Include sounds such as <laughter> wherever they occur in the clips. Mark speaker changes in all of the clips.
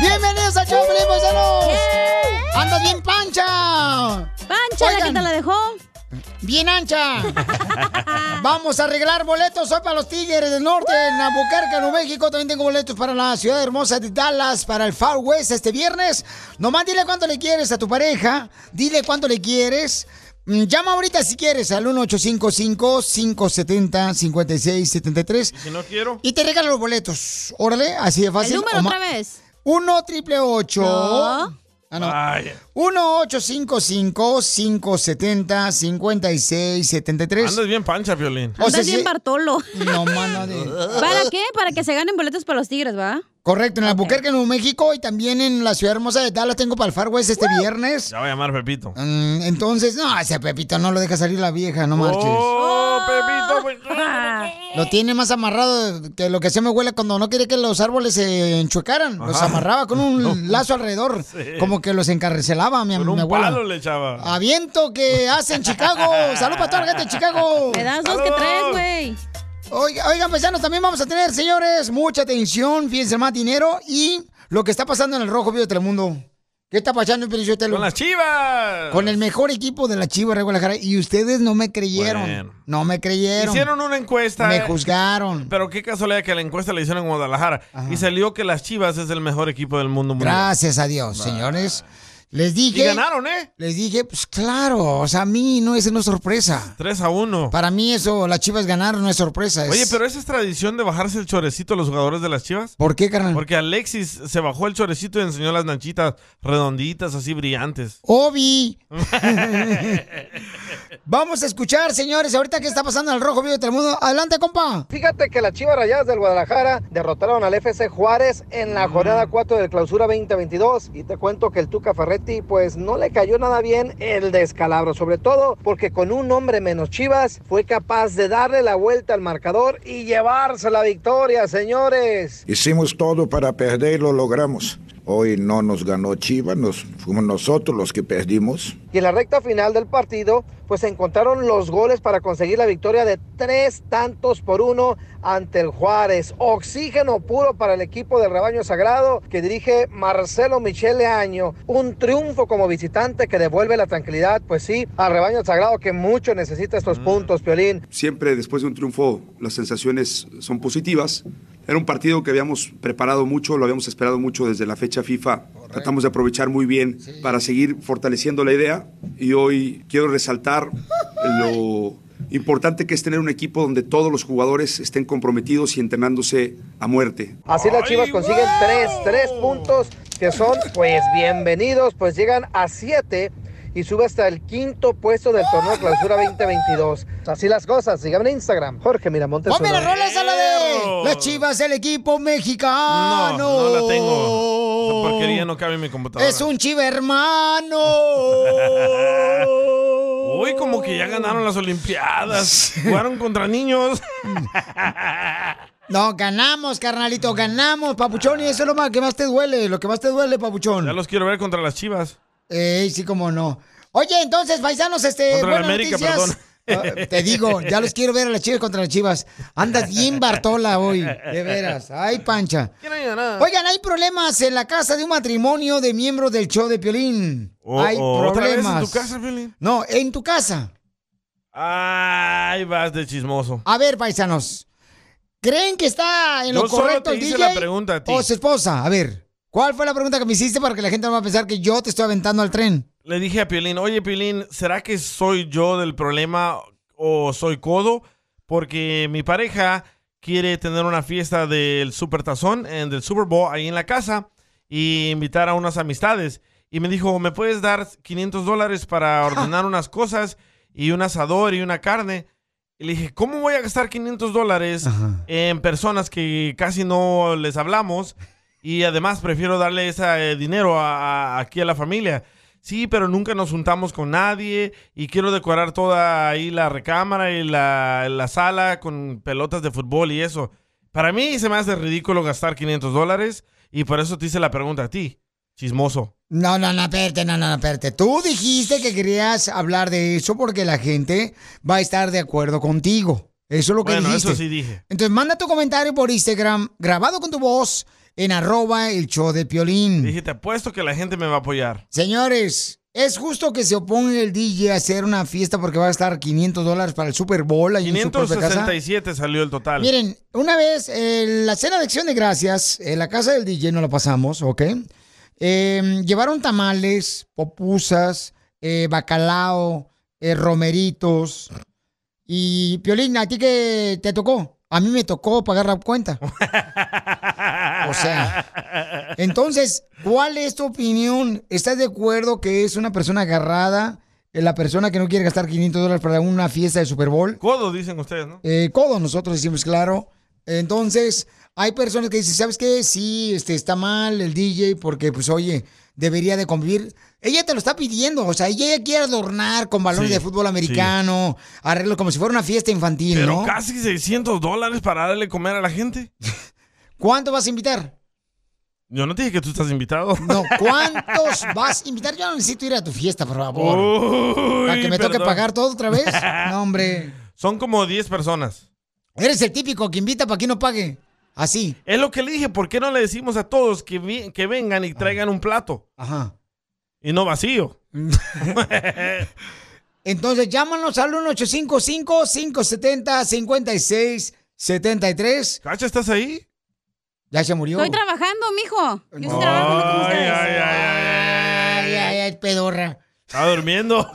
Speaker 1: ¡Bienvenidos a Choplin, paisanos! ¡Andas bien pancha!
Speaker 2: ¡Pancha, la que te la dejó!
Speaker 1: ¡Bien ancha!
Speaker 2: <laughs>
Speaker 1: Vamos a arreglar boletos hoy para los Tigres del Norte en Albuquerque, Nuevo México. También tengo boletos para la ciudad hermosa de Dallas, para el Far West este viernes. Nomás dile cuánto le quieres a tu pareja, dile cuánto le quieres. Mm, Llama ahorita si quieres al 1855-570-5673.
Speaker 3: Si no quiero.
Speaker 1: Y te regalo los boletos. Órale, así de fácil.
Speaker 2: El número
Speaker 1: O ma-
Speaker 2: otra vez.
Speaker 1: 1 triple 8.
Speaker 2: No.
Speaker 1: Ah, no.
Speaker 3: Vaya.
Speaker 1: 1-855-570-5673.
Speaker 3: Andas bien pancha, Violín.
Speaker 1: O sea,
Speaker 2: Andas bien
Speaker 1: sí.
Speaker 2: Bartolo.
Speaker 1: No, mano de-
Speaker 2: ¿Para qué? Para que se ganen boletos para los tigres, ¿va?
Speaker 1: Correcto, en la Albuquerque, Nuevo México y también en la ciudad hermosa de Dallas tengo para el Far West este viernes.
Speaker 3: Ya voy a llamar a Pepito.
Speaker 1: Mm, entonces, no, ese Pepito no lo deja salir la vieja, no marches.
Speaker 3: ¡Oh, Pepito!
Speaker 1: Lo tiene más amarrado que lo que hacía mi abuela cuando no quería que los árboles se enchuecaran. Los
Speaker 3: Ajá.
Speaker 1: amarraba con
Speaker 3: <laughs>
Speaker 1: un lazo alrededor,
Speaker 3: Sí.
Speaker 1: como que los encarcelaba mi,
Speaker 3: Con
Speaker 1: mi
Speaker 3: un
Speaker 1: abuela.
Speaker 3: palo le echaba.
Speaker 1: A viento que hace en Chicago. Salud para toda la gente de Chicago.
Speaker 2: Me das dos que tres, güey.
Speaker 1: Oiga, oigan, paisanos, también vamos a tener, señores, mucha atención, fíjense más dinero y lo que está pasando en el Rojo Vivo de Telemundo. ¿Qué está pasando en Pelichotelo?
Speaker 3: ¡Con las chivas!
Speaker 1: Con el mejor equipo de la Chivas de Guadalajara. Y ustedes no me creyeron.
Speaker 3: Bueno.
Speaker 1: No me creyeron.
Speaker 3: Hicieron una encuesta.
Speaker 1: me
Speaker 3: eh,
Speaker 1: juzgaron.
Speaker 3: Pero qué casualidad que la encuesta la hicieron en Guadalajara. Y salió que las chivas es el mejor equipo del mundo mundial.
Speaker 1: Gracias a Dios, señores. Les
Speaker 3: Y
Speaker 1: dije.
Speaker 3: ganaron, ¿eh?
Speaker 1: Les dije, pues claro, o sea, a mí no es no es sorpresa.
Speaker 3: 3 a 1.
Speaker 1: Para mí eso, las chivas ganaron, no es sorpresa. es-
Speaker 3: Oye, pero esa es tradición de bajarse el chorecito a los jugadores de las chivas.
Speaker 1: ¿Por qué, carnal?
Speaker 3: Porque Alexis se bajó el chorecito y enseñó las nanchitas redonditas, así brillantes. <laughs>
Speaker 1: Obi. <laughs> Vamos a escuchar, señores, ahorita qué está pasando en el Rojo Vivo de Telemundo. Adelante, compa.
Speaker 4: Fíjate que las Chivas Rayadas del Guadalajara derrotaron al FC Juárez en la jornada 4 del clausura 2022 y te cuento que el Tuca Ferretti pues no le cayó nada bien el descalabro, sobre todo porque con un hombre menos Chivas fue capaz de darle la vuelta al marcador y llevarse la victoria, señores.
Speaker 5: Hicimos todo para perder y lo logramos. Hoy no nos ganó Chivas, nos, fuimos nosotros los que perdimos.
Speaker 4: Y en la recta final del partido, pues se encontraron los goles para conseguir la victoria de tres tantos por uno ante el Juárez. Oxígeno puro para el equipo del rebaño sagrado que dirige Marcelo Michele Año. Un triunfo como visitante que devuelve la tranquilidad, pues sí, al rebaño sagrado que mucho necesita estos puntos, Piolín.
Speaker 6: Siempre después de un triunfo las sensaciones son positivas. Era un partido que habíamos preparado mucho, lo habíamos esperado mucho desde la fecha FIFA. Tratamos de aprovechar muy bien para seguir fortaleciendo la idea y hoy quiero resaltar lo importante que es tener un equipo donde todos los jugadores estén comprometidos y entrenándose a muerte.
Speaker 4: Así las
Speaker 3: ¡Ay,
Speaker 4: Chivas consiguen
Speaker 3: wow!
Speaker 4: tres, tres puntos que son pues bienvenidos, pues llegan a siete y sube hasta el quinto puesto del torneo clausura 2022. Así las cosas, síganme en Instagram, Jorge Miramontes.
Speaker 1: Ponme la
Speaker 4: uno.
Speaker 1: rola esa la de
Speaker 3: Perro.
Speaker 1: las chivas del equipo
Speaker 3: No,
Speaker 1: mexicano.
Speaker 3: no la tengo. Esa porquería no cabe en mi computadora.
Speaker 1: Oh.
Speaker 3: <laughs>
Speaker 1: Es un chiva hermano.
Speaker 3: Uy, como que ya ganaron las Olimpiadas. Jugaron contra niños.
Speaker 1: <laughs> No, ganamos, carnalito, ganamos, papuchón. Y eso es lo más que más te duele, lo que más te duele, papuchón.
Speaker 3: Ya los quiero ver contra las chivas.
Speaker 1: Ey, sí, como no. Oye, entonces, paisanos, este.
Speaker 3: Contra la
Speaker 1: buenas
Speaker 3: América,
Speaker 1: noticias.
Speaker 3: <laughs>
Speaker 1: Ah, Te digo, ya los quiero ver a las chivas contra las chivas. Andas bien Bartola hoy, de veras. Ay, pancha. Oigan, hay problemas en la casa de un matrimonio de miembros del show de Piolín.
Speaker 3: Oh,
Speaker 1: hay
Speaker 3: oh,
Speaker 1: problemas.
Speaker 3: ¿otra vez en tu casa, Piolín?
Speaker 1: No, en tu casa.
Speaker 3: Ay, vas de chismoso.
Speaker 1: A ver, paisanos. ¿Creen que está en lo
Speaker 3: Yo solo
Speaker 1: correcto
Speaker 3: te
Speaker 1: el
Speaker 3: hice
Speaker 1: DJ
Speaker 3: la pregunta a ti.
Speaker 1: o su esposa? A ver, ¿cuál fue la pregunta que me hiciste para que la gente no va a pensar que yo te estoy aventando al tren?
Speaker 3: Le dije a Piolín, oye Piolín, ¿será que soy yo del problema o soy codo? Porque mi pareja quiere tener una fiesta del Super Tazón, en, del Super Bowl, ahí en la casa y invitar a unas amistades. Y me dijo, ¿me puedes dar 500 dólares
Speaker 1: <laughs>
Speaker 3: para ordenar unas cosas y un asador y una carne? Y le dije, ¿cómo voy a gastar 500 dólares
Speaker 1: Ajá.
Speaker 3: en personas que casi no les hablamos? Y además prefiero darle ese eh, dinero a- a- aquí a la familia. Sí, pero nunca nos juntamos con nadie y quiero decorar toda ahí la recámara y la, la sala con pelotas de fútbol y eso. Para mí se me hace ridículo gastar 500 dólares y por eso te hice la pregunta a ti, chismoso.
Speaker 1: No, no, no, espérate, no, no, no, espérate. Tú dijiste que querías hablar de eso porque la gente va a estar de acuerdo contigo. Eso es lo que
Speaker 3: Bueno,
Speaker 1: dijiste.
Speaker 3: eso sí dije.
Speaker 1: Entonces, manda tu comentario por Instagram grabado con tu voz en arroba el show de Piolín.
Speaker 3: Dije, te apuesto que la gente me va a apoyar.
Speaker 1: Señores, es justo que se oponga el DJ a hacer una fiesta porque va a gastar 500 dólares para el Super Bowl. ahí en su propia casa.
Speaker 3: 567 salió el total.
Speaker 1: Miren, una vez en la cena de acción de gracias, en la casa del DJ no la pasamos, ¿ok? Eh, llevaron tamales, popusas, eh, bacalao, eh, romeritos. Y Piolín, ¿a ti qué te tocó? A mí me tocó pagar la cuenta. O sea, entonces, ¿cuál es tu opinión? ¿Estás de acuerdo que es una persona agarrada, eh, la persona que no quiere gastar 500 dólares para una fiesta de Super Bowl?
Speaker 3: Codo, dicen ustedes, ¿no?
Speaker 1: Eh, codo, nosotros decimos, claro. Entonces, hay personas que dicen, ¿sabes qué? Sí, este, está mal el DJ porque, pues, oye, debería de convivir. Ella te lo está pidiendo, o sea, ella ya quiere adornar con balones
Speaker 3: Sí,
Speaker 1: de fútbol americano, arreglo como si fuera una fiesta infantil,
Speaker 3: Pero
Speaker 1: ¿no?
Speaker 3: casi 600 dólares para darle comer a la gente.
Speaker 1: ¿Cuánto vas a invitar?
Speaker 3: Yo no te dije que tú estás invitado.
Speaker 1: <laughs> No,
Speaker 3: <laughs>
Speaker 1: ¿cuántos vas a invitar? Yo no necesito ir a tu fiesta, por favor.
Speaker 3: Uy,
Speaker 1: Para que me toque
Speaker 3: perdón.
Speaker 1: pagar todo
Speaker 3: <laughs>
Speaker 1: otra vez. No, hombre.
Speaker 3: Son como 10 personas.
Speaker 1: Eres el típico que invita para que no pague. Así.
Speaker 3: Es lo que le dije, ¿por qué no le decimos a todos que, vi- que vengan y traigan un plato?
Speaker 1: Ajá.
Speaker 3: Y no
Speaker 1: <laughs>
Speaker 3: vacío.
Speaker 1: Entonces llámanos al 1-855-570-5673.
Speaker 3: ¿Cacha, estás ahí?
Speaker 1: Ya se murió.
Speaker 2: Estoy trabajando, mijo. Yo estoy
Speaker 1: No.
Speaker 2: trabajando con
Speaker 3: Ay, ay,
Speaker 2: ustedes.
Speaker 3: ay, ay,
Speaker 1: Ay,
Speaker 3: ay, ay.
Speaker 1: ay, ay, pedorra.
Speaker 3: Está
Speaker 1: <laughs>
Speaker 3: durmiendo.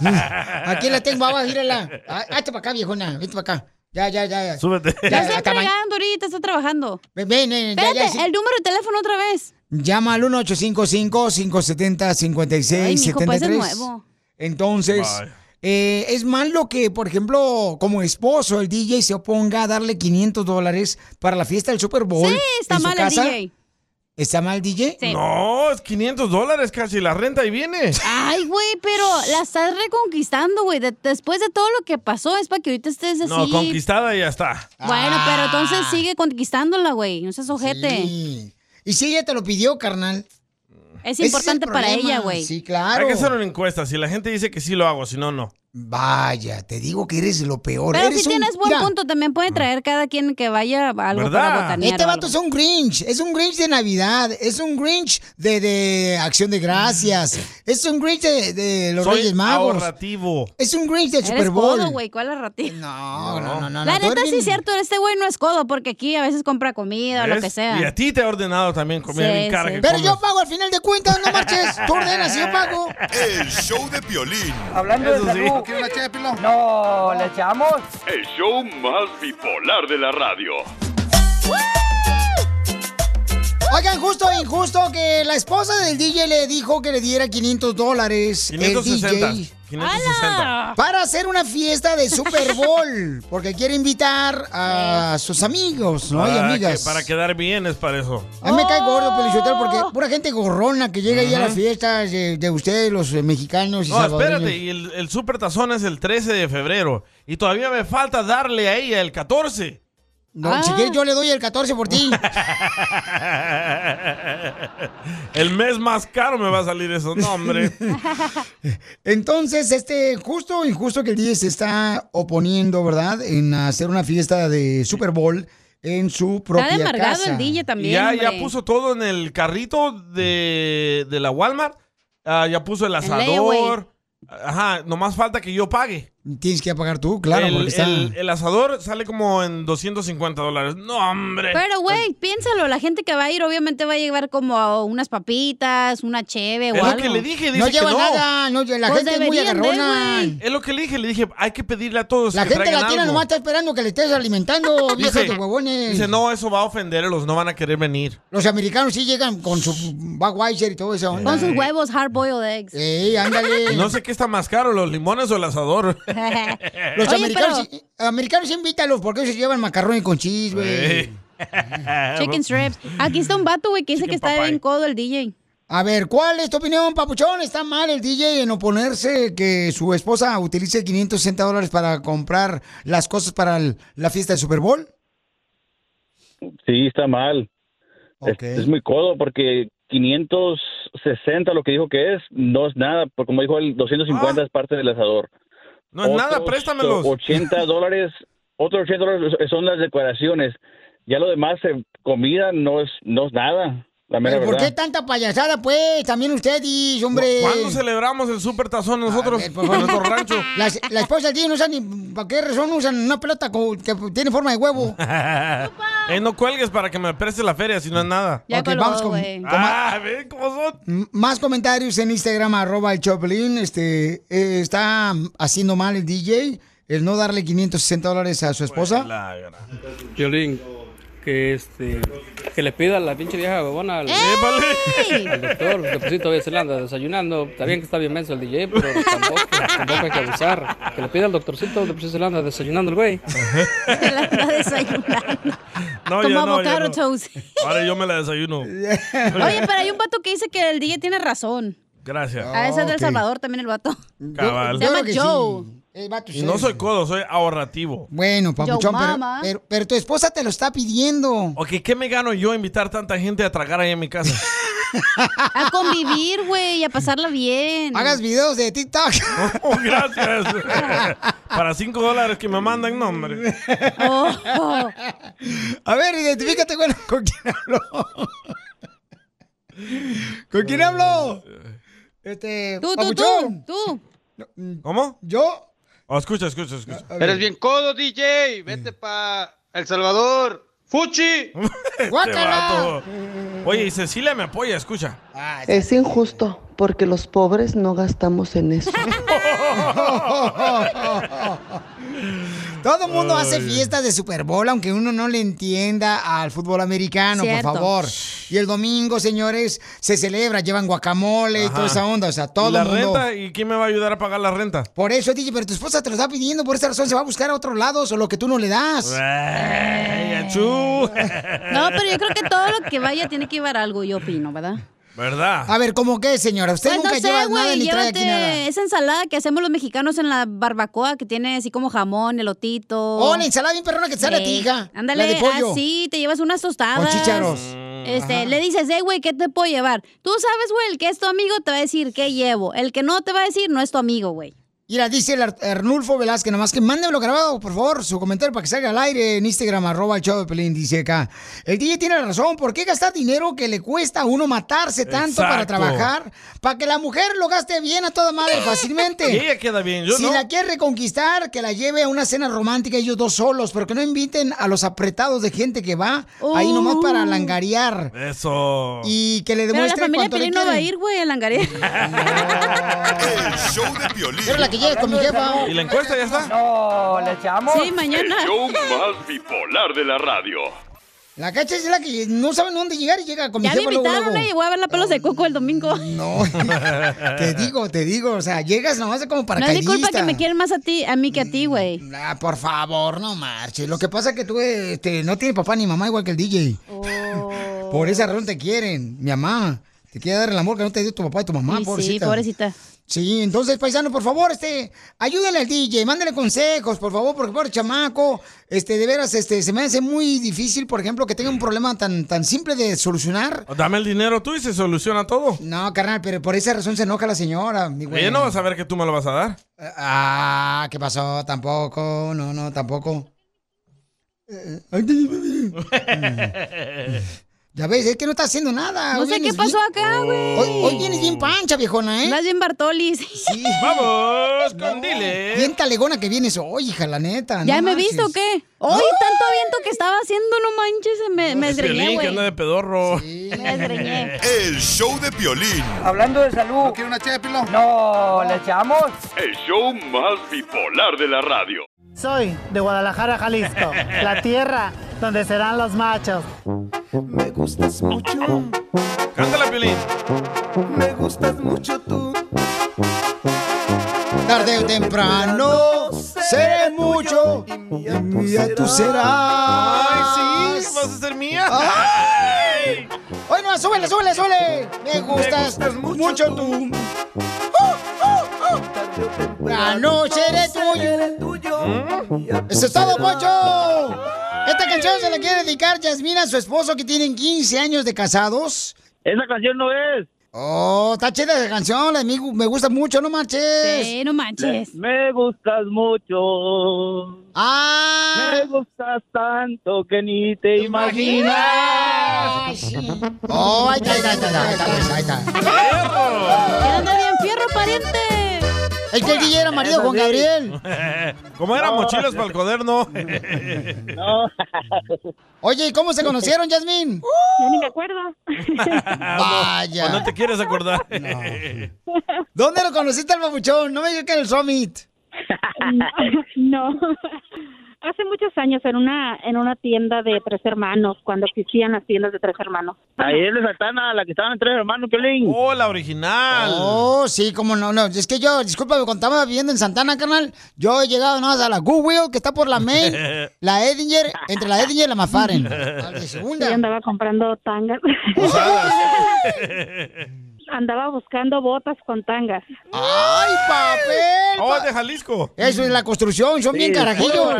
Speaker 1: Aquí la tengo, abajo, gírala. Ah, Hazte para acá, viejona. Vete para acá. Ya, ya, ya. ya.
Speaker 3: Súbete.
Speaker 2: Ya
Speaker 1: Ya,
Speaker 2: está
Speaker 1: hasta ma-
Speaker 2: entregando ahorita, está trabajando.
Speaker 1: Ven, ven, ven, ya, ya.
Speaker 2: Espérate,
Speaker 1: sí.
Speaker 2: el número de teléfono otra vez.
Speaker 1: Llama al
Speaker 2: Ay, mijo, parece
Speaker 1: 1-855-570-5673.
Speaker 2: nuevo.
Speaker 1: Entonces,
Speaker 3: Ay.
Speaker 1: eh, es malo que, por ejemplo, como esposo, el DJ se oponga a darle 500 dólares para la fiesta del Super Bowl.
Speaker 2: Sí, Eh, está
Speaker 1: en su
Speaker 2: mal el
Speaker 1: casa.
Speaker 2: DJ.
Speaker 1: ¿Está mal, DJ?
Speaker 2: Sí.
Speaker 3: No, es 500 dólares casi, la renta ahí viene.
Speaker 2: Ay, güey, pero la estás reconquistando, güey. De- después de todo lo que pasó, es para que ahorita estés así.
Speaker 3: No, conquistada y ya está.
Speaker 2: Bueno, pero entonces
Speaker 1: Ah.
Speaker 2: sigue conquistándola, güey. No seas ojete.
Speaker 1: Sí. Y si ella te lo pidió, carnal.
Speaker 2: Es
Speaker 1: Ese el
Speaker 2: importante para
Speaker 1: problema.
Speaker 2: ella, güey.
Speaker 1: Sí, claro.
Speaker 3: Hay que hacer una encuesta. Si la gente dice que sí lo hago, si no, no.
Speaker 1: Vaya, te digo que eres lo peor.
Speaker 2: Pero
Speaker 1: Eres
Speaker 2: si
Speaker 1: un-
Speaker 2: tienes buen
Speaker 1: Mira,
Speaker 2: punto, también puede traer cada quien que vaya algo para
Speaker 3: Ah. ¿Verdad?
Speaker 2: botanear.
Speaker 1: Este
Speaker 2: o
Speaker 1: vato es
Speaker 2: algo.
Speaker 1: un Grinch, es un Grinch de Navidad, es un Grinch de, de Acción de
Speaker 2: <laughs>
Speaker 1: Gracias, es un Grinch de, de los
Speaker 3: Soy
Speaker 1: Reyes Magos,
Speaker 3: ahorrativo.
Speaker 1: es un Grinch del Super
Speaker 2: Eres
Speaker 1: Bowl.
Speaker 2: codo, güey. ¿Cuál es ratito?
Speaker 1: No, no, no, no.
Speaker 2: la
Speaker 1: no, tú
Speaker 2: neta
Speaker 1: eres
Speaker 2: sí
Speaker 1: bien-
Speaker 2: es cierto, este güey no es codo porque aquí a veces compra comida o lo
Speaker 3: ¿Ves?
Speaker 2: que
Speaker 3: Y
Speaker 2: sea.
Speaker 3: a ti te he ordenado también comida
Speaker 2: Sí,
Speaker 3: bien cara
Speaker 2: sí.
Speaker 3: que
Speaker 1: Pero yo
Speaker 3: comes.
Speaker 1: pago al final de cuentas, no marches. Tú ordenas y
Speaker 3: <laughs>
Speaker 1: yo pago.
Speaker 7: El show de Piolín.
Speaker 8: Hablando
Speaker 3: Eso
Speaker 8: de
Speaker 3: sí.
Speaker 8: salud. No, ¿le echamos?
Speaker 9: El show más bipolar de la radio.
Speaker 1: Oigan, justo e injusto que la esposa del DJ le dijo que le diera 500 dólares el
Speaker 3: 560.
Speaker 1: DJ
Speaker 3: 560. <laughs>
Speaker 1: para hacer una fiesta de Super Bowl, porque quiere invitar a sus amigos, ¿no? y
Speaker 3: Para
Speaker 1: amigas.
Speaker 3: Ah, que- para Oh. quedar bien es para eso.
Speaker 1: A mí me cae gordo, Pelichotel, porque pura gente gorrona que llega ahí a las fiestas de, de ustedes, los eh, mexicanos y
Speaker 3: No, espérate,
Speaker 1: salvadoreños.
Speaker 3: y el, el super tazón es el 13 de febrero. Y todavía me falta darle a ella el 14.
Speaker 1: No, Si
Speaker 2: Ah.
Speaker 1: quieres, yo le doy el 14 por ti.
Speaker 3: <laughs> El mes más caro me va a salir eso. No, hombre.
Speaker 1: <laughs> Entonces, este, justo o injusto que el DJ se está oponiendo, ¿verdad? En hacer una fiesta de Super Bowl en su <laughs> propia
Speaker 2: Está demargado
Speaker 1: casa.
Speaker 2: el DJ también.
Speaker 3: ya, ya
Speaker 2: hombre.
Speaker 3: puso todo en el carrito de, de la Walmart. Ah, ya puso el
Speaker 2: layaway.
Speaker 3: asador. Ajá, nomás falta que yo pague.
Speaker 1: Tienes que pagar tú, claro,
Speaker 3: el,
Speaker 1: porque está...
Speaker 3: el- el asador sale como en 250 dólares. No, hombre.
Speaker 2: Pero, güey, piénsalo, la gente que va a ir obviamente va a llevar como a unas papitas, una cheve o
Speaker 3: es lo
Speaker 2: algo.
Speaker 3: que le dije. Dice
Speaker 1: No
Speaker 3: que
Speaker 1: lleva
Speaker 3: no.
Speaker 1: nada, no, lle- la
Speaker 2: Pues
Speaker 1: gente es muy
Speaker 2: deberían de,
Speaker 1: agarrona.
Speaker 2: güey.
Speaker 3: Es lo que le dije. Le dije, hay que pedirle a todos
Speaker 1: la
Speaker 3: que
Speaker 1: gente
Speaker 3: traigan
Speaker 1: latina
Speaker 3: algo.
Speaker 1: nomás está esperando que le estés alimentando, viejas de huevones.
Speaker 3: dice, no, eso va a ofender, los no van a querer venir.
Speaker 1: Los americanos sí llegan con su Budweiser y todo eso.
Speaker 2: Con sus huevos hard boiled eggs.
Speaker 1: Ey, ándale.
Speaker 3: No sé qué está más caro, los limones o el
Speaker 2: <laughs>
Speaker 3: asador. Eh.
Speaker 1: Los
Speaker 2: Oye,
Speaker 1: americanos,
Speaker 2: pero-
Speaker 1: sí- americanos sí invítalos porque ellos se llevan macarrones con cheese,
Speaker 3: Eh,
Speaker 1: güey.
Speaker 2: Chicken strips. Aquí está un vato, güey, que dice
Speaker 3: Chicken
Speaker 2: que está
Speaker 3: papaya.
Speaker 2: bien codo el DJ.
Speaker 1: A ver, ¿cuál es tu opinión, papuchón? ¿Está mal el DJ en oponerse que su esposa utilice 560 dólares para comprar las cosas para el- la fiesta del Super Bowl?
Speaker 10: Sí, está mal. Es-
Speaker 1: Ok.
Speaker 10: Es, muy codo porque 560 lo que dijo que es, no es nada. Porque como dijo el 250 es parte del asador.
Speaker 3: No es nada,
Speaker 10: Otros
Speaker 3: préstamelos. <laughs>
Speaker 10: 80 dólares, otros 80 dólares son las decoraciones. Ya lo demás se comida no es, no es nada, la mera
Speaker 1: ¿Por qué
Speaker 10: verdad.
Speaker 1: tanta payasada, pues? También ustedes, hombre.
Speaker 3: ¿Cuándo celebramos el Super Tazón nosotros en nuestro
Speaker 1: <laughs>
Speaker 3: rancho?
Speaker 1: La, la esposa del tío no usa ni. ¿Para qué razón usan una pelota co- que tiene forma de huevo?
Speaker 3: Eh, no cuelgues para que me prestes la feria, si no es nada.
Speaker 1: Ya Ok, colgó, vamos con- güey. con-
Speaker 3: Ah, ¿ven cómo son?
Speaker 1: M- Más comentarios en Instagram, arroba el Choplin. Este, eh, está haciendo mal el DJ el no darle 560 dólares a su esposa.
Speaker 11: Violín, que este que le pida a la pinche vieja huevona al, al doctor, que pues, sí, todavía se le anda desayunando, está bien que está bien menso el DJ, pero tampoco, tampoco hay que abusar, que le pida al doctorcito, que pues, sí, se le anda desayunando el güey.
Speaker 2: Se la anda desayunando.
Speaker 3: <laughs> No,
Speaker 2: Como
Speaker 3: yo no, <laughs> yo
Speaker 2: avocado
Speaker 3: no.
Speaker 2: toast.
Speaker 3: Ahora yo me la desayuno.
Speaker 2: Oye, pero hay un vato que dice que el DJ tiene razón.
Speaker 3: Gracias.
Speaker 2: A Ah, ese es del Salvador también
Speaker 1: <laughs>
Speaker 2: el vato.
Speaker 3: Cabal.
Speaker 2: Se llama
Speaker 1: Claro Ah, que
Speaker 2: Joe.
Speaker 3: Y no soy codo, soy ahorrativo.
Speaker 1: Bueno, papuchón, pero, eh.
Speaker 2: mama.
Speaker 1: pero- pero tu esposa te lo está pidiendo.
Speaker 3: Ok, ¿qué me gano yo invitar tanta gente a tragar ahí en mi
Speaker 1: <laughs>
Speaker 3: casa?
Speaker 2: A convivir, güey, a pasarla bien.
Speaker 1: Hagas videos de TikTok.
Speaker 3: Oh, gracias. Para cinco dólares que me mandan, no, hombre.
Speaker 2: Oh.
Speaker 1: <laughs> A ver, identifícate, bueno, ¿con quién hablo? ¿Con quién hablo?
Speaker 3: Eh.
Speaker 1: Este,
Speaker 2: Tú, tú, tú,
Speaker 1: papuchón.
Speaker 2: tú.
Speaker 3: ¿Cómo?
Speaker 1: ¿Yo?
Speaker 3: Oh, escucha, escucha, escucha.
Speaker 12: Eres bien codo, DJ. Vete pa El Salvador.
Speaker 1: <laughs>
Speaker 12: ¡Fuchi!
Speaker 3: Este vato. Oye, y Cecilia me apoya,
Speaker 1: <laughs>
Speaker 3: escucha.
Speaker 13: <laughs> Es injusto porque los pobres no gastamos en eso.
Speaker 3: Ah.
Speaker 1: Todo el mundo hace
Speaker 13: Ay.
Speaker 1: fiestas de Super Bowl, aunque uno no le entienda al fútbol americano,
Speaker 2: Cierto.
Speaker 1: por favor. Y el domingo, señores, se celebra, llevan guacamole y
Speaker 3: Ajá.
Speaker 1: toda esa onda, o sea, todo
Speaker 3: ¿La
Speaker 1: el mundo.
Speaker 3: renta? ¿Y quién me va a ayudar a pagar la renta?
Speaker 1: Por eso, DJ, pero tu esposa te lo está pidiendo, por esa razón se va a buscar a otros lados o lo que tú no le das.
Speaker 3: Ey, achú.
Speaker 2: Eh. No, pero yo creo que todo lo que vaya tiene que llevar algo, yo opino, ¿verdad?
Speaker 3: ¿Verdad?
Speaker 1: A ver, ¿cómo qué, señora? Usted
Speaker 2: Pues
Speaker 1: nunca lleva nada
Speaker 2: güey,
Speaker 1: ni trae aquí
Speaker 2: llévate
Speaker 1: nada.
Speaker 2: Esa ensalada que hacemos los mexicanos en la barbacoa que tiene así como jamón, elotito.
Speaker 1: Oh, la ensalada bien perrona que te sale a ti,
Speaker 2: Ey,
Speaker 1: hija.
Speaker 2: Ándale,
Speaker 1: La de pollo.
Speaker 2: así, te llevas unas tostadas.
Speaker 1: Con chícharos.
Speaker 2: Este,
Speaker 1: Ajá.
Speaker 2: le dices, eh, güey, ¿qué te puedo llevar? Tú sabes, güey, el que es tu amigo te va a decir qué llevo. El que no te va a decir no es tu amigo, güey.
Speaker 1: Mira, dice el Ar- Arnulfo Velázquez, nomás que mándemelo grabado, por favor, su comentario para que salga al aire en Instagram, arroba el show de Pelín, dice acá. El DJ tiene razón, ¿por qué gastar dinero que le cuesta a uno matarse tanto para
Speaker 3: Exacto.
Speaker 1: trabajar? Para que la mujer lo gaste bien a toda madre
Speaker 3: <laughs>
Speaker 1: fácilmente.
Speaker 3: Y ella queda bien, yo
Speaker 1: si
Speaker 3: no.
Speaker 1: la quiere reconquistar, que la lleve a una cena romántica ellos dos solos, pero que no inviten a los apretados de gente que va ahí nomás para langarear.
Speaker 3: Eso.
Speaker 1: Y que le
Speaker 2: Uh. Pero la
Speaker 1: demuestre
Speaker 2: familia
Speaker 1: cuánto le
Speaker 2: Pelín no va a
Speaker 1: quieren.
Speaker 2: ir, güey, a Langaré.
Speaker 1: Pero la que llegue con mi jefa.
Speaker 3: ¿Y la encuesta ya
Speaker 1: ¿Ah?
Speaker 3: está?
Speaker 8: No, le echamos.
Speaker 2: Sí,
Speaker 8: <laughs>
Speaker 2: mañana.
Speaker 9: El show más bipolar de la radio.
Speaker 1: La cacha es la que no saben dónde llegar y llega con mi
Speaker 2: Ya me
Speaker 1: jefa luego, Mm,
Speaker 2: invitaron,
Speaker 1: luego.
Speaker 2: eh, y voy a ver la pelos de coco el domingo.
Speaker 1: No, <laughs> te digo, te digo, o sea, llegas nomás como para
Speaker 2: No es mi culpa que me quieren más a ti, a mí que a ti, güey.
Speaker 1: Ah, por favor, no marches. Lo que pasa es que tú este, no tienes papá ni mamá igual que el DJ.
Speaker 2: Oh.
Speaker 1: Por esa razón te quieren, mi mamá. Te quiere dar el amor que no te dio tu papá y tu mamá,
Speaker 2: Y sí,
Speaker 1: pobrecita.
Speaker 2: pobrecita.
Speaker 1: Sí, entonces, paisano, por favor, este, ayúdale al DJ, mándale consejos, por favor, porque por chamaco, este, de veras, este, se me hace muy difícil, por ejemplo, que tenga un problema tan, tan simple de solucionar.
Speaker 3: Dame el dinero tú y se soluciona todo.
Speaker 1: No, carnal, pero por esa razón se enoja la señora, mi güey.
Speaker 3: Ella no va a saber que tú me lo vas a dar.
Speaker 1: Ah, ¿qué pasó? Tampoco, no, no, tampoco. Eh, ay,
Speaker 3: <laughs>
Speaker 1: Ya ves, es que no está haciendo nada.
Speaker 2: No
Speaker 1: Hoy
Speaker 2: sé
Speaker 1: vienes
Speaker 2: qué pasó
Speaker 1: bien-
Speaker 2: acá, güey.
Speaker 1: Hoy, hoy vienes bien pancha, viejona, ¿eh?
Speaker 2: Más bien Bartolis. <laughs>
Speaker 1: Sí.
Speaker 3: Vamos,
Speaker 1: con dile. Bien talegona que vienes hoy, hija, la neta.
Speaker 2: ¿Ya
Speaker 1: Ah, no
Speaker 2: me
Speaker 1: marches.
Speaker 2: viste o qué? Hoy tanto viento que estaba haciendo, no manches, me, me
Speaker 3: Piolín,
Speaker 2: desgreñé,
Speaker 3: que
Speaker 2: güey.
Speaker 3: anda de pedorro.
Speaker 7: El show de Piolín.
Speaker 8: <laughs> Hablando de salud. ¿No quiere una ché, pilón? No, le echamos.
Speaker 9: El show más bipolar de la radio.
Speaker 14: Soy de Guadalajara, Jalisco, la tierra donde serán los machos.
Speaker 15: Me gustas mucho.
Speaker 3: Cántala, Piolín.
Speaker 15: Me gustas mucho tú.
Speaker 1: Tarde o temprano seré mucho y mía tú serás.
Speaker 3: Ay, sí, vas a ser mía.
Speaker 1: Ay. Ay, no, súbele, súbele, súbele. Me gustas, mucho, tú. La noche eres tuyo. Eso es todo, Pocho. Esta canción se la quiere dedicar Yasmina a su esposo que tienen 15 años de casados.
Speaker 10: Esa canción no es.
Speaker 1: Oh, está chida la canción, la, me, gu- me gusta mucho, no manches.
Speaker 2: Sí, no manches.
Speaker 16: Me gustas mucho.
Speaker 1: Ah.
Speaker 16: Me gustas tanto que ni te imaginas.
Speaker 1: Oh, ahí está, ahí está, ahí está, ahí está, pues, ahí está.
Speaker 2: anda bien fierro, pariente!
Speaker 1: Es que el DJ era marido de Juan Gabriel.
Speaker 3: <laughs> Como eran
Speaker 1: No,
Speaker 3: mochilas
Speaker 1: no.
Speaker 3: para el
Speaker 1: <laughs>
Speaker 3: cuaderno.
Speaker 1: Oye, ¿y cómo se conocieron, Yasmín?
Speaker 11: Yo ni me acuerdo.
Speaker 1: Vaya.
Speaker 3: O no te quieres acordar. <laughs>
Speaker 1: ¿Dónde lo conociste al babuchón? No me digas que en el
Speaker 11: <laughs>
Speaker 1: Summit.
Speaker 11: No. <laughs> Hace muchos años en una en una tienda de tres hermanos, cuando existían las tiendas de tres hermanos.
Speaker 17: Ahí es de Santana, la que estaban en tres hermanos, Piolín.
Speaker 3: Oh, la original.
Speaker 1: Oh, sí, como no, no. Es que yo, discúlpame, cuando estaba viviendo en Santana, carnal, yo he llegado nada más a la Goodwill, que está por la
Speaker 11: <laughs>
Speaker 1: Main, la Edinger, entre la Edinger y
Speaker 3: <laughs>
Speaker 1: la Mafaren.
Speaker 11: Sí, andaba comprando tangas. <laughs> andaba buscando botas con tangas.
Speaker 1: ¡Ay, papel!
Speaker 3: Oh, es de Jalisco.
Speaker 1: Eso es la construcción, son bien carajillos.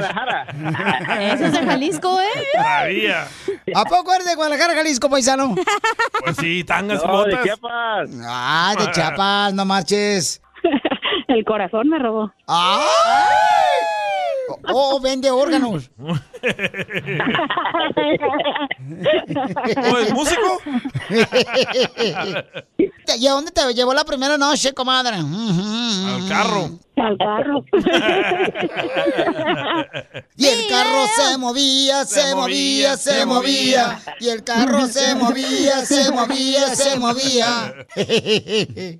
Speaker 2: Eso es de Jalisco, ¿eh?
Speaker 3: Sabía.
Speaker 1: <laughs> ¿A poco eres de Guadalajara, Jalisco, paisano?
Speaker 3: Pues sí, tangas y
Speaker 1: No, de
Speaker 3: botas.
Speaker 17: Chiapas.
Speaker 1: Ah, de Chiapas, no marches.
Speaker 11: <laughs> El corazón me robó.
Speaker 1: ¡Ah! Oh, vende órganos.
Speaker 3: <laughs> ¿O es músico?
Speaker 1: <laughs> ¿Y a dónde te llevó la primera noche, comadre?
Speaker 3: Al carro.
Speaker 11: Al carro.
Speaker 1: <laughs> Y el carro se movía, se movía, se movía. Y el carro se
Speaker 3: <laughs>
Speaker 1: movía, se movía, se movía.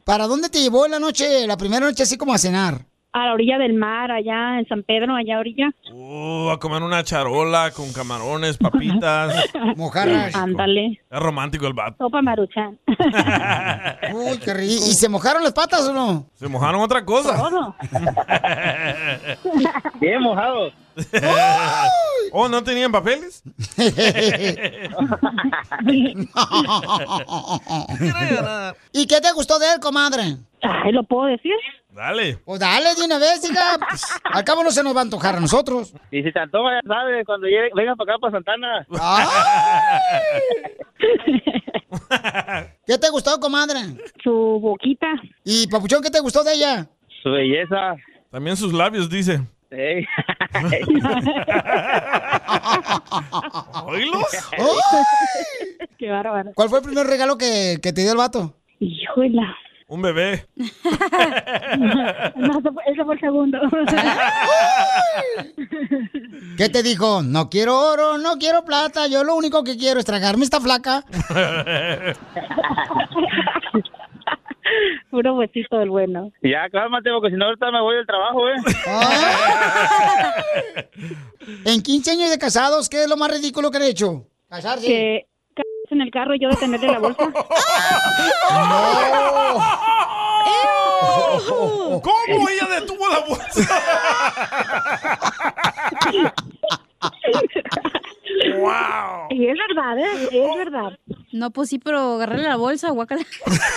Speaker 1: <laughs> ¿Para dónde te llevó la noche, la primera noche así como a cenar?
Speaker 11: A la orilla del mar, allá en San Pedro, allá a orilla.
Speaker 3: Oh, a comer una charola con camarones, papitas.
Speaker 1: <laughs> Mojarras.
Speaker 11: Ándale.
Speaker 3: Es romántico el vato.
Speaker 11: Sopa
Speaker 1: <laughs>
Speaker 11: maruchan.
Speaker 1: Uy, qué rico. ¿Y, y se mojaron las patas o <laughs> no?
Speaker 3: Se mojaron otra cosa.
Speaker 11: Todo.
Speaker 17: <laughs> Bien mojado.
Speaker 3: <laughs> oh, ¿no tenían papeles?
Speaker 1: ¿Y qué te gustó de él, comadre?
Speaker 11: Ay, ¿lo puedo decir?
Speaker 3: Dale.
Speaker 1: Pues dale de una vez, hija. Pues, al cabo no se nos va a antojar a nosotros.
Speaker 17: Y si te antoja, ya sabes, cuando llegue, venga para acá, para Santana.
Speaker 1: ¿Qué te gustó, comadre?
Speaker 11: Su boquita.
Speaker 1: ¿Y, papuchón, qué te gustó de
Speaker 11: <laughs>
Speaker 1: ella?
Speaker 17: Su belleza.
Speaker 3: También sus labios, dice.
Speaker 17: Ey.
Speaker 3: <laughs> ¿Oílos?
Speaker 11: Qué bárbaro.
Speaker 1: ¿Cuál fue el primer regalo que, que te dio el vato?
Speaker 11: Híjola.
Speaker 3: Un bebé.
Speaker 11: No, ese fue- ese fue el segundo.
Speaker 1: <laughs> ¿Qué te dijo? No quiero oro, no quiero plata. Yo lo único que quiero es tragarme esta flaca.
Speaker 11: <laughs> Puro huesito del bueno.
Speaker 17: ya, cálmate, porque si no, ahorita me voy del trabajo, ¿eh?
Speaker 1: En 15 años de casados, ¿qué es lo más ridículo que han hecho? Casarse.
Speaker 11: Que c- en el carro y yo detenerle la bolsa.
Speaker 3: ¿Cómo
Speaker 17: Eh.
Speaker 3: ella detuvo la bolsa?
Speaker 11: ¡Wow! Y es verdad, ¿eh? Es verdad.
Speaker 2: No, pues sí, pero agarrarle la bolsa, guacala.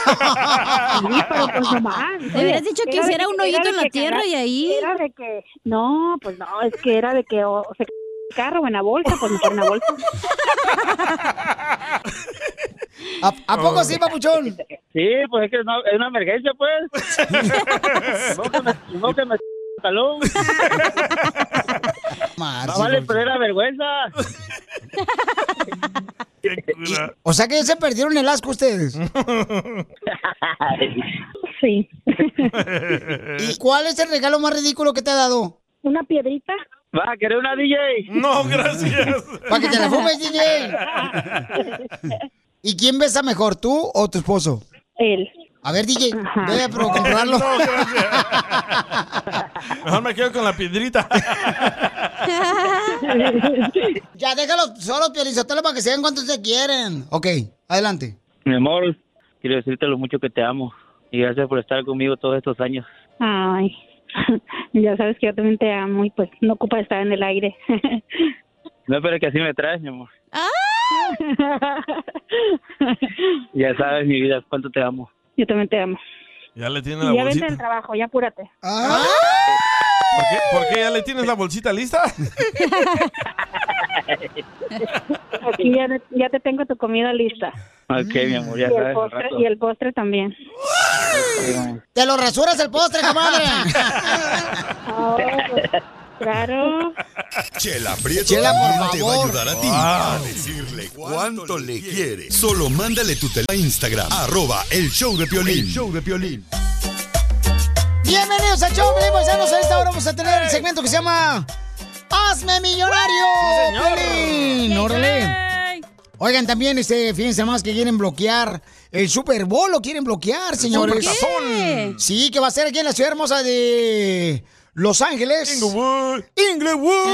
Speaker 3: Ah.
Speaker 11: Sí, pero pues nomás.
Speaker 2: Le hubieras dicho que
Speaker 11: Era de
Speaker 2: hiciera un
Speaker 11: era
Speaker 2: hoyito
Speaker 11: de
Speaker 2: en la
Speaker 11: que
Speaker 2: tierra
Speaker 11: cagar-
Speaker 2: y ahí.
Speaker 11: Era de que... No, pues no, es que era de que o, se c- en el carro o en la bolsa, pues mejor en la bolsa.
Speaker 1: ¿A, <laughs> a poco sí, papuchón?
Speaker 17: Sí, pues es que no- es una emergencia,
Speaker 3: <laughs>
Speaker 17: pues. no que me, no que me <laughs> el talón. Más vale perder la
Speaker 3: <laughs>
Speaker 17: vergüenza. <laughs>
Speaker 1: O sea que ya se perdieron el asco ustedes.
Speaker 11: Sí.
Speaker 1: ¿Y cuál es el regalo más ridículo que te ha dado?
Speaker 11: Una piedrita.
Speaker 17: ¿Vas a querer una DJ?
Speaker 3: No,
Speaker 1: <laughs>
Speaker 3: gracias.
Speaker 1: Para que te la fumes, DJ. ¿Y quién besa mejor, tú o tu esposo?
Speaker 11: Él.
Speaker 1: A ver, DJ, ve a pro- comprobarlo.
Speaker 3: No, Mejor me quedo con la piedrita.
Speaker 1: ya déjalo solo, Pielizotelo, para que se vean cuántos se quieren. Ok, adelante.
Speaker 17: Mi amor, quiero decirte lo mucho que te amo. Y gracias por estar conmigo todos estos años.
Speaker 11: Ay, <laughs> ya sabes que yo también te amo y pues no ocupa estar en
Speaker 3: <laughs>
Speaker 11: el aire. <laughs>
Speaker 17: No esperes que así me traes, mi amor. Ya sabes, mi vida, cuánto te amo.
Speaker 11: Yo también te amo.
Speaker 3: Ya le tiene la
Speaker 11: Y ya vente
Speaker 3: bolsita. Ah,
Speaker 11: del trabajo, ya apúrate.
Speaker 3: ¿Por qué, por qué ya le tienes la bolsita lista?
Speaker 18: Aquí ya, ya te tengo tu comida lista.
Speaker 10: Ok, mi amor,
Speaker 18: Y
Speaker 10: ya
Speaker 18: el,
Speaker 10: sabes. al
Speaker 18: postre,
Speaker 10: rato.
Speaker 18: y el postre también.
Speaker 1: ¡Te lo rasuras el postre,
Speaker 18: <laughs>
Speaker 1: comadre!
Speaker 18: Ah, claro.
Speaker 7: Chela Prieto
Speaker 1: Chela, por
Speaker 7: también te va a
Speaker 1: favor.
Speaker 7: ayudar a ti
Speaker 1: Wow.
Speaker 7: a decirle cuánto le quiere. Solo mándale tu teléfono a Instagram, arroba el show de Piolín. show de Piolín.
Speaker 1: Bienvenidos a show, Pelín Paisanos. A esta hora vamos a tener el segmento que se llama ¡Hazme Millonario! Piolín! ¡Órale! Oigan, también, este, fíjense más que quieren bloquear el Super Bowl, lo quieren bloquear, señores.
Speaker 3: Supertazón.
Speaker 1: Sí, que va a ser aquí en la ciudad hermosa de Los Ángeles. Inglewood. Inglewood.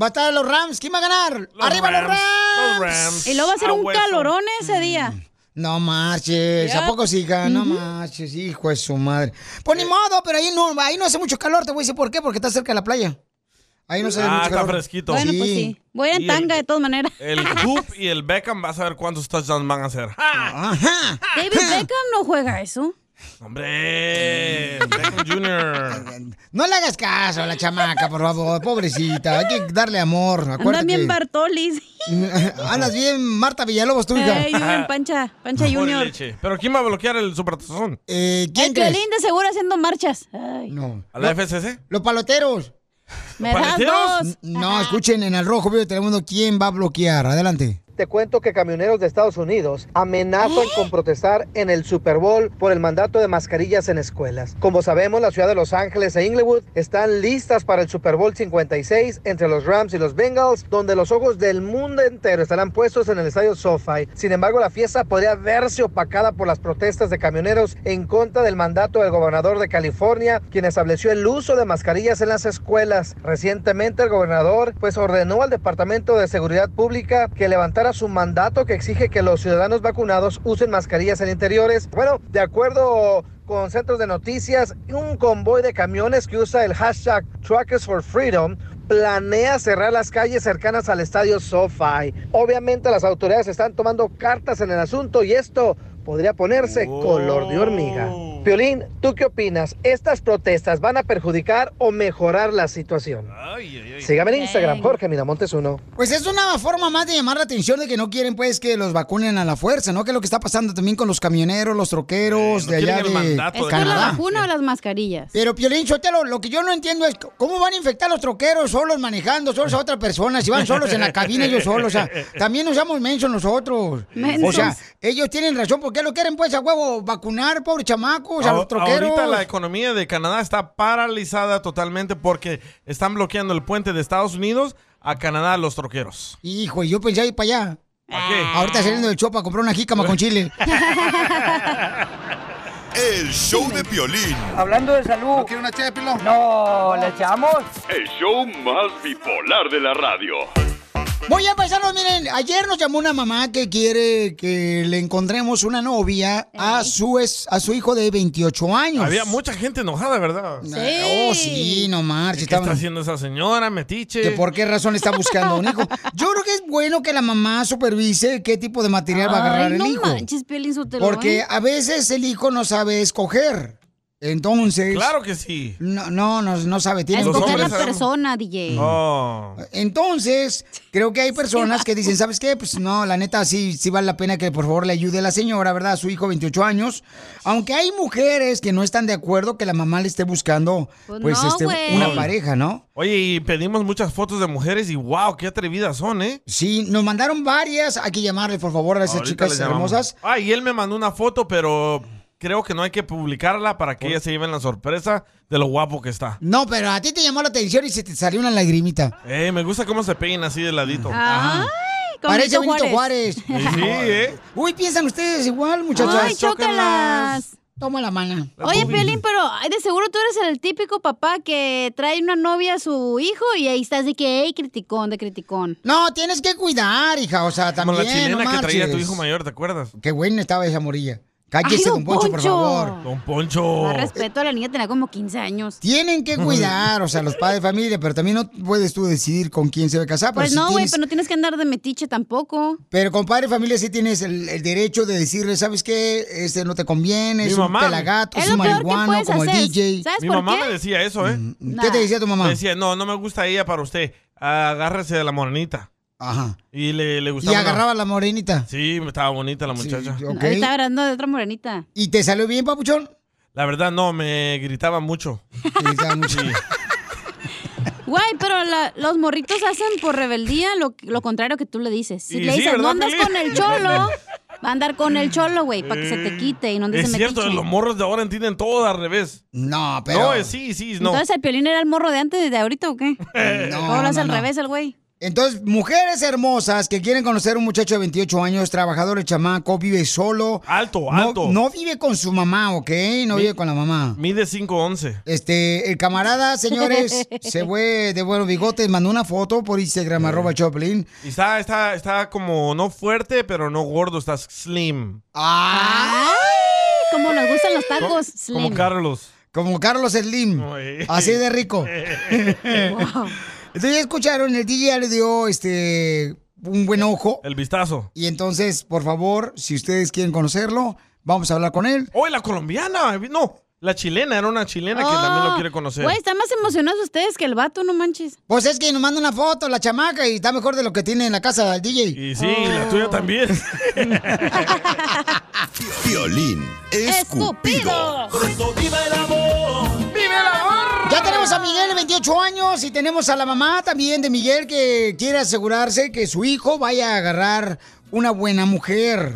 Speaker 1: Va a estar los Rams. ¿Quién va a ganar? ¡Arriba los
Speaker 2: Rams,
Speaker 1: Rams!
Speaker 2: Y luego va a ser un calorón
Speaker 3: Mm.
Speaker 2: ese día.
Speaker 1: No marches, ¿a
Speaker 2: Ya.
Speaker 1: poco sí, ca- No marches, hijo de su madre. Pues ni modo, pero ahí no, ahí no hace mucho calor, te voy a decir por qué, porque está cerca de la playa. Ahí no se hace
Speaker 3: Ah,
Speaker 1: mucho
Speaker 3: está
Speaker 1: calor.
Speaker 3: fresquito.
Speaker 2: Bueno, pues sí. Voy en
Speaker 3: Y el-
Speaker 2: tanga de todas maneras.
Speaker 3: El Coop y el Beckham, vas a ver cuántos touchdowns van a hacer.
Speaker 1: <laughs>
Speaker 2: David Beckham no juega eso.
Speaker 3: ¡Hombre! Beckham Jr.
Speaker 1: No le hagas caso a la chamaca, por favor, pobrecita. Hay que darle amor. Acuérdate
Speaker 2: Andan bien
Speaker 1: que-
Speaker 2: Bartolis.
Speaker 1: <laughs> Andas bien, Marta Villalobos, tú, hija.
Speaker 2: Ey, yo bien Pancha, Pancha
Speaker 3: Por
Speaker 2: Junior.
Speaker 3: leche. Pero ¿quién va a bloquear el supertazón?
Speaker 2: El Piolín de seguro haciendo marchas. Ay,
Speaker 1: Eh, No.
Speaker 3: ¿A la
Speaker 1: No.
Speaker 3: FCC?
Speaker 1: Los paloteros.
Speaker 2: ¿Me das dos?
Speaker 1: No, escuchen en el rojo, vivo de Telemundo, ¿quién va a bloquear? Adelante.
Speaker 4: Te cuento que camioneros de Estados Unidos amenazan con protestar en el Super Bowl por el mandato de mascarillas en escuelas. Como sabemos, la ciudad de Los Ángeles e Inglewood están listas para el Super Bowl 56 entre los Rams y los Bengals, donde los ojos del mundo entero estarán puestos en el estadio SoFi. Sin embargo, la fiesta podría verse opacada por las protestas de camioneros en contra del mandato del gobernador de California, quien estableció el uso de mascarillas en las escuelas. Recientemente el gobernador pues ordenó al Departamento de Seguridad Pública que levantara su mandato que exige que los ciudadanos vacunados usen mascarillas en interiores. Bueno, de acuerdo con centros de noticias, un convoy de camiones que usa el hashtag Truckers for Freedom planea cerrar las calles cercanas al estadio SoFi. Obviamente las autoridades están tomando cartas en el asunto y esto podría ponerse color de hormiga. Piolín, ¿tú qué opinas? ¿Estas protestas van a perjudicar o mejorar la situación? Sígame en Instagram, Jorge Miramontes 1.
Speaker 1: Pues es una forma más de llamar la atención de que no quieren pues que los vacunen a la fuerza, ¿no? Que es lo que está pasando también con los camioneros, los troqueros de allá
Speaker 3: quieren el
Speaker 1: de
Speaker 3: mandato ¿eh?
Speaker 2: ¿Es por la
Speaker 1: Canadá.
Speaker 2: vacuna o las mascarillas?
Speaker 1: Pero Piolín Chotelo, lo que yo no entiendo es cómo van a infectar los troqueros solos manejando, solos a otra persona, si van solos en la cabina ellos solos, o sea, también usamos mensos nosotros. O
Speaker 3: Mensos.
Speaker 1: sea, ellos tienen razón, ¿por qué lo quieren pues a huevo vacunar, pobre chamacos, a
Speaker 3: Ahor-
Speaker 1: los troqueros?
Speaker 3: Ahorita la economía de Canadá está paralizada totalmente porque están bloqueando el puente de Estados Unidos a Canadá a los troqueros.
Speaker 1: Hijo, yo pensé ir para allá. Ahorita saliendo del chopa a comprar una jícama
Speaker 3: <laughs>
Speaker 1: con chile.
Speaker 7: El show de Piolín.
Speaker 8: Hablando de salud. ¿No quiere una ché de pilón? No, ¿le echamos?
Speaker 1: <laughs>
Speaker 9: El show más bipolar de la radio.
Speaker 1: Muy bien, paisanos, miren, ayer nos llamó una mamá que quiere que le encontremos una novia a su, es- a su hijo de 28 años.
Speaker 3: Había mucha gente enojada, ¿verdad?
Speaker 1: Ah, Oh, sí, no marches.
Speaker 3: ¿Qué
Speaker 1: estaban-
Speaker 3: está haciendo esa señora, metiche?
Speaker 1: ¿Que ¿Por qué razón está buscando un
Speaker 2: <laughs>
Speaker 1: hijo? Yo creo que es bueno que la mamá supervise qué tipo de material va a agarrar
Speaker 2: Ay,
Speaker 1: el
Speaker 2: no
Speaker 1: hijo.
Speaker 2: manches, Piolín Sotelo,
Speaker 1: Porque
Speaker 2: ¿eh?
Speaker 1: a veces el hijo no sabe escoger. Entonces.
Speaker 3: Claro que sí.
Speaker 1: No, no, no, no sabe. Tiene
Speaker 2: Escoger
Speaker 1: mucho-
Speaker 2: la persona, DJ.
Speaker 3: Oh.
Speaker 1: Entonces, creo que hay personas que dicen, ¿sabes qué? Pues no, la neta sí, sí vale la pena que por favor le ayude la señora, ¿verdad? A su hijo, 28 años. Aunque hay mujeres que no están de acuerdo que la mamá le esté buscando,
Speaker 2: Pues
Speaker 1: pues,
Speaker 2: no,
Speaker 1: este,
Speaker 2: güey.
Speaker 1: una pareja, ¿no?
Speaker 3: Oye, y pedimos muchas fotos de mujeres y wow, qué atrevidas son, ¿eh?
Speaker 1: Sí, nos mandaron varias. Hay que llamarle, por favor, a esas
Speaker 3: Ahorita les
Speaker 1: chicas
Speaker 3: llamamos.
Speaker 1: hermosas.
Speaker 3: Ah, y él me mandó una foto, pero creo que no hay que publicarla para que ella se lleven la sorpresa de lo guapo que está.
Speaker 1: No, pero a ti te llamó la atención y se te salió una lagrimita.
Speaker 3: Eh, me gusta cómo se peguen así de ladito.
Speaker 1: Ay, Parece Benito Juárez.
Speaker 3: Sí, sí, ¿eh?
Speaker 1: Uy, piensan ustedes igual, muchachas.
Speaker 2: Ay, chócalas.
Speaker 1: Toma la mano.
Speaker 2: Oye, Piolín, pero ay, de seguro tú eres el típico papá que trae una novia a su hijo y ahí estás de que, hey, criticón, de criticón.
Speaker 1: No, tienes que cuidar, hija, o sea,
Speaker 3: Como
Speaker 1: también.
Speaker 3: la chilena
Speaker 1: no
Speaker 3: que traía
Speaker 1: marches.
Speaker 3: tu hijo mayor, ¿te acuerdas?
Speaker 1: Qué buena estaba esa morilla. Cállese,
Speaker 2: Ay,
Speaker 1: don Poncho, por favor.
Speaker 3: Don Poncho.
Speaker 2: Más respeto, la niña tenía como 15 años.
Speaker 1: Tienen que cuidar, o sea, los padres de familia, pero también no puedes tú decidir con quién se va a casar. pero
Speaker 2: <laughs> Pues
Speaker 1: sí
Speaker 2: no, güey,
Speaker 1: tienes-
Speaker 2: pero no tienes que andar de metiche tampoco.
Speaker 1: Pero con padre de familia sí tienes el, el derecho de decirle, ¿sabes qué? Este no te conviene,
Speaker 3: Mi
Speaker 1: es un
Speaker 3: mamá.
Speaker 1: pelagato,
Speaker 3: Es
Speaker 1: es un
Speaker 3: lo peor que
Speaker 1: marihuano,
Speaker 3: puedes
Speaker 1: como el
Speaker 3: hacer.
Speaker 1: DJ.
Speaker 3: Mi mamá me decía eso, ¿eh?
Speaker 1: Mm, ¿Qué te decía tu mamá?
Speaker 3: Me decía, no, no me gusta ella para usted. agárrese de la morenita.
Speaker 1: Ajá.
Speaker 3: Y le, le
Speaker 1: Y
Speaker 3: gustaba. una-
Speaker 1: agarraba la morenita.
Speaker 3: Sí, estaba bonita la muchacha.
Speaker 1: ok.
Speaker 2: Ahí Está hablando de otra morenita.
Speaker 1: ¿Y te salió bien, papuchón?
Speaker 3: La verdad, no, me gritaba mucho. Sí.
Speaker 2: Güey, pero la- los morritos hacen por rebeldía lo, lo contrario que tú le dices. Si
Speaker 3: Y
Speaker 2: le
Speaker 3: sí,
Speaker 2: dices,
Speaker 3: ¿verdad,
Speaker 2: no andas
Speaker 3: Piolín?
Speaker 2: con el cholo, va a andar con el cholo, güey, para que se te quite y no andes
Speaker 3: Es
Speaker 2: en
Speaker 3: cierto,
Speaker 2: metiche.
Speaker 3: los morros de ahora entienden todo al revés.
Speaker 1: No,
Speaker 2: pero-
Speaker 3: No, es sí, sí, no.
Speaker 2: Entonces, ¿el piolín era el morro de antes y de ahorita
Speaker 3: <laughs>
Speaker 2: o qué?
Speaker 1: No,
Speaker 2: ¿Cómo lo hace
Speaker 1: no,
Speaker 2: al
Speaker 1: no.
Speaker 2: revés el güey?
Speaker 1: Entonces, mujeres hermosas que quieren conocer a un muchacho de 28 años, trabajador, el chamaco, vive solo.
Speaker 3: Alto,
Speaker 1: No-
Speaker 3: alto.
Speaker 1: No, vive con su mamá, ¿ok? No
Speaker 3: Mi-
Speaker 1: vive con la mamá.
Speaker 3: Mide 5'11.
Speaker 1: Este, el
Speaker 2: <laughs>
Speaker 1: camarada, señores, se fue de buenos bigotes, mandó una foto por Instagram,
Speaker 3: Eh.
Speaker 1: arroba Choplin.
Speaker 3: Y está, está, está como no fuerte, pero no gordo, está slim.
Speaker 1: ¡Ah!
Speaker 2: Como nos gustan los tacos, Slim.
Speaker 3: Como Carlos. Eh,
Speaker 1: Como Carlos Slim. Así
Speaker 3: <laughs>
Speaker 1: de rico. Entonces ya escucharon, el DJ ya le dio este un buen ojo.
Speaker 3: El vistazo.
Speaker 1: Y entonces, por favor, si ustedes quieren conocerlo, vamos a hablar con él.
Speaker 3: ¡Oh, y la colombiana! No, la chilena, era una chilena que también lo quiere conocer.
Speaker 2: Oh. Güey, están más emocionados ustedes que el vato, no manches.
Speaker 1: Pues es que nos manda una foto la chamaca y está mejor de lo que tiene en la casa del DJ.
Speaker 3: Y sí, la tuya también.
Speaker 7: <laughs> Violín escupido.
Speaker 1: ¡Viva el amor! ¡Viva el amor! Ya tenemos a Miguel de 28 años y tenemos a la mamá también de Miguel que quiere asegurarse que su hijo vaya a agarrar una buena mujer.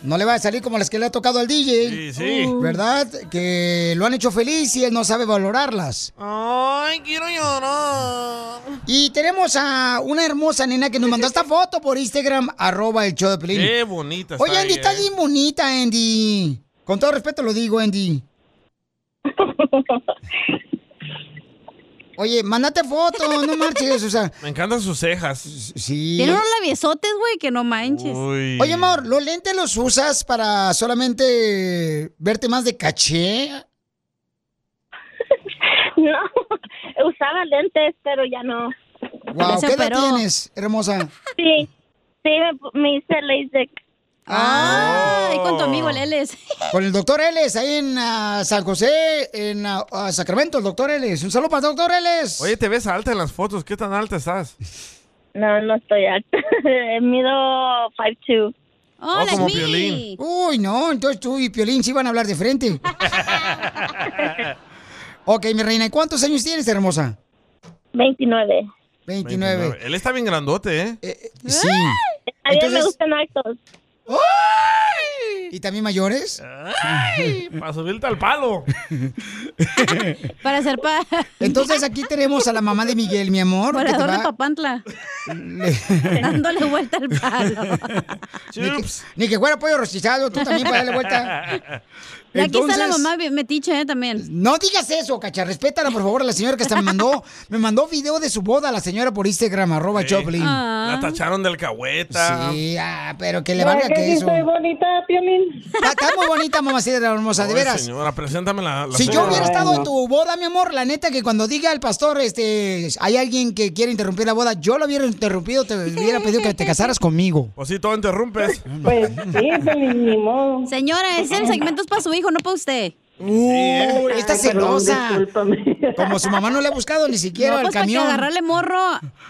Speaker 1: No le va a salir como las que le ha tocado al DJ.
Speaker 3: Sí, sí.
Speaker 1: ¿Verdad? Que lo han hecho feliz y él no sabe valorarlas.
Speaker 3: Ay, quiero llorar.
Speaker 1: Y tenemos a una hermosa nena que nos mandó esta foto por Instagram, arroba el show de Pelín.
Speaker 3: Qué bonita está
Speaker 1: Oye, Andy,
Speaker 3: ella,
Speaker 1: está
Speaker 3: ¿eh?
Speaker 1: bien bonita, Andy. Con todo respeto lo digo,
Speaker 2: <laughs>
Speaker 1: Andy. Oye, mándate foto, no marches, o sea.
Speaker 3: Me encantan sus cejas. Sí.
Speaker 2: Tiene unos labiosotes, güey, que no manches.
Speaker 3: Uy.
Speaker 1: Oye, amor, ¿los lentes los usas para solamente verte más de caché?
Speaker 18: No, usaba lentes, pero ya no.
Speaker 1: Wow, ¿qué edad tienes, hermosa?
Speaker 18: Sí, sí, me, me hice LASIK.
Speaker 1: Ah,
Speaker 2: ahí con tu amigo el Eles.
Speaker 1: Con el doctor Ellis, ahí en ah, San José, en ah, ah, Sacramento, el doctor Ellis. Un saludo para el doctor Ellis.
Speaker 3: Oye, te ves alta en las fotos. ¿Qué tan alta estás?
Speaker 18: No, no estoy alta. <laughs> Mido 5'2".
Speaker 3: Oh, like como me. Piolín.
Speaker 1: Uy, no, entonces tú y Piolín sí van a hablar
Speaker 18: <laughs>
Speaker 1: de frente. ok, mi reina, ¿y cuántos años tienes, hermosa?
Speaker 18: 29.
Speaker 1: 29.
Speaker 3: Él está bien grandote, ¿eh?
Speaker 1: sí.
Speaker 18: A mí me gustan altos.
Speaker 1: ¿Y también mayores?
Speaker 3: Para subirte al
Speaker 1: <laughs>
Speaker 3: palo.
Speaker 2: Para hacer pa...
Speaker 1: Entonces aquí tenemos a la mamá de Miguel, mi amor. que te
Speaker 2: Volador de
Speaker 1: va- <laughs>
Speaker 2: Papantla. Dándole vuelta al palo.
Speaker 1: ni, que,
Speaker 2: pues.
Speaker 1: ni que fuera pollo rostizado, tú también para darle vuelta.
Speaker 2: <laughs> Y aquí está la
Speaker 1: Entonces-
Speaker 2: mamá bien metiche, ¿eh? También.
Speaker 1: No digas eso, cacha. Respétala, por favor, a la señora que hasta me
Speaker 2: <laughs>
Speaker 1: mandó. Me mandó video de su boda la señora por Instagram, arroba Choplin.
Speaker 3: La
Speaker 2: Ah.
Speaker 3: tacharon del cahueta.
Speaker 1: Sí, ah, pero que le valga que eso. bonita, Piolín. Está, está muy bonita, mamacita hermosa, de
Speaker 3: Ay,
Speaker 1: veras.
Speaker 3: Señora, preséntame la. la
Speaker 1: Si yo
Speaker 3: foto.
Speaker 1: hubiera estado en tu boda, mi amor, la neta que cuando diga el pastor, este, hay alguien que quiere interrumpir la boda, yo lo hubiera interrumpido, te hubiera pedido que te casaras conmigo.
Speaker 3: Pues sí, todo
Speaker 1: <laughs>
Speaker 3: interrumpes.
Speaker 1: Pues sí,
Speaker 2: ni modo. Señora, ese segmento es para su hijo, no para usted.
Speaker 1: Uh, está celosa. Como su mamá no le ha buscado ni siquiera
Speaker 2: no,
Speaker 1: el
Speaker 2: pues
Speaker 1: camión.
Speaker 2: para que agarrarle morro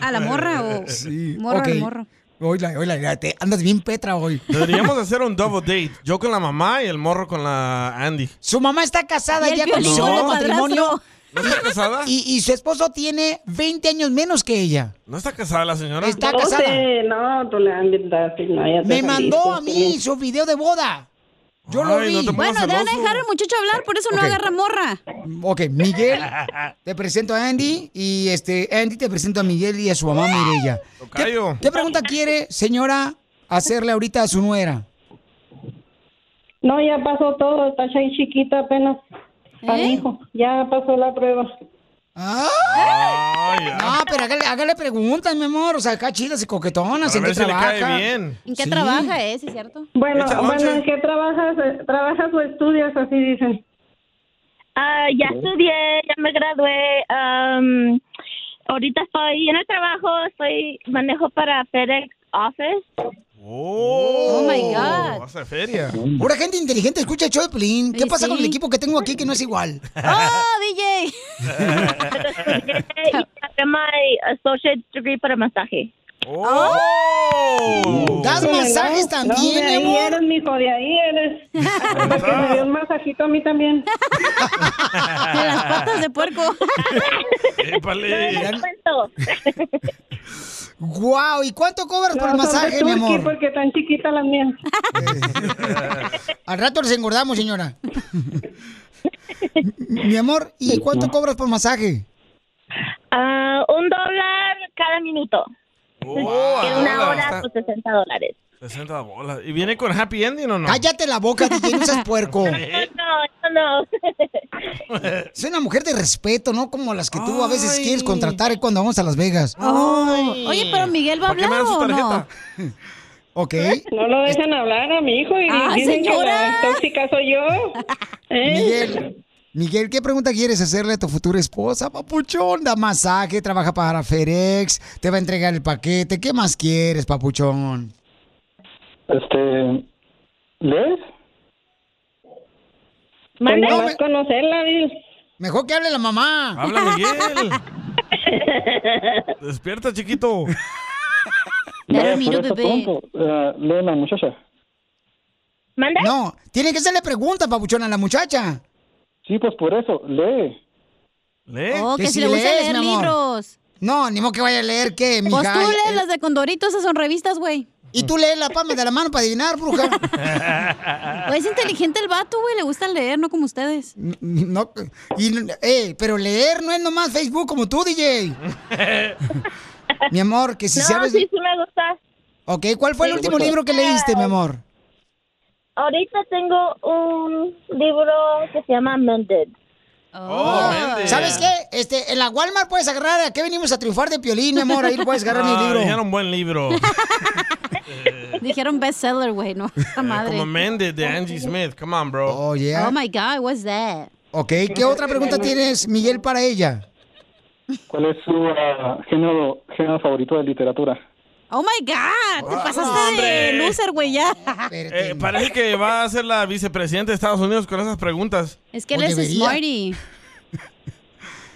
Speaker 2: a la morra o
Speaker 1: Sí,
Speaker 2: morro
Speaker 1: ok.
Speaker 2: al morro.
Speaker 1: Oila, oila, oila, te andas bien petra hoy. <laughs>
Speaker 3: Deberíamos hacer un double date. Yo con la mamá y el morro con la Andy.
Speaker 1: Su mamá está casada
Speaker 3: Y el
Speaker 1: ya con
Speaker 3: Piolín
Speaker 1: su
Speaker 3: con el
Speaker 1: matrimonio.
Speaker 3: ¿No está casada?
Speaker 1: Y, y su esposo tiene 20 años menos que ella.
Speaker 3: ¿No está casada la señora?
Speaker 1: Está casada.
Speaker 3: Oh,
Speaker 19: Eh,
Speaker 1: no, tú le Me mandó a mí su video de boda. Yo lo vi.
Speaker 2: bueno, dejan dejar al muchacho hablar, por eso
Speaker 1: Ok.
Speaker 2: no agarra morra.
Speaker 1: Ok, Miguel, te presento a Andy y este Andy te presento a Miguel y a su mamá Mireya. ¿Qué, qué pregunta quiere, señora, hacerle ahorita a su nuera?
Speaker 19: No, ya pasó todo, está ahí chiquita apenas. Para mi hijo, ya pasó la prueba.
Speaker 1: No, pero hágale, hágale preguntas, mi amor. O sea, acá chidas y coquetonas.
Speaker 3: Para
Speaker 1: ¿En
Speaker 3: ver
Speaker 1: qué
Speaker 3: si le
Speaker 1: trabaja?
Speaker 3: cae bien.
Speaker 2: ¿En qué
Speaker 1: Sí.
Speaker 2: trabaja ese, cierto?
Speaker 19: Bueno,
Speaker 1: Echa lonche.
Speaker 19: bueno, ¿en qué trabajas? eh, ¿Trabajas o estudias? Así dicen.
Speaker 18: Ah, ya estudié, ya me gradué. am, ahorita estoy en el trabajo, estoy manejo para FedEx Office.
Speaker 3: Oh,
Speaker 1: Oh, my God.
Speaker 3: Vas a feria.
Speaker 1: Pura gente inteligente, escucha el show de Piolín. ¿Qué
Speaker 2: Sí, Ah.
Speaker 1: pasa con el
Speaker 2: sí.
Speaker 1: Oh. equipo que tengo aquí que no es igual?
Speaker 2: ¡Oh, DJ!
Speaker 18: <laughs> Y ya my associate degree para masaje.
Speaker 1: ¡Oh! ¿Das masajes también,
Speaker 20: no, de ahí
Speaker 1: amor?
Speaker 20: eres, mijo, de ahí
Speaker 1: <laughs>
Speaker 20: eres. Porque me dio un masajito a mí también.
Speaker 2: las patas de puerco.
Speaker 1: <laughs> ¡Wow! ¿Y cuánto cobras por el
Speaker 20: No, son de
Speaker 1: masaje, mi
Speaker 20: Turkey
Speaker 1: amor?
Speaker 20: porque tan chiquita la mía.
Speaker 1: Al rato les engordamos, señora. mi amor, ¿y cuánto cobras por masaje?
Speaker 18: Ah, un dólar cada minuto.
Speaker 3: Oh,
Speaker 18: en una
Speaker 3: ahora
Speaker 18: hora,
Speaker 3: está-
Speaker 18: pues 60 dólares.
Speaker 3: 60 bolas. ¿Y viene con happy ending o no?
Speaker 1: Cállate la boca, DJ, no
Speaker 3: <laughs>
Speaker 1: seas puerco.
Speaker 18: No, eso no.
Speaker 1: Es una mujer de respeto, ¿no? Como las que tú a veces quieres contratar ahí cuando vamos a Las Vegas.
Speaker 2: Ay. Oye, pero Miguel va a
Speaker 1: ¿Para qué
Speaker 2: hablar
Speaker 1: me dan su
Speaker 2: o no.
Speaker 1: tarjeta? <laughs> Ok.
Speaker 20: No lo dejan hablar a mi hijo y
Speaker 2: Ah,
Speaker 20: dicen que
Speaker 2: señora.
Speaker 20: la tóxica soy yo. ¿Eh?
Speaker 1: Miguel, Miguel, ¿qué pregunta quieres hacerle a tu futura esposa? Papuchón, da masaje, trabaja para Ferex, te va a entregar el paquete. ¿Qué más quieres, papuchón?
Speaker 10: Este. ¿Lees?
Speaker 20: Pues nada más conocerla, Bill.
Speaker 1: Mejor que hable la mamá.
Speaker 3: Habla Miguel. Despierta, chiquito.
Speaker 10: Dale, No, miro, por eso bebé. pregunto,
Speaker 21: Eh,
Speaker 1: lee la muchacha.
Speaker 18: ¿Manda?
Speaker 1: No, tiene que hacerle preguntas, papuchón, a la muchacha. Sí, pues por eso, lee.
Speaker 3: ¿Lee?
Speaker 1: ¿Eh?
Speaker 2: Oh, que si le gusta leer libros.
Speaker 1: No, ni modo que vaya a leer, ¿qué, mija?
Speaker 2: Pues tú lees
Speaker 1: Eh,
Speaker 2: las de Condorito, esas son revistas, güey.
Speaker 1: Y tú lees la palma de la mano para adivinar, bruja.
Speaker 2: Güey, es inteligente el vato, güey, le gusta leer, no como ustedes.
Speaker 1: No, y, eh, pero leer no es nomás Facebook como tú, DJ.
Speaker 17: Pues,
Speaker 1: Mi amor, que
Speaker 18: <laughs>
Speaker 1: si
Speaker 18: no,
Speaker 1: sabes...
Speaker 18: sí, sí me gusta.
Speaker 1: Ok, ¿cuál fue el
Speaker 18: Sí,
Speaker 1: último
Speaker 18: mucho.
Speaker 1: libro que leíste, mi amor?
Speaker 18: Ahorita tengo un libro que se llama Mended.
Speaker 1: Oh, ¿Sabes qué? Este, en la Walmart puedes agarrar a qué venimos a triunfar de piolín, mi amor. Ahí lo puedes agarrar
Speaker 3: Ah,
Speaker 1: mi libro.
Speaker 3: Dijeron buen libro.
Speaker 2: Dijeron bestseller,
Speaker 1: <laughs>
Speaker 2: güey, no, esa madre.
Speaker 3: Como Mended de Angie Smith. Come on, bro.
Speaker 1: Oh,
Speaker 2: Oh my God, what's that?
Speaker 1: Ok, ¿qué otra pregunta tienes, Miguel, para ella?
Speaker 10: ¿Cuál es su ah, género, género favorito de literatura?
Speaker 2: Oh my God, te
Speaker 1: Ah,
Speaker 2: pasaste de
Speaker 3: hombre.
Speaker 2: loser, güey, ya.
Speaker 3: Eh, parece que va a ser la vicepresidenta de Estados Unidos con esas preguntas.
Speaker 2: Es que él es smarty.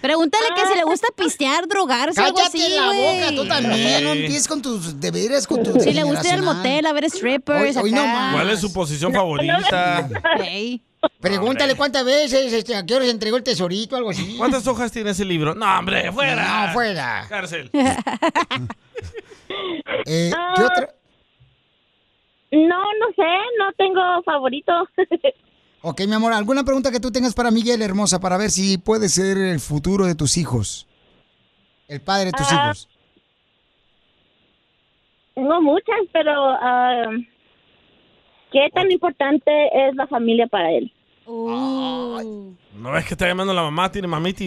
Speaker 2: Pregúntale que si le gusta pistear, drogarse, algo
Speaker 1: Ah. Cállate
Speaker 2: así,
Speaker 1: la
Speaker 2: güey.
Speaker 1: boca, tú también. No empieces con tus deberes, con tus.
Speaker 2: Si le gusta ir al motel, a ver strippers,
Speaker 1: Hoy- hoy no
Speaker 2: acá.
Speaker 1: más.
Speaker 3: ¿Cuál es su posición favorita?
Speaker 1: Pregúntale cuántas veces, este, a qué hora se entregó el tesorito, algo así.
Speaker 3: ¿Cuántas hojas tiene ese libro? No, hombre, fuera.
Speaker 1: No, fuera.
Speaker 3: Cárcel.
Speaker 1: Eh,
Speaker 18: Ah, No, no sé, no tengo favorito.
Speaker 1: <laughs> Ok, mi amor, ¿alguna pregunta que tú tengas para Miguel, hermosa, para ver si puede ser el futuro de tus hijos? <laughs> El padre de tus
Speaker 18: Ah.
Speaker 1: hijos.
Speaker 18: tengo muchas, pero ah, ¿qué tan importante es la familia para él?
Speaker 3: ¿No ves que está llamando la mamá? Tiene
Speaker 1: <laughs>
Speaker 3: mamiti.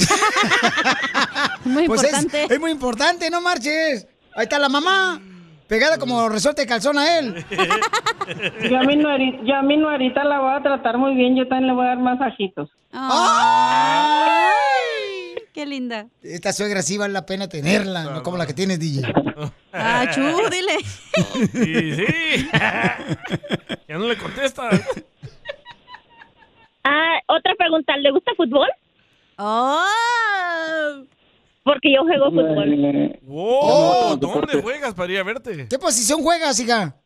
Speaker 2: Muy
Speaker 1: Pues es-
Speaker 2: importante.
Speaker 1: Es, muy importante, no marches. Ahí está la mamá, pegada como resorte de calzón
Speaker 3: <laughs>
Speaker 1: a él.
Speaker 20: Yo a, mi nuerita, yo a mi nuerita la voy a tratar muy bien, yo también le voy a dar masajitos.
Speaker 2: Ay, qué linda.
Speaker 1: Esta suegra sí vale la pena tenerla, no como la que tienes, DJ. <laughs>
Speaker 2: Ah, chú, dile.
Speaker 3: Sí, sí. <laughs> Ya no le
Speaker 1: <laughs>
Speaker 3: contesta.
Speaker 18: Ah, otra pregunta, ¿le gusta fútbol?
Speaker 2: Oh.
Speaker 18: Porque yo juego fútbol.
Speaker 1: Oh,
Speaker 3: ¡Wow! Oh, ¿Dónde juegas para ir a verte?
Speaker 1: ¿Qué posición juegas, hija?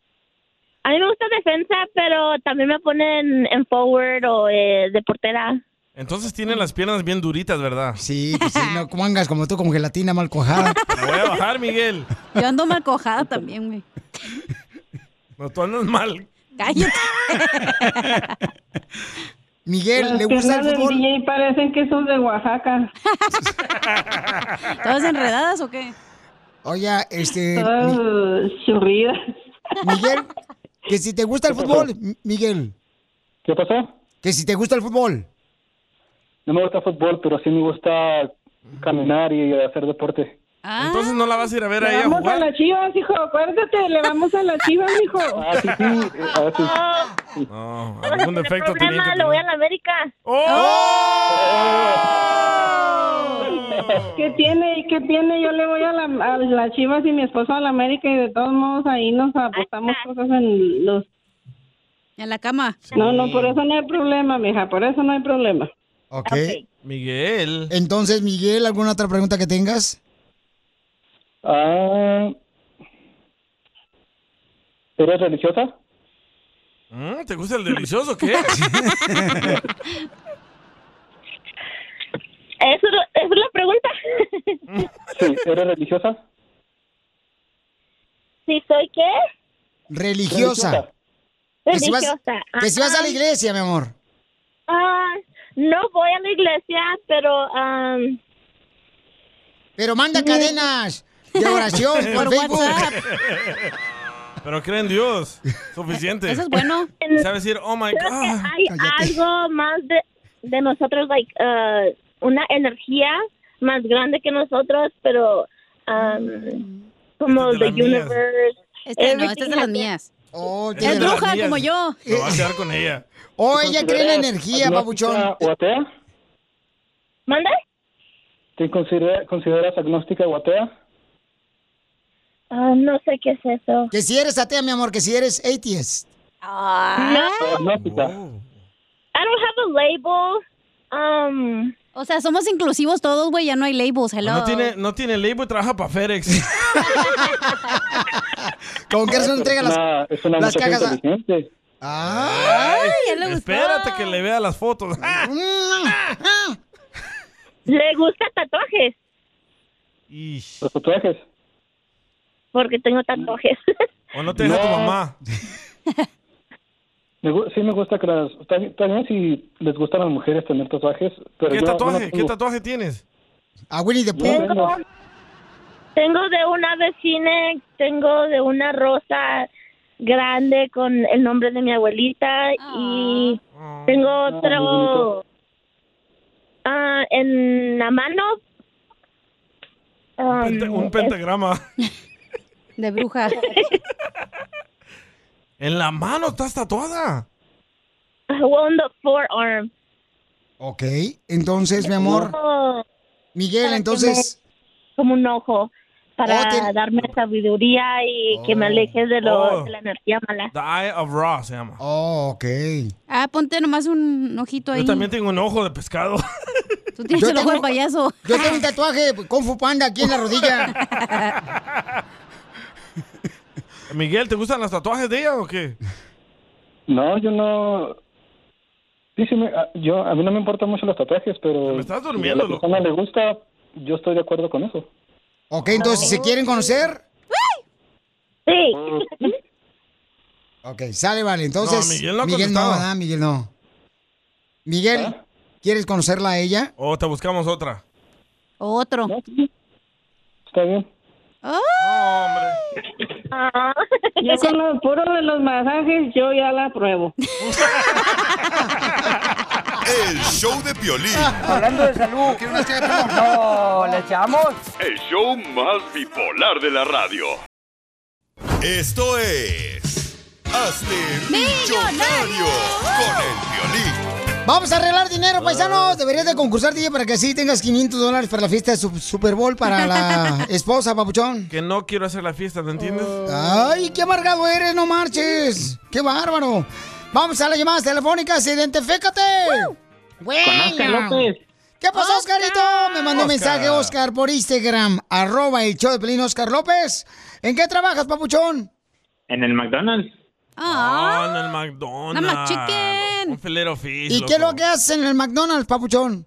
Speaker 18: A mí me gusta defensa, pero también me ponen en forward o eh, de portera.
Speaker 3: Entonces tiene las piernas bien duritas, ¿verdad?
Speaker 1: Sí, pues sí, no,
Speaker 3: <laughs>
Speaker 1: como angas como tú, como gelatina mal cojada.
Speaker 3: La voy a bajar, Miguel.
Speaker 2: Yo ando mal cojada también, güey.
Speaker 3: No, tú andas mal.
Speaker 2: Cállate.
Speaker 1: Miguel, ¿le gusta el fútbol?
Speaker 20: Y parecen que son de Oaxaca.
Speaker 2: <laughs> ¿Todas enredadas o qué?
Speaker 1: Oye, este.
Speaker 20: Oh, churrida.
Speaker 1: Miguel, que si te gusta el fútbol, M- Miguel.
Speaker 10: ¿Qué pasó?
Speaker 1: Que si te gusta el fútbol.
Speaker 10: No me gusta el fútbol, pero sí me gusta caminar y hacer deporte.
Speaker 3: Entonces no la vas a ir a ver
Speaker 20: Ah. Le
Speaker 3: ahí a
Speaker 20: vamos a
Speaker 3: jugar.
Speaker 20: las chivas, hijo, acuérdate, le vamos a las chivas, hijo.
Speaker 10: Ah, sí, sí, eh, a ver si-
Speaker 1: ah,
Speaker 3: <laughs> No,
Speaker 18: No
Speaker 3: algún
Speaker 18: tiene
Speaker 3: defecto tenía
Speaker 18: problema,
Speaker 3: que
Speaker 18: lo voy a
Speaker 3: tener.
Speaker 18: la América.
Speaker 20: <laughs> ¿Qué tiene? ¿Qué tiene? Yo le voy a la, a las chivas y mi esposo a la América y de todos modos ahí nos apostamos cosas en los...
Speaker 2: En la cama.
Speaker 20: No, no, por eso no hay problema, mija, por eso no hay problema.
Speaker 1: Ok.
Speaker 3: Miguel.
Speaker 1: Entonces, Miguel, ¿alguna otra pregunta que tengas?
Speaker 21: Ah, ¿Eres religiosa?
Speaker 3: Mm, ¿Te gusta el delicioso o
Speaker 1: <laughs>
Speaker 3: qué? <laughs>
Speaker 18: Eso es lo- esa es la pregunta.
Speaker 21: <laughs>
Speaker 18: <laughs>
Speaker 21: Sí, ¿eres religiosa?
Speaker 18: ¿Si soy qué?
Speaker 1: Religiosa. Que si vas-
Speaker 18: Religiosa.
Speaker 1: que si vas a la
Speaker 18: Ajá.
Speaker 1: iglesia, mi amor.
Speaker 18: Ah, no voy a la iglesia, pero... um, am,
Speaker 1: Pero manda cadenas de oración
Speaker 18: <laughs>
Speaker 1: por,
Speaker 3: Por
Speaker 1: Facebook.
Speaker 3: <laughs> Pero creen Dios. Suficiente.
Speaker 18: Eso es bueno.
Speaker 3: ¿Sabes decir, oh my
Speaker 18: creo que
Speaker 3: God?
Speaker 18: hay algo más de, de nosotros, like, uh, una energía más grande que nosotros, pero um, como
Speaker 3: Esta
Speaker 18: the
Speaker 3: es de las mías.
Speaker 18: universe.
Speaker 2: Esta no, esta
Speaker 18: everything
Speaker 2: es de las
Speaker 18: has-
Speaker 2: mías.
Speaker 1: tiene
Speaker 2: es
Speaker 1: las
Speaker 2: bruja
Speaker 1: mías.
Speaker 2: como yo.
Speaker 3: Me voy a quedar con ella.
Speaker 1: Oh, ella cree en
Speaker 21: ¿Te
Speaker 1: la
Speaker 21: consideras
Speaker 1: energía,
Speaker 21: agnóstica
Speaker 1: papuchón.
Speaker 21: ¿O atea?
Speaker 18: ¿Mande?
Speaker 21: ¿Te considera- consideras agnóstica o atea?
Speaker 18: Ah, no sé qué es eso.
Speaker 1: Que si eres atea, mi amor, que si eres atheist.
Speaker 18: Ah.
Speaker 21: ¿O agnóstica?
Speaker 18: I don't have a label. Um,
Speaker 2: o sea, somos inclusivos todos, güey. Ya no hay labels.
Speaker 1: Ah,
Speaker 2: Hello.
Speaker 3: No tiene, no tiene label, trabaja para FedEx.
Speaker 1: ¿Con qué
Speaker 21: razón entrega las- Es una- es una las muchacha cajas a-
Speaker 3: Ay,
Speaker 2: ya le gustó.
Speaker 3: Espérate que le vea las fotos.
Speaker 1: Mm.
Speaker 18: <laughs> ¿Le gusta tatuajes?
Speaker 21: ¿Los tatuajes?
Speaker 18: Porque tengo tatuajes.
Speaker 3: ¿O no te deja tu mamá?
Speaker 21: Me gu- sí me gusta que las... tam- También si les gustan a las mujeres tener tatuajes, pero
Speaker 3: ¿Qué
Speaker 21: yo- yo no
Speaker 3: tatuaje? ¿Qué
Speaker 21: tengo.
Speaker 3: tatuaje tienes?
Speaker 1: A Winnie the
Speaker 18: Tengo, tengo de una vecina, tengo de una rosa grande con el nombre de mi abuelita y
Speaker 1: Ah.
Speaker 18: tengo otro ah, en la mano. um,
Speaker 3: Pente- un
Speaker 18: es-
Speaker 3: pentagrama.
Speaker 1: <laughs>
Speaker 2: De bruja.
Speaker 3: En la mano estás tatuada.
Speaker 18: on the forearm.
Speaker 1: Ok, entonces, mi amor,
Speaker 18: Tengo
Speaker 1: Miguel,
Speaker 18: para
Speaker 1: entonces...
Speaker 18: como un ojo para
Speaker 1: Oh, tiene-
Speaker 18: darme sabiduría y que me aleje de, lo,
Speaker 3: Oh.
Speaker 18: de la energía mala.
Speaker 3: The Eye of Ra se llama.
Speaker 1: Oh, ok.
Speaker 2: Ah, ponte nomás un ojito ahí.
Speaker 3: Yo también tengo un ojo de pescado. <laughs>
Speaker 2: Tú tienes
Speaker 1: Yo
Speaker 2: el ojo
Speaker 1: tengo-
Speaker 2: de payaso.
Speaker 1: Yo tengo un tatuaje con Eh, pues, Fu Panda aquí en la rodilla.
Speaker 3: Miguel, ¿te gustan los tatuajes de ella o qué?
Speaker 21: No, yo no... Sí, sí, me- a- yo, a mí no me importan mucho los tatuajes, pero...
Speaker 3: me estás durmiendo,
Speaker 21: Si a la persona le gusta, yo estoy de acuerdo con eso.
Speaker 1: Ok, entonces, ¿se quieren conocer?
Speaker 18: Sí.
Speaker 1: <laughs> Ok, sale, vale. Entonces,
Speaker 3: No, Miguel no ha
Speaker 1: Miguel no,
Speaker 3: contestado.
Speaker 1: ¿verdad? Miguel no. Miguel, ¿quieres conocerla a ella?
Speaker 3: O Oh, te buscamos otra.
Speaker 2: Otro.
Speaker 21: Está bien.
Speaker 18: Ah.
Speaker 19: Yo con los puros de los masajes, yo ya la pruebo.
Speaker 7: El show de Piolín.
Speaker 14: Hablando de salud. ¿Quieres una chica de pilón? No, ¿le
Speaker 7: <laughs>
Speaker 14: echamos?
Speaker 9: El show más bipolar de la radio.
Speaker 7: Esto es. Hazte millonario con el Piolín.
Speaker 1: Vamos a arreglar dinero, paisanos. Deberías de concursar, DJ, para que así tengas 500 dólares para la fiesta de su- Super Bowl para la esposa, papuchón.
Speaker 3: Que no quiero hacer la fiesta, ¿te entiendes?
Speaker 1: Ay, qué amargado eres, no marches. Qué bárbaro. Vamos a las llamadas telefónicas, identifícate.
Speaker 15: Oscar
Speaker 17: pues.
Speaker 15: López.
Speaker 1: ¿Qué pasó, Oscarito? Me mandó
Speaker 15: Oscar.
Speaker 1: un mensaje Oscar por Instagram, arroba el show de Pelín Oscar López. ¿En qué trabajas, papuchón?
Speaker 22: En el McDonald's.
Speaker 3: Ah, en el McDonald's.
Speaker 1: Nada más chicken.
Speaker 3: Un filero fish.
Speaker 1: ¿Y qué es lo que haces en el McDonald's, papuchón?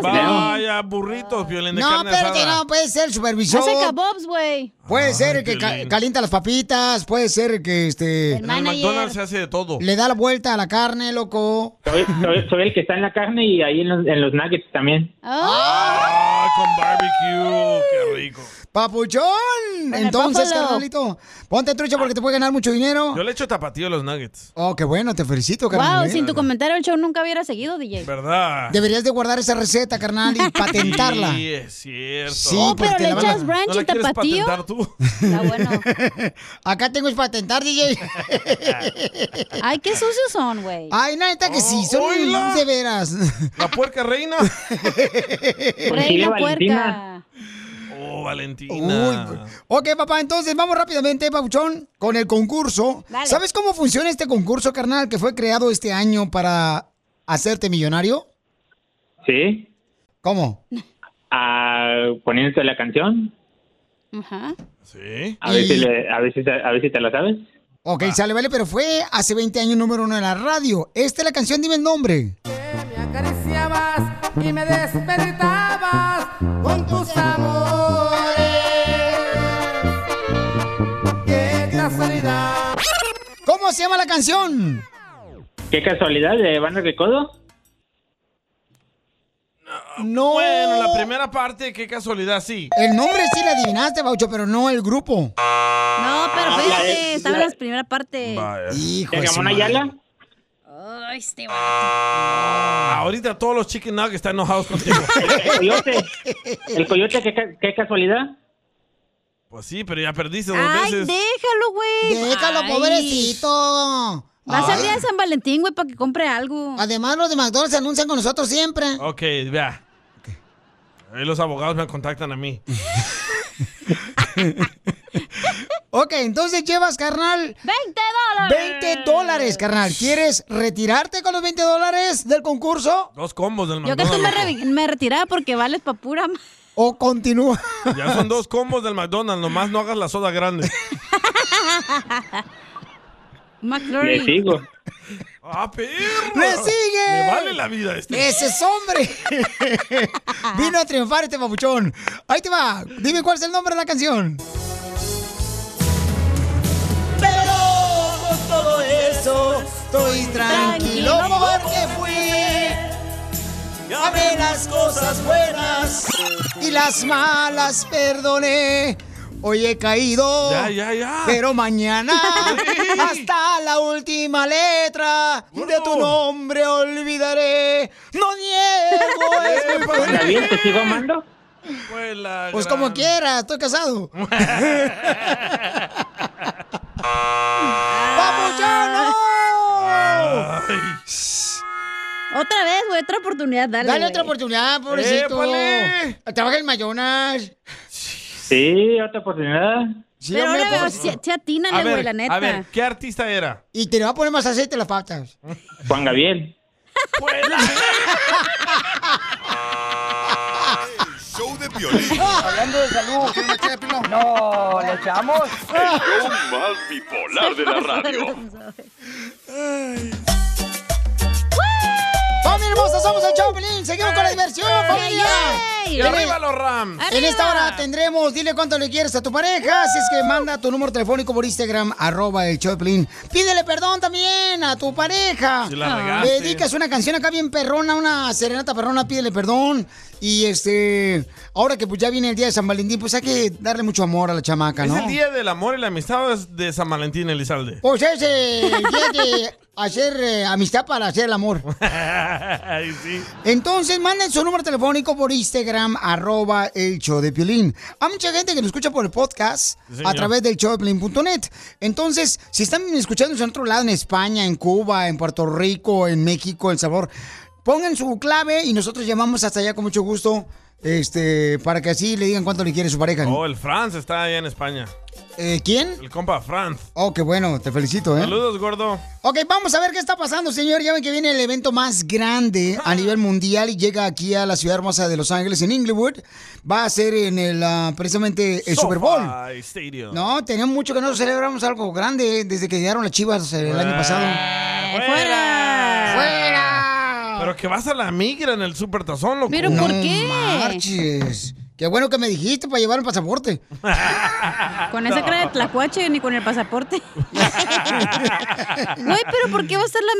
Speaker 3: Vaya, burritos, violín de
Speaker 1: No,
Speaker 3: carne
Speaker 1: espérate,
Speaker 3: asada. Ah,
Speaker 1: no, puede ser el supervisor.
Speaker 2: Hace kebabs, güey.
Speaker 1: Puede ser el que ca-
Speaker 3: Piolín.
Speaker 1: calienta las papitas, puede ser el que este
Speaker 2: El
Speaker 3: En el McDonald's se hace de todo.
Speaker 1: le da la vuelta a la carne, loco.
Speaker 22: Soy, soy- soy el que está en la carne y ahí en los, en los nuggets también.
Speaker 3: Ah, con barbecue, qué rico.
Speaker 1: Papuchón. Entonces,
Speaker 3: búfalo.
Speaker 1: carnalito, ponte trucha porque te puede ganar mucho dinero.
Speaker 3: Yo le echo tapatío a los nuggets.
Speaker 1: Oh, qué bueno, te felicito, carnal.
Speaker 2: Wow,
Speaker 1: ¿eh?
Speaker 2: sin tu comentario el show nunca hubiera seguido, DJ.
Speaker 3: ¿Verdad?
Speaker 1: Ah. Deberías de guardar esa receta, carnal,
Speaker 2: <laughs>
Speaker 1: y patentarla.
Speaker 3: Sí, es cierto.
Speaker 1: Sí, Oh, pero porque le la van a- echas ranch
Speaker 3: ¿No la
Speaker 1: y
Speaker 3: quieres
Speaker 1: tapatío?
Speaker 3: patentar tú?
Speaker 1: Acá tengo es patentar, DJ.
Speaker 2: <laughs> <laughs> Ay, qué sucios son, güey.
Speaker 1: Ay, neta que sí, son
Speaker 2: oíla.
Speaker 1: de veras.
Speaker 3: ¿La puerca
Speaker 1: <laughs>
Speaker 3: reina? Pues
Speaker 1: Reina
Speaker 2: Valentina.
Speaker 3: Oh, Valentina.
Speaker 1: Ok, papá, entonces vamos rápidamente, Papuchón, con el concurso.
Speaker 3: Dale.
Speaker 1: ¿Sabes cómo funciona este concurso, carnal, que fue creado este año para hacerte millonario?
Speaker 22: Sí.
Speaker 1: ¿Cómo?
Speaker 22: <laughs> Ah, poniéndote la canción.
Speaker 2: Ajá.
Speaker 3: ¿Sí?
Speaker 22: A ver si, le- a ver si, te- a ver si te la sabes.
Speaker 1: Ok, sale, vale, pero fue hace 20 años número uno en la radio. Esta es la canción, dime el nombre.
Speaker 23: y me despertabas con tus amores. Qué casualidad.
Speaker 1: ¿Cómo se llama la canción?
Speaker 22: ¿Qué casualidad eh, de
Speaker 1: <laughs>
Speaker 22: Banda de Codo?
Speaker 1: No.
Speaker 3: Bueno, la primera parte, qué casualidad, sí.
Speaker 1: El nombre sí la adivinaste, Baucho, pero no el grupo.
Speaker 2: No, pero
Speaker 3: Ah,
Speaker 2: espérate,
Speaker 3: es-
Speaker 2: estaba en
Speaker 3: la-
Speaker 2: la primera parte.
Speaker 1: Hijo
Speaker 3: de su madre.
Speaker 1: <laughs>
Speaker 2: Ay, este
Speaker 3: Ah, ahorita todos los chicken nuggets están enojados contigo.
Speaker 22: <laughs> El coyote. El coyote, qué, ca- qué casualidad.
Speaker 3: Pues sí, pero ya perdiste dos
Speaker 2: Ay,
Speaker 3: veces.
Speaker 2: déjalo, güey.
Speaker 1: Déjalo,
Speaker 2: Ay.
Speaker 1: pobrecito.
Speaker 2: Va a ser
Speaker 1: Ay.
Speaker 2: día de San Valentín, güey, para que compre algo.
Speaker 1: Además, los de McDonald's se anuncian con nosotros siempre.
Speaker 3: Ok, vea. Ahí los abogados me contactan a
Speaker 1: <laughs>
Speaker 3: mí.
Speaker 1: Ok, entonces llevas, carnal. ¡20 dólares! ¡20 dólares, carnal! ¿Quieres retirarte con los 20 dólares del concurso?
Speaker 3: Dos combos del
Speaker 2: Yo que tú
Speaker 3: McDonald's.
Speaker 2: me, re- me retiraba porque vales pa' pura. ma-
Speaker 1: O continúa.
Speaker 3: Ya son dos combos del McDonald's, nomás no hagas la soda grande.
Speaker 2: McFlurry.
Speaker 3: ¡Ah, perro!
Speaker 1: ¡Le sigue!
Speaker 3: ¡Me vale la vida este!
Speaker 1: ¡Ese es hombre! Vino a triunfar este papuchón. Ahí te va. Dime cuál es el nombre de la canción.
Speaker 23: Pero con todo eso estoy tranquilo
Speaker 1: Tranquilo
Speaker 23: porque fui. Amé las cosas buenas.
Speaker 1: Y las malas perdoné. Hoy he caído.
Speaker 23: Ya, ya,
Speaker 3: Ah.
Speaker 23: ya.
Speaker 1: Pero
Speaker 3: <laughs>
Speaker 1: mañana, hasta la última letra de tu nombre olvidaré.
Speaker 3: <laughs>
Speaker 1: No niego. es mi fuerza.
Speaker 22: ¿Está bien? ¿Te sigo amando?
Speaker 3: Pues,
Speaker 1: Pues como quiera,
Speaker 3: <laughs>
Speaker 1: estoy casado.
Speaker 2: Otra vez, güey, otra oportunidad, dale.
Speaker 1: Dale
Speaker 2: güey.
Speaker 1: otra oportunidad, pobrecito. Trabaja en Mayonas.
Speaker 22: Sí, otra oportunidad.
Speaker 2: Pero ahora veo, se, se atínale, güey, la neta.
Speaker 3: a ver, ¿qué artista era?
Speaker 1: pues. Y te le va a poner más aceite a las
Speaker 3: <laughs>
Speaker 1: patas.
Speaker 22: Juan Gabriel.
Speaker 7: Show de violín.
Speaker 14: Hablando de salud, ¿quieres una chela de pilón? No, ¿le
Speaker 1: <laughs>
Speaker 14: echamos?
Speaker 9: El show más bipolar de la radio.
Speaker 1: ¡Familia hermosa! ¡Somos el Choplin! ¡Seguimos con la diversión, familia!
Speaker 3: ¡Y arriba los Rams!
Speaker 1: En esta hora tendremos, dile cuánto le quieres a tu pareja, si es que manda tu número telefónico por Instagram, arroba el Choplin. Pídele perdón también a tu pareja.
Speaker 23: Si la
Speaker 1: Le
Speaker 23: regaste.
Speaker 1: dedicas una canción acá bien perrona, una serenata perrona, pídele perdón. Y este, ahora que pues ya viene el día de San Valentín, pues hay que darle mucho amor a la chamaca,
Speaker 3: Es
Speaker 1: ¿no?
Speaker 3: el día del amor y la amistad de San Valentín, Elizalde. <laughs>
Speaker 1: Pues es eh, el día de hacer eh, amistad para hacer el amor.
Speaker 3: Ay, sí.
Speaker 1: Entonces, manden su número telefónico por Instagram, arroba el show de Piolín. Hay mucha gente que nos escucha por el podcast
Speaker 23: Sí, señor.
Speaker 1: a través del show de Piolín.net. Entonces, si están escuchándonos en otro lado, en España, en Cuba, en Puerto Rico, en México, en Sabor, pongan su clave y nosotros llamamos hasta allá con mucho gusto este, para que así le digan cuánto le quiere su pareja.
Speaker 3: Oh, el Franz está allá en España.
Speaker 1: Eh, ¿Quién?
Speaker 3: El compa Franz.
Speaker 1: Oh, qué bueno, te felicito, ¿eh?
Speaker 3: Saludos, gordo.
Speaker 1: Ok, vamos a ver qué está pasando, señor. Ya ven que viene el evento más grande a nivel mundial y llega aquí a la ciudad hermosa de Los Ángeles, en Inglewood. Va a ser en el, ah, precisamente, el Super Bowl.
Speaker 3: SoFi Stadium.
Speaker 1: No, tenemos mucho que no celebramos algo grande eh, desde que llegaron las chivas eh, el año pasado.
Speaker 3: ¡Fuera!
Speaker 1: ¡Fuera!
Speaker 3: Pero que vas a la migra en el Super Tazón, loco.
Speaker 1: No marches. Qué bueno que me dijiste para llevar el
Speaker 2: <laughs>
Speaker 1: pasaporte.
Speaker 2: Con esa cara de
Speaker 3: <laughs>
Speaker 2: tlacuache ni con el pasaporte. Güey, pero ¿por qué va a estar la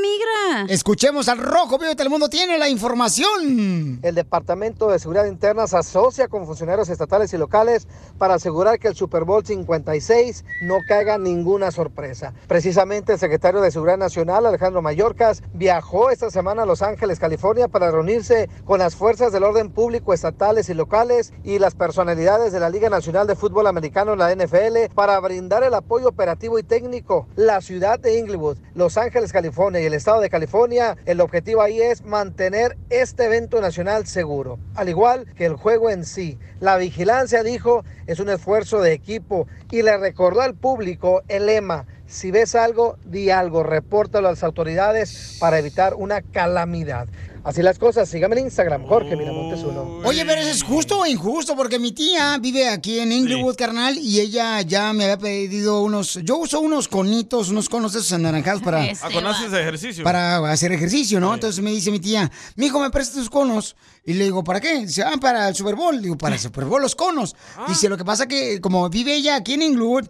Speaker 2: migra?
Speaker 1: Escuchemos al Rojo Vivo de Telemundo. Tiene la información.
Speaker 4: El Departamento de Seguridad Interna se asocia con funcionarios estatales y locales para asegurar que el Super Bowl 56 no caiga ninguna sorpresa. Precisamente el secretario de Seguridad Nacional, Alejandro Mayorkas, viajó esta semana a Los Ángeles, California, para reunirse con las fuerzas del orden público estatales y locales y las personalidades de la Liga Nacional de Fútbol Americano, la NFL, para brindar el apoyo operativo y técnico. La ciudad de Inglewood, Los Ángeles, California y el estado de California, el objetivo ahí es mantener este evento nacional seguro, al igual que el juego en sí. La vigilancia, dijo, es un esfuerzo de equipo y le recordó al público el lema. Si ves algo, di algo, repórtalo a las autoridades para evitar una calamidad. Así las cosas, sígame en Instagram, Jorge Miramontes uno.
Speaker 1: Oye, pero eso es justo o injusto, porque mi tía vive aquí en Inglewood, carnal, y ella ya me había pedido unos. Yo uso unos conitos, unos conos de esos anaranjados para.
Speaker 3: Ah, ¿conoces ejercicio?
Speaker 1: Para hacer ejercicio, ¿no? Entonces me dice mi tía, mi hijo, me presta tus conos. Y le digo, ¿para qué? Dice, ah, para el Super Bowl. Digo, para el Super Bowl, los conos. Dice, lo que pasa que, como vive ella aquí en Inglewood,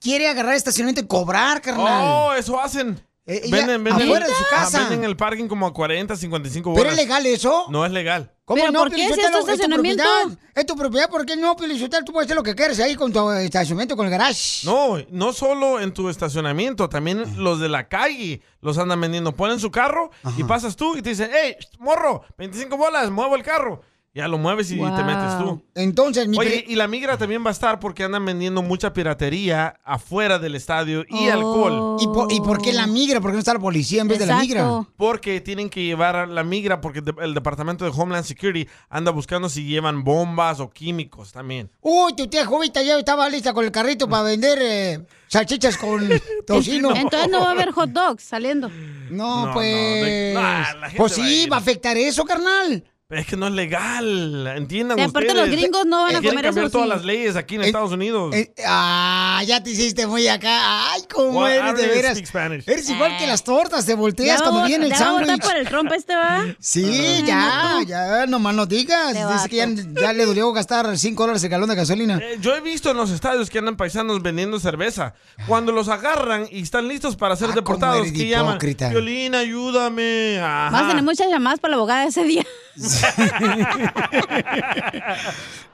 Speaker 1: quiere agarrar estacionamiento y cobrar, carnal.
Speaker 3: Oh, eso hacen.
Speaker 1: ella Eh, afuera de su
Speaker 3: Ah,
Speaker 1: casa.
Speaker 3: venden el parking como a 40, 55
Speaker 1: ¿Pero
Speaker 3: horas.
Speaker 1: es legal eso?
Speaker 3: No es legal.
Speaker 1: ¿Cómo no, Pielichotelo?
Speaker 2: esto estacionamiento?
Speaker 1: Es tu propiedad, es tu propiedad, ¿por qué no, Pelichotel? Tú puedes hacer lo que quieras ahí con tu eh, estacionamiento, con el garage.
Speaker 3: No, no solo en tu estacionamiento, también los de la calle los andan vendiendo. Ponen su carro y pasas tú y te dicen, hey, morro, 25 bolas, muevo el carro. Ya lo mueves y te metes tú.
Speaker 1: Entonces, mi
Speaker 3: Oye,
Speaker 1: pri-
Speaker 3: y la migra también va a estar porque andan vendiendo mucha piratería afuera del estadio y alcohol.
Speaker 1: Oh. ¿Y por, y por qué la migra? ¿Por qué no está la policía en vez de la migra?
Speaker 3: Porque tienen que llevar a la migra porque de- el Departamento de Homeland Security anda buscando si llevan bombas o químicos también.
Speaker 1: Uy, tu tía Jovita ya estaba lista con el carrito para vender eh, salchichas
Speaker 2: <laughs>
Speaker 1: con tocino.
Speaker 2: Entonces no va a haber hot dogs saliendo.
Speaker 1: No,
Speaker 3: No,
Speaker 1: pues.
Speaker 3: no, de- Ah, la gente
Speaker 1: pues
Speaker 3: va a
Speaker 1: sí, va a afectar eso, carnal.
Speaker 3: Pero Es que no es legal, entiendan
Speaker 1: Sí,
Speaker 3: ustedes. Eh,
Speaker 1: aparte los gringos no van a
Speaker 3: Quieren
Speaker 1: comer
Speaker 3: cambiar
Speaker 1: eso,
Speaker 3: todas
Speaker 1: sí.
Speaker 3: las leyes aquí en
Speaker 1: Eh,
Speaker 3: Estados Unidos.
Speaker 1: Eh, ah, ya te hiciste muy acá. Ay, cómo
Speaker 3: Well, I
Speaker 1: eres de
Speaker 3: really
Speaker 1: veras.
Speaker 3: speak Spanish.
Speaker 1: Eres igual que las tortas, te
Speaker 2: Ya
Speaker 1: volteas
Speaker 2: va a
Speaker 1: cuando
Speaker 2: vo-
Speaker 1: viene el
Speaker 2: ya va a votar
Speaker 1: sándwich.
Speaker 2: por el trompa este va.
Speaker 1: Sí, ya, ya, nomás no digas.
Speaker 2: Te
Speaker 1: Dice que ya, ya le dolió gastar 5 dólares el galón de gasolina.
Speaker 3: Eh, Yo he visto en los estadios que andan paisanos vendiendo cerveza. Cuando los agarran y están listos para ser deportados,
Speaker 1: Ah, eres
Speaker 3: que
Speaker 1: de
Speaker 3: llaman?
Speaker 1: hipócrita.
Speaker 3: Violín, ayúdame. Ajá.
Speaker 2: Vas a tener muchas llamadas para la abogada ese día.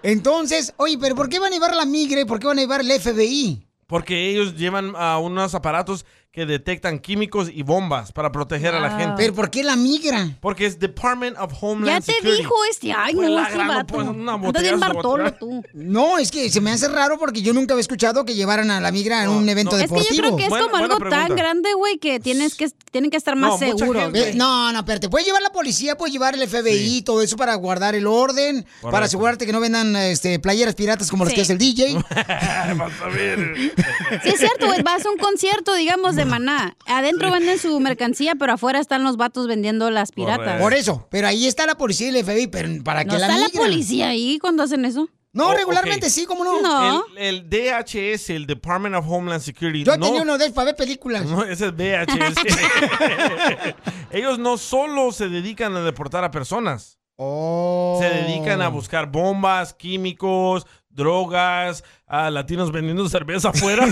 Speaker 1: Entonces, oye, pero ¿por qué van a llevar la migre? ¿Por qué van a llevar el FBI?
Speaker 3: Porque ellos llevan a unos aparatos que detectan químicos y bombas para proteger a la
Speaker 1: Wow.
Speaker 3: gente.
Speaker 1: ¿Pero por qué la migra?
Speaker 3: Porque es Department of
Speaker 2: Ya
Speaker 3: Homeland
Speaker 2: te
Speaker 3: Security.
Speaker 2: dijo este. Ay,
Speaker 3: Pues
Speaker 2: no,
Speaker 3: la
Speaker 2: este
Speaker 3: gran,
Speaker 2: vato.
Speaker 3: pues, una
Speaker 2: Estás bien
Speaker 3: botella de
Speaker 2: Bartolo
Speaker 3: botella.
Speaker 2: tú.
Speaker 1: No, es que se me hace raro porque yo nunca había escuchado que llevaran a la migra en un evento
Speaker 2: Es que
Speaker 1: deportivo.
Speaker 2: yo creo que es como algo tan grande, güey, que tienes que tienen que estar más seguros.
Speaker 1: Eh, No, no, pero te puede llevar la policía, puede llevar el FBI, todo eso para guardar el orden, para asegurarte que no vendan este, playeras piratas como las que hace el DJ.
Speaker 3: <laughs> Vas a ver.
Speaker 2: Sí, es cierto, güey. Vas a un concierto, digamos, de maná. Adentro venden su mercancía, pero afuera están los vatos vendiendo las piratas.
Speaker 1: Por eso, pero ahí está la policía y el FBI, pero ¿para qué
Speaker 2: ¿No
Speaker 1: la
Speaker 2: está la
Speaker 1: migran?
Speaker 2: policía ahí cuando hacen eso?
Speaker 1: No,
Speaker 3: Oh,
Speaker 1: regularmente
Speaker 3: ok.
Speaker 1: sí, ¿cómo no?
Speaker 3: El, el DHS, el Department of Homeland Security.
Speaker 1: Yo
Speaker 3: no-
Speaker 1: tenía uno de ellos para
Speaker 3: <laughs>
Speaker 1: ver películas.
Speaker 3: No, ese es VHS.
Speaker 1: <laughs>
Speaker 3: Ellos no solo se dedican a deportar a personas.
Speaker 1: Oh.
Speaker 3: Se dedican a buscar bombas, químicos, drogas, a latinos vendiendo cerveza
Speaker 1: <laughs>
Speaker 3: afuera.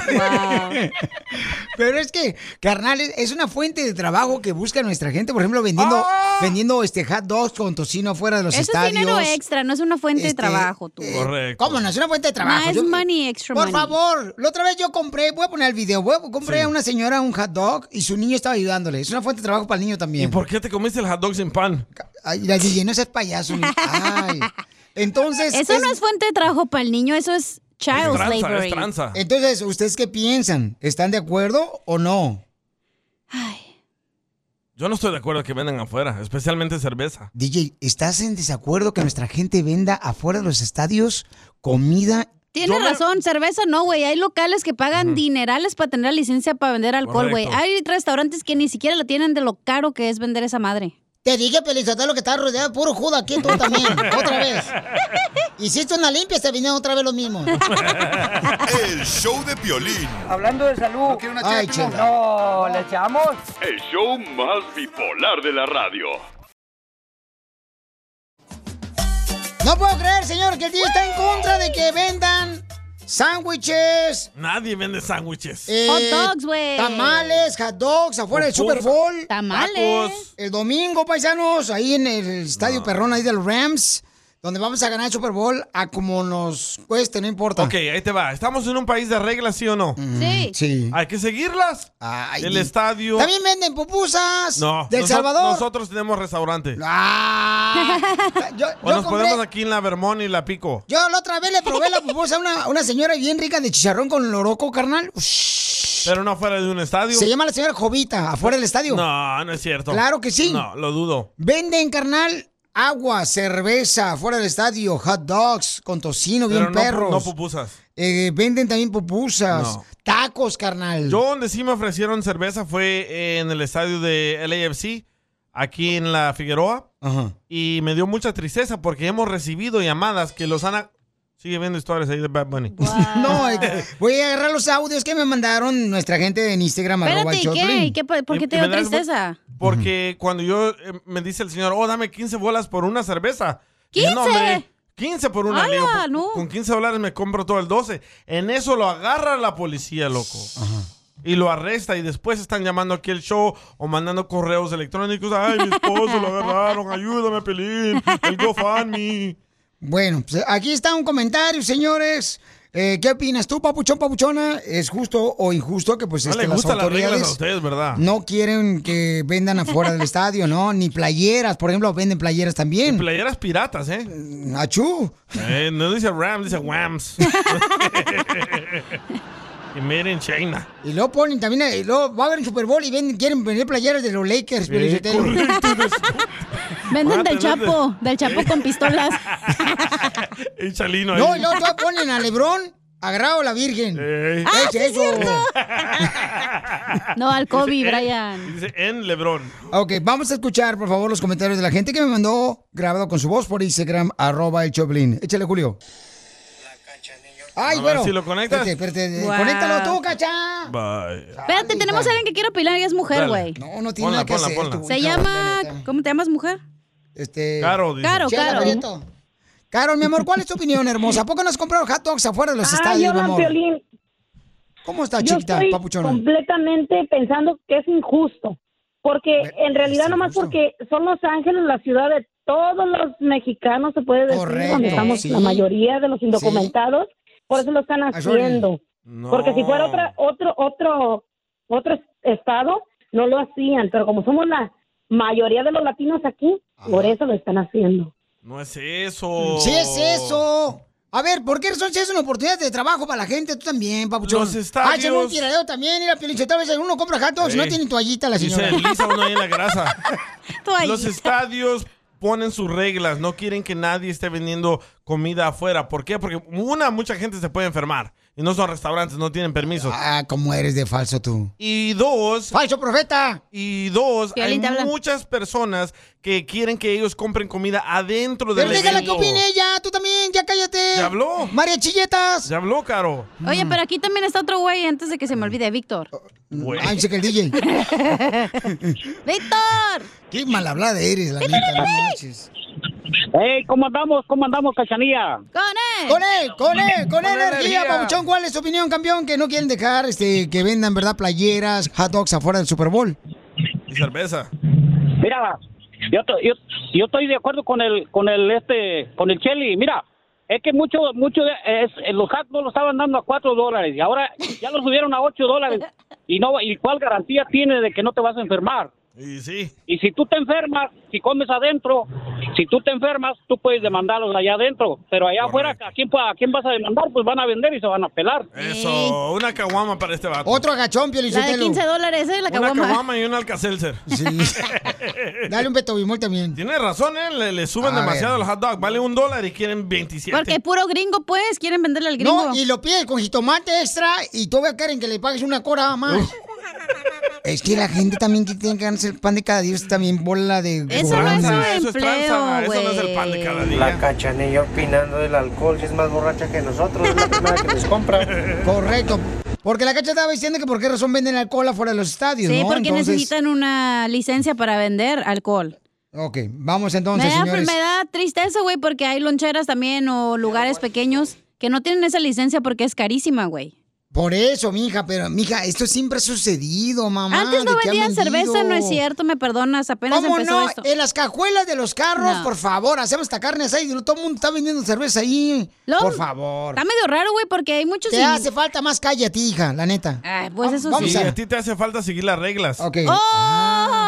Speaker 1: Pero es que, carnal, es- es una fuente de trabajo que busca nuestra gente. Por ejemplo, vendiendo,
Speaker 3: ¡Ah!
Speaker 1: vendiendo este hot dogs con tocino afuera de los
Speaker 2: Eso
Speaker 1: estadios.
Speaker 2: es dinero extra, no es una fuente de
Speaker 1: este,
Speaker 2: trabajo, tú.
Speaker 3: Correcto.
Speaker 1: ¿Cómo no? Es una fuente de trabajo.
Speaker 2: No, es
Speaker 1: Yo-
Speaker 2: money extra
Speaker 1: Por
Speaker 2: money.
Speaker 1: favor, la otra vez yo compré, voy a poner el video, voy a- compré a una señora un hot dog y su niño estaba ayudándole. Es una fuente de trabajo para el niño
Speaker 3: ¿Y
Speaker 1: también.
Speaker 3: por qué te comiste el hot dog sin pan?
Speaker 1: Ay, la DJ, no seas
Speaker 3: <laughs>
Speaker 1: payaso. ni- Ay. Entonces...
Speaker 2: Eso no es fuente de trabajo para el niño, eso es child
Speaker 1: Es tranza, es
Speaker 2: slavery.
Speaker 1: tranza. Entonces, ¿ustedes qué piensan? ¿Están de acuerdo o no?
Speaker 3: Yo no estoy de acuerdo que vendan afuera, especialmente cerveza.
Speaker 1: DJ, ¿estás en desacuerdo que nuestra gente venda afuera de los estadios comida?
Speaker 2: Tienes razón, cerveza no, güey. Hay locales que pagan dinerales para tener la licencia para vender alcohol, güey.
Speaker 1: Correcto.
Speaker 2: Hay restaurantes que ni siquiera la tienen de lo caro que es vender esa madre.
Speaker 1: Te dije, Pelizotelo, que está rodeado de puro juda aquí tú también, otra vez. Hiciste una limpia, se vinieron otra vez los mismos.
Speaker 7: El show de Piolín.
Speaker 14: Hablando de salud. ¿No
Speaker 7: chela, Ay, Pilo? chela.
Speaker 14: No, ¿le echamos?
Speaker 9: El show más bipolar de la radio.
Speaker 1: No puedo creer, señor, que el tío está en contra de que vendan sándwiches,
Speaker 3: Nadie vende sándwiches.
Speaker 1: eh, Tamales, hot dogs afuera del
Speaker 3: Pupusas,
Speaker 1: Super Bowl.
Speaker 3: Tamales. tacos.
Speaker 1: El domingo, paisanos, ahí en el estadio perrón ahí del Rams, donde vamos a ganar el Super Bowl a como nos cueste, no importa.
Speaker 3: Ok, ahí te va. ¿Estamos en un país de reglas, sí o no?
Speaker 1: Sí. Sí.
Speaker 3: Hay que seguirlas. el estadio.
Speaker 1: También venden pupusas
Speaker 3: No.
Speaker 1: del
Speaker 3: noso-
Speaker 1: Salvador.
Speaker 3: Nosotros tenemos restaurante. <laughs>
Speaker 1: Ah, yo,
Speaker 3: O
Speaker 1: yo
Speaker 3: nos
Speaker 1: compré-
Speaker 3: ponemos aquí en la Vermont y la Pico.
Speaker 1: yo la otra vez le probé la pupusa a una, una señora bien rica de chicharrón con loroco, carnal. Ush,
Speaker 3: Pero no afuera de un estadio.
Speaker 1: se llama la señora Jovita, afuera del estadio.
Speaker 3: No, no es cierto.
Speaker 1: Claro que sí.
Speaker 3: No, lo dudo.
Speaker 1: Venden, carnal, agua, cerveza afuera del estadio, hot dogs con tocino,
Speaker 3: Pero
Speaker 1: bien
Speaker 3: no,
Speaker 1: perros.
Speaker 3: no pupusas.
Speaker 1: Eh, venden también pupusas,
Speaker 3: No.
Speaker 1: tacos, carnal.
Speaker 3: Yo donde sí me ofrecieron cerveza fue en el estadio de LAFC, aquí en la Figueroa. Y me dio mucha tristeza porque hemos recibido llamadas que los han... a- Sigue viendo historias ahí de Bad Bunny.
Speaker 1: <laughs> No,
Speaker 3: <laughs>
Speaker 1: eh, voy a agarrar los audios que me mandaron nuestra gente en Instagram. arroba
Speaker 2: Espérate,
Speaker 1: el
Speaker 2: ¿y qué?
Speaker 1: Choplin.
Speaker 2: ¿Y qué? ¿Por por qué te
Speaker 3: Y- y
Speaker 2: dio
Speaker 3: Eh, me das mu-
Speaker 2: tristeza?
Speaker 3: Porque cuando yo eh, me dice el señor, oh, dame 15 bolas por una cerveza. Y yo, no,
Speaker 2: ¿15?
Speaker 3: hombre, 15 por una.
Speaker 2: ¡Hala,
Speaker 3: le digo, "Con-
Speaker 2: no!
Speaker 3: Con 15 dólares me compro todo el 12. En eso lo agarra la policía, loco. Y lo arresta y después están llamando aquí el show o mandando correos electrónicos. <laughs> Ay, mi esposo
Speaker 1: <laughs>
Speaker 2: <laughs>
Speaker 3: lo agarraron, ayúdame, Pelín, el GoFundMe.
Speaker 1: Bueno, pues aquí está un comentario, señores. Eh, ¿Qué opinas tú, papuchón, papuchona? ¿Es justo o injusto que pues
Speaker 3: No
Speaker 1: este,
Speaker 3: le
Speaker 1: las
Speaker 3: gustan las reglas a
Speaker 1: autoridades Mm.
Speaker 3: ustedes, ¿verdad?
Speaker 1: no quieren que vendan afuera del estadio, no? Ni playeras, por ejemplo, venden playeras también.
Speaker 3: Playeras piratas, ¿eh?
Speaker 1: Achú.
Speaker 3: Eh, No dice Rams, dice
Speaker 1: <laughs>
Speaker 3: Whams. <laughs> y made in China.
Speaker 1: Y luego ponen también, eh, y luego va a haber un Super Bowl y venden, quieren vender playeras de los Lakers, pero
Speaker 3: Eh,
Speaker 1: yo te digo. <laughs>
Speaker 2: Venden del Chapo, del Chapo con pistolas.
Speaker 3: Y Chalino ahí.
Speaker 1: No, y luego todavía ponen a Lebrón agarrado a la Virgen.
Speaker 2: Ah, sí es
Speaker 1: eso?
Speaker 2: cierto. No, al Kobe,
Speaker 3: Dice en-
Speaker 2: Brian.
Speaker 3: Dice en Lebron.
Speaker 1: Ok, vamos a escuchar, por favor, los comentarios de la gente que me mandó grabado con su voz por Instagram, arroba el Choplin. Échale, Julio. Ay,
Speaker 3: A ver
Speaker 1: bueno.
Speaker 3: si lo conectas.
Speaker 1: Espérate, espérate,
Speaker 2: Guau.
Speaker 1: Conéctalo tú, cacha.
Speaker 3: Bye.
Speaker 2: Espérate, tenemos a alguien que quiere opinar y es mujer,
Speaker 3: Dale.
Speaker 2: güey.
Speaker 1: No, no
Speaker 3: tiene Ponla, nada que ponla, hacer, ponla. tú,
Speaker 2: Se
Speaker 1: cabrón,
Speaker 2: llama... ¿Cómo te llamas, mujer?
Speaker 1: Este.
Speaker 3: Caro, dice.
Speaker 2: Caro,
Speaker 1: Chela
Speaker 2: Caro.
Speaker 1: Prieto. Caro, mi amor, ¿cuál es tu opinión, hermosa? ¿A poco no has comprado hot dogs afuera de los estadios, mi
Speaker 18: hola,
Speaker 1: amor?
Speaker 18: Piolín.
Speaker 1: ¿Cómo está,
Speaker 18: Yo
Speaker 1: chiquita,
Speaker 18: estoy
Speaker 1: papuchona?
Speaker 18: completamente pensando que es injusto, porque en realidad nomás porque son Los Ángeles la ciudad de todos los mexicanos, se puede decir,
Speaker 1: Correcto,
Speaker 18: donde estamos
Speaker 1: sí.
Speaker 18: la mayoría de los indocumentados, por eso lo están
Speaker 1: Ay, sorry.
Speaker 18: haciendo. Porque si fuera otra, otro, otro, otro es- estado, no lo hacían, pero como somos la mayoría de los latinos aquí, por eso lo están haciendo.
Speaker 3: No es eso.
Speaker 1: Sí es eso. A ver, ¿por qué razón si es una oportunidad de trabajo para la gente? Tú también, papuchón.
Speaker 3: Los estadios.
Speaker 1: Ah, llegó un tiradero también, mira, Piolín, tal vez uno compra hot dogs,
Speaker 3: Sí.
Speaker 1: no tiene toallita la
Speaker 3: Y se
Speaker 1: señora.
Speaker 3: desliza uno ahí en la
Speaker 2: <laughs>
Speaker 3: grasa. Los estadios ponen sus reglas, no quieren que nadie esté vendiendo comida afuera. ¿Por qué? Porque una, mucha gente se puede enfermar. Y no son restaurantes, no tienen permiso.
Speaker 1: Ah, cómo eres de falso tú.
Speaker 3: Y dos.
Speaker 1: ¡Falso profeta!
Speaker 3: Y dos, hay
Speaker 1: Piolín te habla.
Speaker 3: muchas personas que quieren que ellos compren comida adentro del
Speaker 1: Pero déjala que
Speaker 3: evento.
Speaker 1: opine ella, tú también, ya cállate.
Speaker 3: Ya habló.
Speaker 1: Eh, María Chilletas.
Speaker 3: Ya habló, Caro.
Speaker 2: Oye, pero aquí también está otro güey antes de que se me olvide, Víctor.
Speaker 1: Oh.
Speaker 3: Güey.
Speaker 1: Mm, Ay, sé que el DJ.
Speaker 2: ¡Víctor!
Speaker 1: Qué mal hablada eres, la neta, no manches.
Speaker 17: ¡Ey! ¿Cómo andamos? ¿Cómo andamos, Cachanilla?
Speaker 2: ¡Con él!
Speaker 1: ¡Con él! ¡Con él! ¡Con,
Speaker 17: Con
Speaker 1: energía,
Speaker 17: energía.
Speaker 1: papuchón! ¿Cuál es tu opinión, campeón? Que no quieren dejar este, que vendan, ¿verdad? Playeras, hot dogs afuera del Super Bowl.
Speaker 3: Y cerveza.
Speaker 17: Mira, yo, to- yo, yo estoy de acuerdo con el, con el, este, con el Cheli. Mira, es que mucho, mucho, de- es, eh, los hot dogs los estaban dando a cuatro dólares y ahora ya los subieron a ocho dólares. Y no, ¿y cuál garantía tiene de que no te vas a enfermar?
Speaker 3: Y sí.
Speaker 17: Y si tú te enfermas, si comes adentro, si tú te enfermas, tú puedes demandarlos allá adentro. Pero allá afuera, ¿a quién, pa- ¿a quién vas a demandar? Pues van a vender y se van a pelar.
Speaker 3: Eso, una caguama para este vato.
Speaker 1: Otro agachón, Piolín
Speaker 2: La de
Speaker 1: Sotelo.
Speaker 2: 15 dólares, ¿eh? La
Speaker 3: una
Speaker 2: caguama.
Speaker 3: caguama y un alcacelser. <laughs>
Speaker 1: Dale un petobimol también.
Speaker 3: Tiene razón, ¿eh? Le, le suben
Speaker 1: A
Speaker 3: demasiado
Speaker 1: ver.
Speaker 3: el hot dog. Vale un dólar y quieren 27.
Speaker 2: Porque puro gringo, pues. Quieren venderle al gringo.
Speaker 1: No, y lo pides con jitomate extra y tú a Karen que le pagues una cora más. Es que la gente también que tiene que ganarse el pan de cada día es también bola de...
Speaker 23: Eso no es
Speaker 1: gorrones.
Speaker 23: un Eso es empleo, tranza, eso no es el
Speaker 3: pan de cada día.
Speaker 23: La cachanilla opinando del alcohol, que es más borracha que nosotros, es la primera que les compra.
Speaker 1: Correcto. Porque la cacha estaba diciendo que por qué razón venden alcohol afuera de los estadios,
Speaker 2: Sí,
Speaker 1: ¿no?
Speaker 2: porque
Speaker 1: Entonces-
Speaker 2: necesitan una licencia para vender alcohol.
Speaker 1: Ok, vamos entonces,
Speaker 2: Me da,
Speaker 1: señores.
Speaker 2: me da tristeza, güey, porque hay loncheras también o lugares pequeños que no tienen esa licencia porque es carísima, güey.
Speaker 1: Por eso, mija, pero mija, esto siempre ha sucedido, mamá.
Speaker 2: Antes no
Speaker 1: de que han
Speaker 2: vendían cerveza,
Speaker 1: vendido.
Speaker 2: no es cierto, me perdonas, apenas
Speaker 1: ¿Cómo
Speaker 2: empezó
Speaker 1: no?
Speaker 2: esto.
Speaker 1: En las cajuelas de los carros,
Speaker 2: No.
Speaker 1: por favor, hacemos esta carne asada y todo el mundo está vendiendo cerveza ahí.
Speaker 2: Lo-
Speaker 1: por favor.
Speaker 2: Está medio raro, güey, porque hay muchos...
Speaker 1: Te
Speaker 2: in-
Speaker 1: hace falta más calle a ti, hija, la neta.
Speaker 2: Ay, pues eso ¡Oh!
Speaker 1: Vamos
Speaker 3: Sí,
Speaker 1: a-
Speaker 3: a ti te hace falta seguir las reglas.
Speaker 1: Ok. Ah.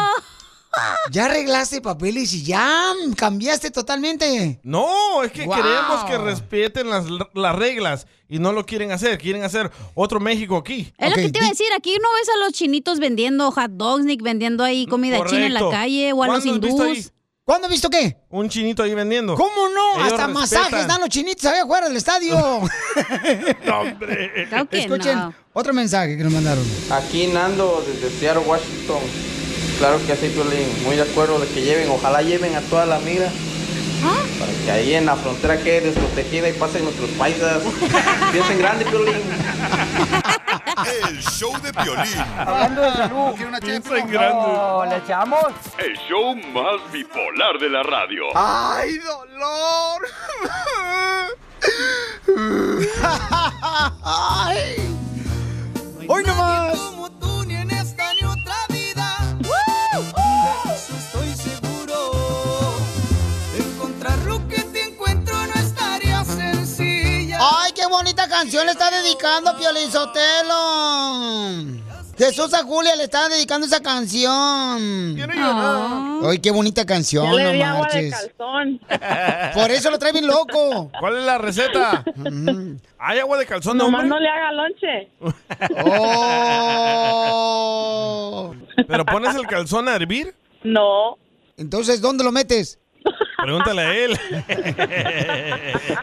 Speaker 1: Ya arreglaste papeles y ya cambiaste totalmente.
Speaker 3: No, es que
Speaker 1: Wow.
Speaker 3: queremos que respeten las, las reglas y no lo quieren hacer. Quieren hacer otro México aquí.
Speaker 2: Es lo que te iba a decir, aquí no ves a los chinitos vendiendo hot dogs, ni vendiendo ahí comida china en la
Speaker 3: Correcto.
Speaker 2: calle, o a los
Speaker 3: ¿Cuándo has visto
Speaker 2: hindús.
Speaker 3: ahí
Speaker 1: ¿Cuándo has visto qué?
Speaker 3: Un chinito ahí vendiendo.
Speaker 1: ¿Cómo no?
Speaker 3: Ellos
Speaker 1: Hasta
Speaker 3: respetan.
Speaker 1: masajes dan los chinitos ahí afuera del estadio.
Speaker 3: No, hombre.
Speaker 1: Escuchen otro mensaje que nos mandaron.
Speaker 20: Aquí Nando desde Seattle, Washington.
Speaker 23: claro que sí, Piolín. Muy de acuerdo de que lleven, ojalá lleven a todas las migra.
Speaker 1: ¿Ah?
Speaker 23: Para que ahí en la frontera quede desprotegida y pasen nuestros paisas. <laughs> Piensen grande, Piolín.
Speaker 7: El show de Piolín.
Speaker 14: Hablando
Speaker 8: Ah,
Speaker 14: de salud. No, ¿le echamos?
Speaker 9: El show más bipolar de la radio.
Speaker 14: ¡Ay, dolor!
Speaker 1: ¡Hoy nomás!
Speaker 5: Como tú ni en esta ni otra vida. De eso estoy seguro. Encontrar lo que te encuentro no estaría sencilla.
Speaker 1: ¡Ay, qué bonita canción le está dedicando Piolín Sotelo! Jesús a Julia le está dedicando esa canción. ¡Ay, qué bonita canción!
Speaker 20: Ya Ah. le di
Speaker 1: no
Speaker 20: agua de
Speaker 1: marches.
Speaker 20: calzón.
Speaker 1: Por eso lo trae bien loco. Mm.
Speaker 3: ¿Cuál es la receta? ¿Hay agua de calzón de
Speaker 20: Nomás
Speaker 3: hombre?
Speaker 20: no le haga lonche.
Speaker 1: Oh.
Speaker 3: ¿Pero pones el calzón a hervir?
Speaker 20: No.
Speaker 1: Entonces, ¿dónde lo metes?
Speaker 3: Pregúntale a él.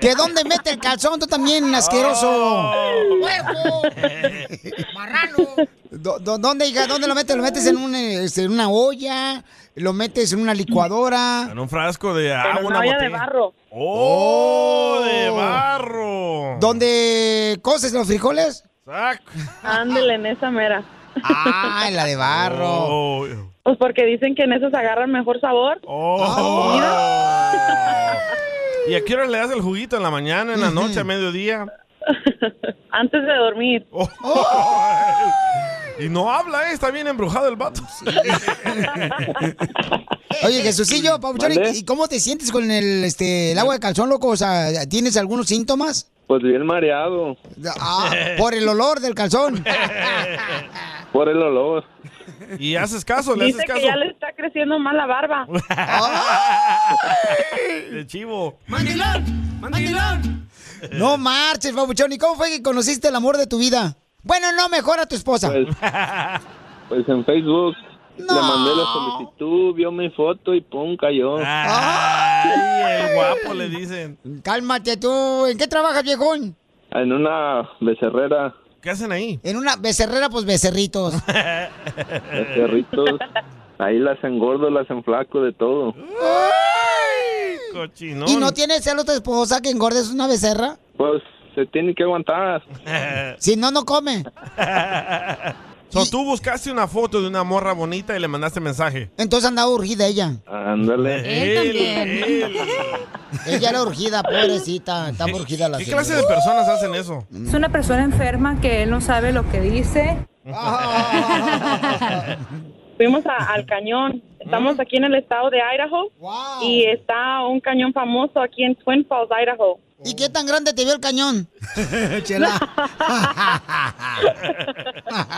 Speaker 1: ¿Que dónde mete el calzón? Tú también,
Speaker 3: Oh.
Speaker 1: asqueroso.
Speaker 5: ¡Huevo!
Speaker 1: Do- do- ¿Dónde, hija? ¿Dónde lo metes? ¿Lo metes en, un, eh, este, en una olla? ¿Lo metes en una licuadora?
Speaker 3: En un frasco de agua,
Speaker 1: una
Speaker 3: una
Speaker 1: olla de
Speaker 3: botella.
Speaker 1: barro.
Speaker 3: ¡Oh! De
Speaker 1: Oh.
Speaker 3: barro.
Speaker 1: ¿Dónde coces los frijoles?
Speaker 20: Ándele en esa mera.
Speaker 1: Ah, la de barro.
Speaker 20: <laughs>
Speaker 3: Oh.
Speaker 20: Pues porque dicen que en esas agarran mejor sabor.
Speaker 1: Oh.
Speaker 3: ¿Y a qué hora le das el juguito? ¿En la mañana, en la noche, a mediodía? Oh.
Speaker 20: Antes de dormir.
Speaker 3: Y no habla, ¿eh? Está bien embrujado el vato. <laughs>
Speaker 1: Oye, Jesucillo, Pabuchón, ¿y-
Speaker 24: ¿Mande?
Speaker 1: ¿y cómo te sientes con el, este, el agua de calzón, loco? O sea, ¿tienes algunos síntomas?
Speaker 24: Pues bien mareado.
Speaker 1: Ah, por el olor del calzón.
Speaker 24: Por el olor.
Speaker 3: ¿Y haces caso? ¿Le
Speaker 20: Dice
Speaker 3: haces
Speaker 20: que
Speaker 3: caso?
Speaker 20: ya le está creciendo más la barba.
Speaker 3: <laughs> De chivo.
Speaker 1: ¡Mandilón! <laughs> ¡Mandilón! No marches, Pabuchón. ¿Y cómo fue que conociste el amor de tu vida? Bueno, no, mejor a tu esposa.
Speaker 24: Pues, pues en Facebook le mandé la solicitud, vio mi foto y pum, cayó.
Speaker 1: Ah.
Speaker 3: Ay, el guapo le dicen.
Speaker 1: Cálmate tú. ¿En qué trabajas, viejón?
Speaker 24: En una becerrera,
Speaker 3: ¿Qué hacen ahí?
Speaker 1: En una becerrera,
Speaker 3: <laughs>
Speaker 1: pues becerritos.
Speaker 24: becerritos. Ahí las engordo, las enflaco, de todo.
Speaker 3: Cochinón.
Speaker 1: ¿Y no tienes celos tu esposa que engordes una becerra?
Speaker 24: Pues se tiene que aguantar.
Speaker 1: Si no, no come.
Speaker 3: So, tú buscaste una foto de una morra bonita y le mandaste mensaje.
Speaker 1: Entonces andaba urgida ella.
Speaker 24: Ándale.
Speaker 1: Ella era urgida, pobrecita. Estaba urgida la <laughs>
Speaker 3: ¿Qué
Speaker 1: señora.
Speaker 3: clase de personas hacen eso?
Speaker 25: Es una persona enferma que él no sabe lo que dice.
Speaker 1: Ah.
Speaker 20: Fuimos a- al cañón.
Speaker 1: Mm.
Speaker 20: Estamos aquí en el estado de Idaho. Y está un cañón famoso aquí en Twin Falls, Idaho.
Speaker 1: ¿Y qué tan grande te vio el
Speaker 20: <laughs>
Speaker 1: cañón? <laughs>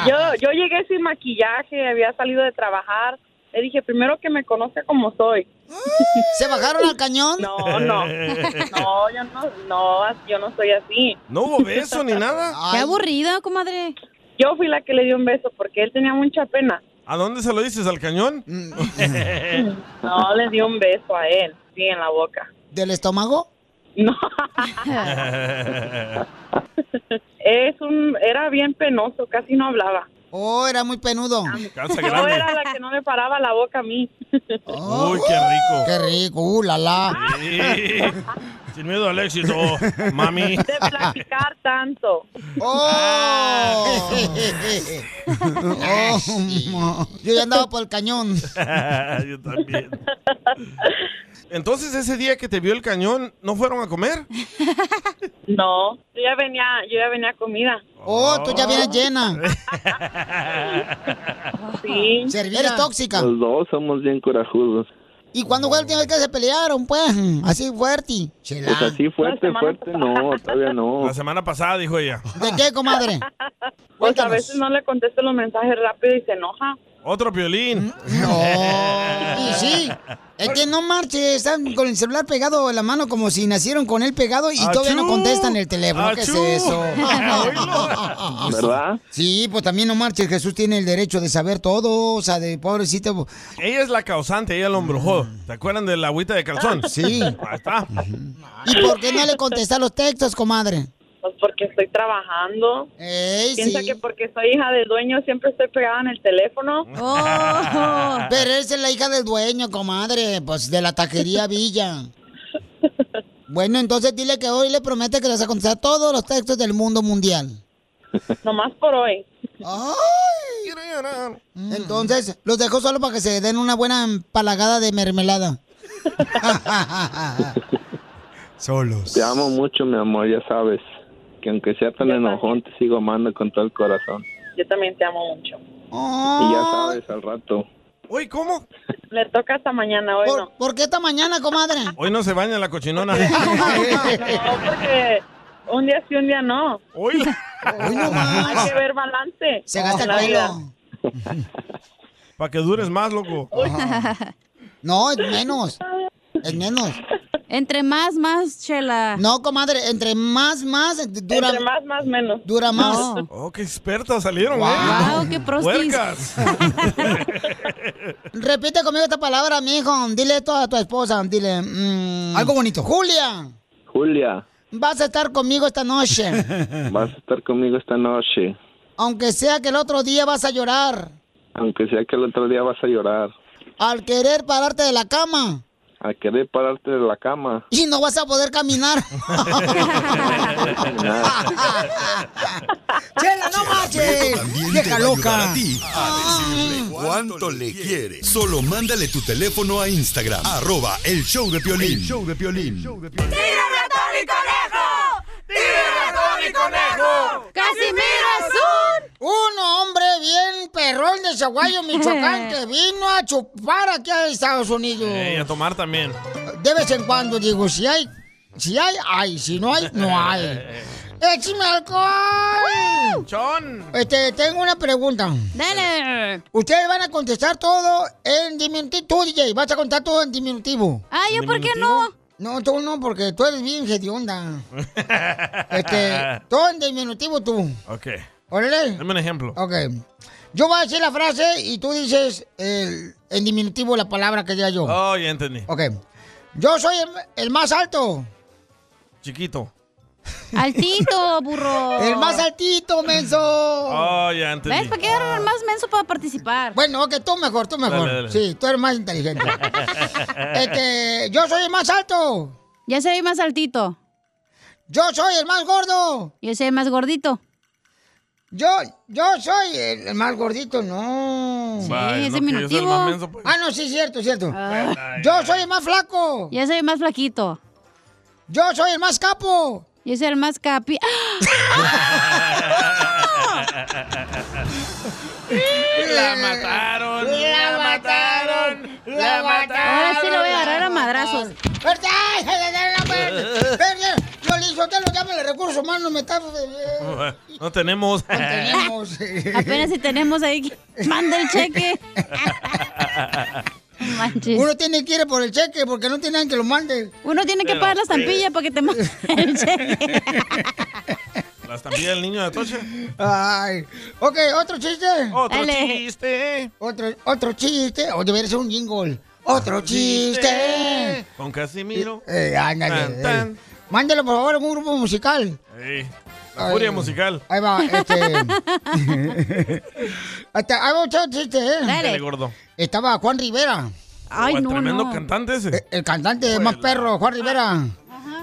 Speaker 20: Yo, yo llegué sin maquillaje, había salido de trabajar. Le dije, primero que me conozca como soy.
Speaker 1: Mm. ¿Se bajaron
Speaker 20: <laughs>
Speaker 1: al cañón?
Speaker 20: No,
Speaker 3: <laughs>
Speaker 20: no. No, yo no, no, yo no soy así.
Speaker 3: ¿No hubo beso ni nada?
Speaker 20: Qué aburrida, comadre. Yo fui la que le dio un beso porque él tenía mucha pena.
Speaker 3: ¿A dónde se lo dices? ¿Al cañón?
Speaker 24: Mm.
Speaker 20: <laughs> No, le dio un beso a él, sí, en la boca.
Speaker 1: ¿Del estómago?
Speaker 20: No. Es un, era bien penoso, casi no hablaba.
Speaker 1: Oh, era muy penudo.
Speaker 3: Casa
Speaker 20: Yo <laughs> era la que no me paraba la boca a mí.
Speaker 3: Uy, qué rico.
Speaker 1: Qué rico, uh, la la.
Speaker 3: Sí. Sin miedo al éxito,
Speaker 24: Oh,
Speaker 3: mami.
Speaker 20: <laughs> De platicar tanto.
Speaker 24: <laughs>
Speaker 1: ¡Oh! Oh, Yo ya andaba por el cañón.
Speaker 3: <laughs> Yo también. Entonces, ese día que te vio el cañón, ¿no fueron a comer?
Speaker 20: <laughs> No. Yo ya venía, yo ya venía comida.
Speaker 1: Oh, tú ya vienes
Speaker 20: <laughs>
Speaker 1: llena.
Speaker 20: Sí.
Speaker 1: Eres tóxica.
Speaker 24: Los dos somos bien corajudos.
Speaker 1: ¿Y cuándo fue la última vez que se pelearon, pues? Así fuerte. Chela.
Speaker 24: Pues así fuerte,
Speaker 1: semana
Speaker 24: fuerte, no, todavía no.
Speaker 3: La semana pasada, dijo ella.
Speaker 1: ¿De qué,
Speaker 20: <laughs>
Speaker 1: comadre?
Speaker 20: Pues a veces no le contesto los mensajes rápido y se enoja.
Speaker 3: Otro violín.
Speaker 1: Mm, Oh,
Speaker 3: <laughs>
Speaker 1: Y sí, es que no marche, están con el celular pegado en la mano como si nacieron con él pegado y todavía no
Speaker 24: Achú.
Speaker 1: contestan el teléfono. ¿Qué es
Speaker 24: Achú.
Speaker 1: eso?
Speaker 24: ¿Verdad?
Speaker 1: Pues Sí, pues también no marche, Jesús tiene el derecho de saber todo, o sea, de pobrecito.
Speaker 3: Ella es la causante, ella lo embrujó.
Speaker 24: Mm.
Speaker 3: ¿Te acuerdan de la agüita de calzón?
Speaker 1: Sí.
Speaker 3: Ahí está.
Speaker 1: ¿Y por qué no le contesta los textos, comadre?
Speaker 20: Pues porque estoy trabajando. Piensa
Speaker 1: sí.
Speaker 20: que porque soy hija del dueño siempre estoy pegada en el teléfono. <laughs>
Speaker 1: Oh, pero esa es la hija del dueño, comadre, pues de la taquería Villa. Bueno, entonces dile que hoy le promete que le vas a contestar todos los textos del mundo mundial.
Speaker 20: <laughs>
Speaker 1: Oh.
Speaker 20: Nomás por hoy.
Speaker 1: Entonces, los dejo solo para que se den una buena empalagada de mermelada. Solos.
Speaker 24: Te amo mucho, mi amor, ya sabes. Que aunque sea tan enojón, te sigo amando con todo el corazón.
Speaker 20: Yo también te amo mucho.
Speaker 1: Oh.
Speaker 24: Y ya
Speaker 20: Oh.
Speaker 24: sabes, al rato.
Speaker 20: Uy, ¿cómo? Le toca hasta mañana, hoy no.
Speaker 1: ¿Por qué esta mañana, comadre?
Speaker 3: Hoy no se baña la
Speaker 1: <laughs>
Speaker 3: cochinona.
Speaker 20: No, porque un día sí, un día no.
Speaker 3: Hoy.
Speaker 1: no más.
Speaker 20: Hay que ver balance.
Speaker 1: Se gasta el pelo.
Speaker 3: Para que dures más, loco.
Speaker 1: No, es menos. Es menos.
Speaker 2: <laughs> Entre más, más, chela.
Speaker 1: No, comadre, entre más, más, eh, dura.
Speaker 20: Entre más, más, menos.
Speaker 1: Dura más.
Speaker 3: Oh, qué expertas salieron,
Speaker 1: Wow.
Speaker 3: ¿eh?
Speaker 1: Wow,
Speaker 3: <laughs>
Speaker 1: qué prostis. <laughs>
Speaker 3: Puercas.
Speaker 1: Repite conmigo esta palabra, mijo. Dile esto a tu esposa. Dile mm, algo bonito. Julia,
Speaker 24: Julia,
Speaker 1: vas a estar conmigo esta noche. <laughs>
Speaker 24: vas a estar conmigo esta noche.
Speaker 1: Aunque sea que el otro día vas a llorar.
Speaker 24: Aunque sea que el otro día vas a llorar.
Speaker 1: Al querer pararte de la cama.
Speaker 24: Al querer pararte de la cama.
Speaker 1: <laughs> Y no vas a poder caminar. <laughs> ¡Chela, no
Speaker 7: Te
Speaker 1: marches! ¡Vieja
Speaker 7: va a ayudar
Speaker 1: loca!
Speaker 7: a ti a decirle cuánto le quiere. Solo mándale tu teléfono a Instagram, arroba el show de Piolín. show de Piolín.
Speaker 5: Tony Conejo! ¡Tírame Tony Conejo!
Speaker 1: es un... Un hombre bien perrón de Chaguayo, Michoacán, que vino a chupar aquí a Estados Unidos.
Speaker 3: Eh, y a tomar también.
Speaker 1: De vez en cuando digo, si hay, si hay, hay, si no hay, no
Speaker 2: <laughs>
Speaker 1: hay.
Speaker 3: Eh,
Speaker 1: ¡Échame alcohol!
Speaker 3: ¡Chon!
Speaker 1: Este, tengo una pregunta.
Speaker 2: Dale.
Speaker 1: Ustedes van a contestar todo en diminutivo. Tú, DJ, vas a contar todo en diminutivo.
Speaker 2: Ah, ¿yo por qué no?
Speaker 1: No, tú no, porque tú eres bien hedionda.
Speaker 2: <laughs>
Speaker 1: Este, todo en diminutivo tú.
Speaker 3: eh. <laughs> Ok.
Speaker 1: Órale.
Speaker 3: Dame un ejemplo.
Speaker 1: Ok. Yo voy a decir la frase y tú dices el- en diminutivo la palabra que diga yo.
Speaker 3: Oh, ya entendí.
Speaker 1: Ok. Yo soy el, el más alto.
Speaker 3: Chiquito.
Speaker 1: <laughs>
Speaker 2: Altito, burro.
Speaker 1: El más altito, menso.
Speaker 3: Oh, ya entendí.
Speaker 2: ¿Ves? ¿Para qué era el más menso para participar?
Speaker 1: Bueno, ok, tú mejor, tú mejor.
Speaker 3: Dale, dale.
Speaker 1: Sí, tú eres más inteligente. este, yo soy el más alto.
Speaker 2: Yo soy el más altito.
Speaker 1: Yo soy el más gordo.
Speaker 2: Yo soy el más gordito.
Speaker 1: Yo, yo soy el, el más gordito, no.
Speaker 2: Sí, Vaya, es no, que yo soy el más diminutivo. menso, pues. Ah.
Speaker 1: Ah, no, sí, cierto, cierto. Yo soy el más flaco.
Speaker 2: Yo soy el más flaquito.
Speaker 1: Yo soy el más capo.
Speaker 2: Yo soy el más capi. ¡Ah!
Speaker 5: La mataron, la mataron, la mataron.
Speaker 2: Ahora sí lo voy a agarrar a madrazos.
Speaker 1: ¡Fuerte! ¡Ay, ay, ay, ay, ay! Verde, Piolín, lo llame el recurso humano, me está... eh,
Speaker 3: No tenemos. <laughs>
Speaker 1: Tenemos.
Speaker 2: Apenas si tenemos ahí. que- Manda el cheque.
Speaker 1: Uno tiene que ir por el cheque porque no tienen que lo mande.
Speaker 2: Uno tiene que
Speaker 3: Pero- pues.
Speaker 2: pagar la estampilla para que te manden el cheque.
Speaker 3: ¿La estampilla del niño de Tocha?
Speaker 1: Ay. Ok, otro chiste.
Speaker 3: Otro Dale. chiste.
Speaker 1: Otro, otro chiste. O debería ser un jingle. Otro chiste.
Speaker 3: Con Casimiro.
Speaker 1: Eh, ándale.
Speaker 3: Tan,
Speaker 1: eh.
Speaker 3: tan.
Speaker 1: Mándelo, por favor, a un grupo musical.
Speaker 3: Ey, la furia
Speaker 1: Ay.
Speaker 3: musical.
Speaker 1: Ahí va,
Speaker 3: <laughs>
Speaker 2: <laughs>
Speaker 1: este. Hasta, ahí va otro chiste, ¿eh?
Speaker 3: Dale, gordo.
Speaker 1: Estaba Juan Rivera. Eh,
Speaker 3: Ay, Oh, el no, tremendo no. cantante ese.
Speaker 1: El, el cantante más perro, Juan Rivera.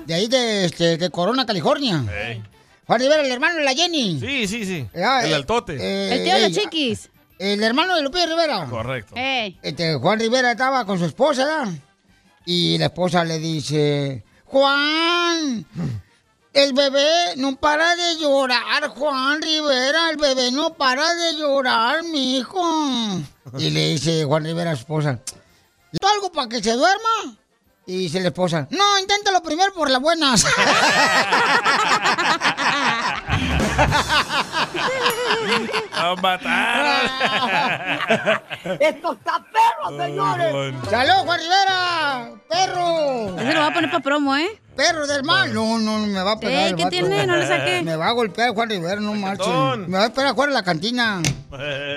Speaker 1: De ahí de, este, de Corona, California.
Speaker 3: Ey.
Speaker 1: Juan Rivera, el hermano de la Jenny.
Speaker 3: Sí, sí, sí.
Speaker 1: Ah,
Speaker 3: el
Speaker 1: eh,
Speaker 3: altote.
Speaker 1: eh, eh,
Speaker 2: chiquis.
Speaker 1: <laughs> El hermano de Lupillo Rivera.
Speaker 3: Correcto.
Speaker 1: Este, Juan Rivera estaba con su esposa, ¿verdad? Y la esposa le dice, Juan, el bebé no para de llorar, Juan Rivera, el bebé no para de
Speaker 3: <laughs>
Speaker 1: llorar, mi hijo. Y le dice Juan Rivera a su esposa, ¿le doy algo para que se duerma? Y dice la esposa, no, inténtalo primero por las buenas.
Speaker 5: La mataron.
Speaker 1: <laughs> ¡Esto está perro, señores! ¡Salud, Juan Rivera! ¡Perro!
Speaker 2: Ese lo va a poner para promo, ¿eh?
Speaker 1: ¡Perro del mal! No, no, no, me va a pegar.
Speaker 2: Ey,
Speaker 1: el
Speaker 2: ¿qué
Speaker 1: vato.
Speaker 2: tiene? No le saque.
Speaker 1: Me va a golpear Juan Rivera, no marches.
Speaker 3: Paquetón.
Speaker 1: Me va a esperar a jugar a la cantina.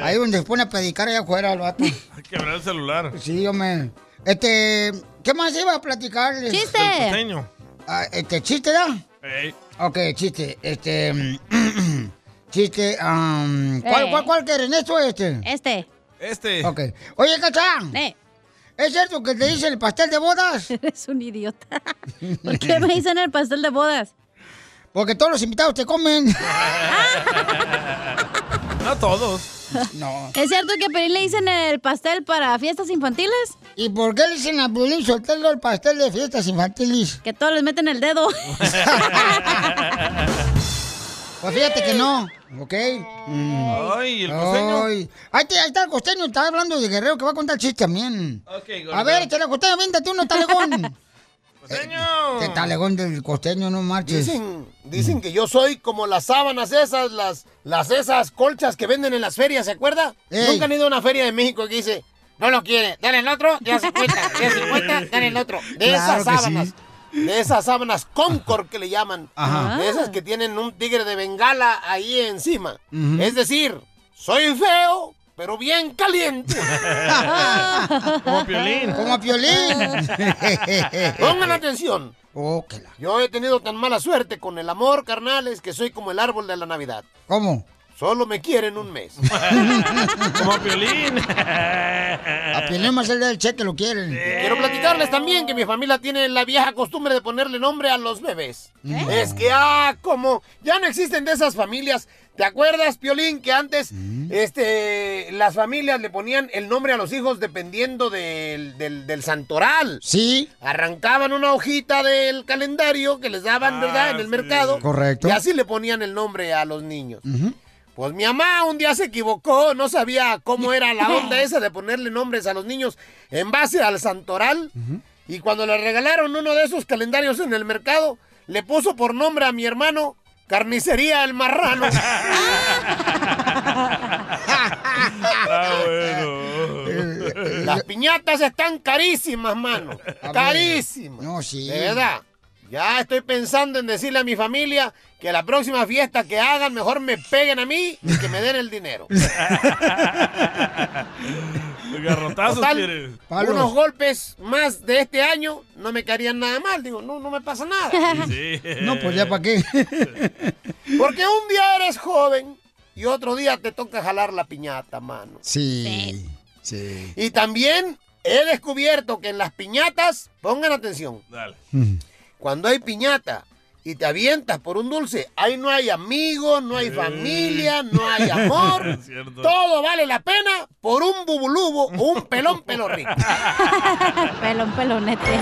Speaker 1: Ahí donde se pone a predicar allá afuera el vato.
Speaker 3: Hay que quebrar el celular.
Speaker 1: Sí, hombre. Este, ¿qué más iba a platicarles?
Speaker 3: Del costeño.
Speaker 1: <laughs> Ah, este, chiste, ¿da?
Speaker 3: Ey.
Speaker 1: Ok, chiste. Este. <clears throat> mm, chiste. um, ¿cuál,
Speaker 2: Eh.
Speaker 1: cuál, cuál quieren? ¿Esto o este?
Speaker 2: Este.
Speaker 3: Este.
Speaker 1: Ok. Oye, Cachán. ¿Es cierto que te dicen el pastel de bodas?
Speaker 2: <laughs> Eres un idiota. ¿Por qué me dicen el pastel de bodas?
Speaker 1: Porque todos los invitados te comen.
Speaker 3: <laughs> No todos.
Speaker 1: No.
Speaker 2: ¿Es cierto que a Pelín le dicen el pastel para fiestas infantiles?
Speaker 1: ¿Y por qué le dicen a Pelín soltando el pastel de fiestas infantiles?
Speaker 2: Que todos les meten el dedo.
Speaker 1: Pues fíjate que no, <laughs> ¿ok? Mm.
Speaker 5: Ay, el costeño.
Speaker 1: Ay. Ahí, te- ahí está el costeño, está hablando de Guerrero que va a contar chiste también.
Speaker 5: gordo.
Speaker 1: a ver, échale costeño, véntate
Speaker 5: <laughs>
Speaker 1: uno, talegón.
Speaker 6: ¡Costeño!
Speaker 1: ¿Qué talegón del costeño, no marches?
Speaker 6: Dicen,
Speaker 5: Mm.
Speaker 6: dicen que yo soy como las sábanas esas, las, las esas colchas que venden en las ferias, ¿se acuerda?
Speaker 1: Ey.
Speaker 6: Nunca han ido a una feria de México que dice, no lo quiere, dale el otro, ya se cuenta, ya se cuenta, dale el otro. <laughs> De
Speaker 5: Claro que
Speaker 6: esas sábanas, de esas sábanas Concord que le llaman,
Speaker 5: Ajá.
Speaker 6: de esas que tienen un tigre de bengala ahí encima.
Speaker 5: Ujú.
Speaker 6: Es decir, soy feo, pero bien caliente.
Speaker 5: Como Piolín.
Speaker 1: Como a Piolín.
Speaker 6: <laughs> Pongan atención.
Speaker 1: Oh, que la-
Speaker 6: Yo he tenido tan mala suerte con el amor, carnales, que soy como el árbol de la Navidad.
Speaker 1: ¿Cómo? <laughs>
Speaker 6: Solo me quieren un mes.
Speaker 3: Como Piolín.
Speaker 1: A Piolín Ah, pues, más el del cheque lo quieren.
Speaker 6: Eh, Quiero platicarles también que mi familia tiene la vieja costumbre de ponerle nombre a los bebés.
Speaker 1: ¿Eh?
Speaker 6: Es que, ah, como ya no existen de esas familias. ¿Te acuerdas, Piolín, que antes
Speaker 1: ¿Mm?
Speaker 6: este, las familias le ponían el nombre a los hijos dependiendo del, del- del santoral?
Speaker 1: Sí.
Speaker 6: Arrancaban una hojita del calendario que les daban, ¿verdad?, en el mercado.
Speaker 1: Correcto.
Speaker 6: Y así le ponían el nombre a los niños.
Speaker 1: Ujú.
Speaker 6: Pues mi mamá un día se equivocó, no sabía cómo era la onda esa de ponerle nombres a los niños en base al santoral. Y cuando le regalaron uno de esos calendarios en el mercado, le puso por nombre a mi hermano Carnicería el Marrano. Las piñatas están carísimas, mano. Carísimas.
Speaker 1: No, sí.
Speaker 6: De verdad. Ya estoy pensando en decirle a mi familia que la próxima fiesta que hagan, mejor me peguen a mí y que me den el dinero.
Speaker 3: <laughs> Garrotazos
Speaker 6: Total,
Speaker 3: quieres.
Speaker 6: unos golpes más de este año no me caerían nada mal. Digo, no, no me pasa
Speaker 1: <laughs>
Speaker 6: nada.
Speaker 3: Sí.
Speaker 1: No, pues ya para qué.
Speaker 6: Porque un día eres joven y otro día te toca jalar la piñata, mano.
Speaker 1: Sí. Sí.
Speaker 6: Y también he descubierto que en las piñatas, pongan atención,
Speaker 1: Mm.
Speaker 6: cuando hay piñata y te avientas por un dulce, ahí no hay amigos, no hay familia, no hay amor. Todo vale la pena por un bubulubo o un pelón pelorrico.
Speaker 2: <laughs> pelón, pelonete.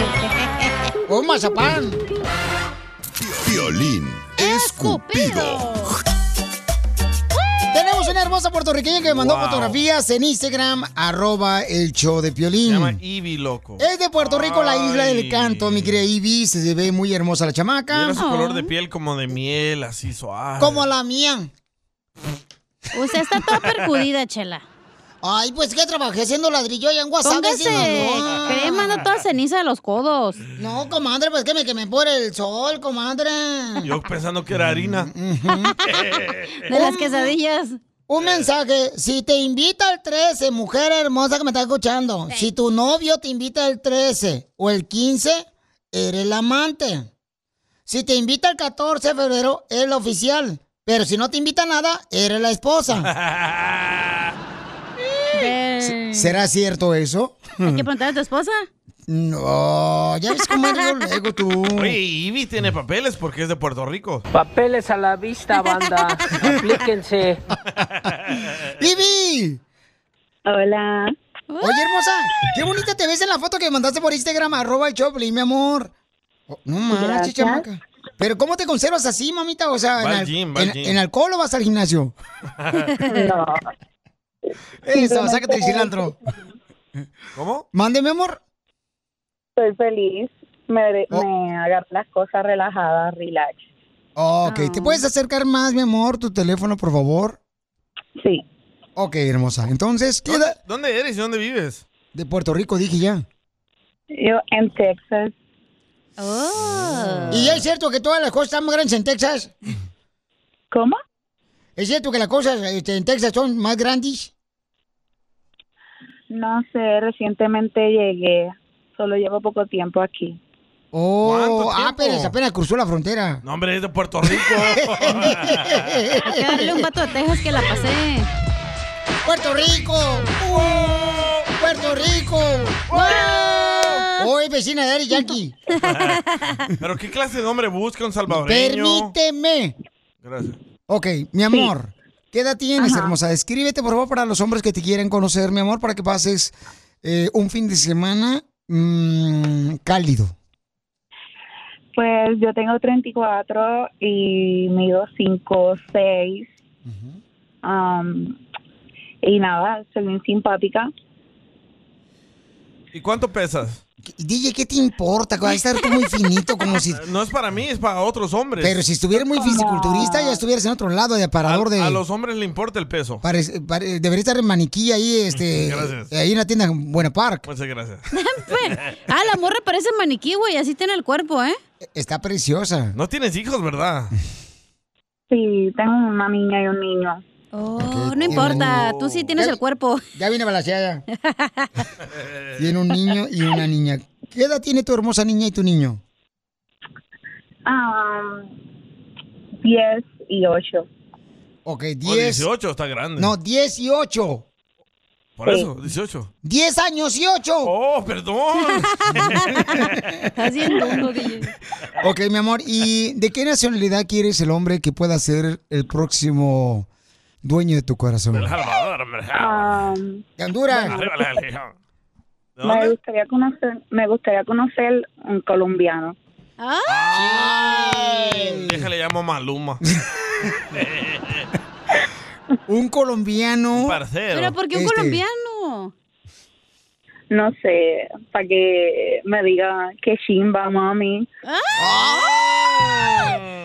Speaker 1: Un mazapán.
Speaker 7: Violín escupido.
Speaker 1: Tenemos una hermosa puertorriqueña que me mandó
Speaker 3: Wow.
Speaker 1: fotografías en Instagram, arroba el show de Piolín.
Speaker 3: Ivy, loco.
Speaker 1: Es de Puerto Rico, la isla del
Speaker 3: Ay.
Speaker 1: canto, mi querida Ivy. Se ve muy hermosa la chamaca.
Speaker 3: Mira su color de piel como de miel, así suave.
Speaker 1: Como la mía.
Speaker 2: Usted está toda percudida, Chela.
Speaker 1: Ay, pues que trabajé haciendo ladrillo allá en WhatsApp.
Speaker 2: Póngase crema, no toda ceniza de los codos.
Speaker 1: No, comadre, pues que me quemé por el sol, comadre.
Speaker 3: Yo pensando que era harina. <laughs>
Speaker 1: De las quesadillas. Un mensaje, si te invita el 13, mujer hermosa que me está escuchando, si tu novio te invita el 13 o el 15, eres el amante. Si te invita el 14 de febrero, eres el oficial. Pero si no te invita nada, eres la esposa. <laughs>
Speaker 2: De-
Speaker 1: ¿Será cierto eso?
Speaker 2: Hay que preguntar a tu esposa.
Speaker 1: <laughs> No, ya ves cómo eres luego tú.
Speaker 3: Oye, Ivy tiene papeles porque es de Puerto Rico.
Speaker 15: Papeles a la vista, banda. Aplíquense.
Speaker 1: <laughs> ¡Vivi!
Speaker 11: Hola.
Speaker 1: Oye, hermosa, qué bonita te ves en la foto que mandaste por Instagram, arroba el Choplin, mi amor. Oh, no manches,
Speaker 11: Gracias.
Speaker 1: chamaca. Pero ¿cómo te conservas así, mamita? O sea,
Speaker 11: Va
Speaker 1: en,
Speaker 11: al
Speaker 1: al-
Speaker 11: gym, va al
Speaker 1: en-
Speaker 11: gym.
Speaker 1: en alcohol o vas al gimnasio?
Speaker 11: <laughs> No.
Speaker 1: Eso, sácate el cilantro. <laughs>
Speaker 3: ¿Cómo? <laughs>
Speaker 1: Mándeme, amor.
Speaker 11: Estoy feliz. Me,
Speaker 1: Oh.
Speaker 11: me agarro las cosas relajadas, relax.
Speaker 1: Ok,
Speaker 11: Ah.
Speaker 1: ¿te puedes acercar más, mi amor, tu teléfono, por favor?
Speaker 11: Sí.
Speaker 1: Ok, hermosa. Entonces, ¿qué edad?
Speaker 3: ¿Dónde eres y dónde vives?
Speaker 1: De Puerto Rico, dije ya.
Speaker 11: Yo en Texas.
Speaker 1: ¿Y es cierto que todas las cosas están más grandes en Texas?
Speaker 11: ¿Cómo?
Speaker 1: ¿Es cierto que las cosas este, en Texas son más grandes?
Speaker 11: No sé, recientemente llegué. Solo llevo poco tiempo aquí.
Speaker 1: Oh,
Speaker 3: ¿Cuánto
Speaker 1: ah,
Speaker 3: tiempo?
Speaker 1: pero es apenas cruzó la frontera.
Speaker 3: No, hombre, es de Puerto
Speaker 1: <laughs>
Speaker 3: Rico.
Speaker 2: Hay que darle un vato de Texas que la pasé.
Speaker 1: ¡Puerto Rico! ¡Puerto Rico! Hoy vecina de Ari Yankee.
Speaker 3: Pero ¿qué clase de hombre busca un salvadoreño?
Speaker 1: Permíteme.
Speaker 3: Gracias.
Speaker 1: Ok, mi amor. ¿Qué edad tienes, hermosa? Descríbete, por favor, para los hombres que te quieren conocer, mi amor, para que pases eh, un fin de semana mm, cálido.
Speaker 11: Pues yo tengo 34 y mido 5, 6. um, y nada, soy bien simpática.
Speaker 3: ¿Y cuánto pesas?
Speaker 1: DJ, ¿qué te importa? Va a estar
Speaker 3: <laughs>
Speaker 1: tú muy finito, como si...
Speaker 3: No es para mí, es para otros hombres.
Speaker 1: Pero si estuviera muy fisiculturista, ya estuvieras en otro lado de aparador de...
Speaker 3: A los hombres le importa el peso.
Speaker 1: Parece- pare- debería estar en
Speaker 3: <laughs>
Speaker 1: maniquí ahí, este...
Speaker 3: Gracias.
Speaker 1: Ahí en la tienda en Buena Park.
Speaker 3: Muchas gracias.
Speaker 2: Ah, la morra parece maniquí, güey. Así tiene el cuerpo, ¿eh?
Speaker 1: Está preciosa.
Speaker 3: No tienes hijos, ¿verdad?
Speaker 11: Sí, tengo una niña y un niño.
Speaker 2: Oh, no importa. Tú sí tienes el cuerpo.
Speaker 1: Ya viene
Speaker 2: <laughs>
Speaker 1: balaseada. <laughs> Tiene un niño y una niña. ¿Qué edad tiene tu hermosa niña y tu niño?
Speaker 11: Am, 10 Um, y 8.
Speaker 1: Ok,
Speaker 3: O
Speaker 1: 10.
Speaker 3: 18 está grande.
Speaker 1: No, 18.
Speaker 3: Por eso, 18.
Speaker 1: 10 años y 8.
Speaker 3: Oh, perdón.
Speaker 2: Haciendo uno, DJ.
Speaker 3: <laughs>
Speaker 1: ok, mi amor. ¿Y de qué nacionalidad quieres el hombre que pueda ser el próximo dueño de tu corazón?
Speaker 3: El Salvador, Ah, hombre.
Speaker 11: Am,
Speaker 1: De Honduras.
Speaker 3: Arriba la religión.
Speaker 11: Um, me, gustaría conocer, me gustaría conocer un colombiano.
Speaker 3: Déjale llamo a Maluma.
Speaker 1: <laughs> Un colombiano. Este.
Speaker 2: Pero ¿por qué un colombiano?
Speaker 11: No sé, para que me diga que chimba, mami.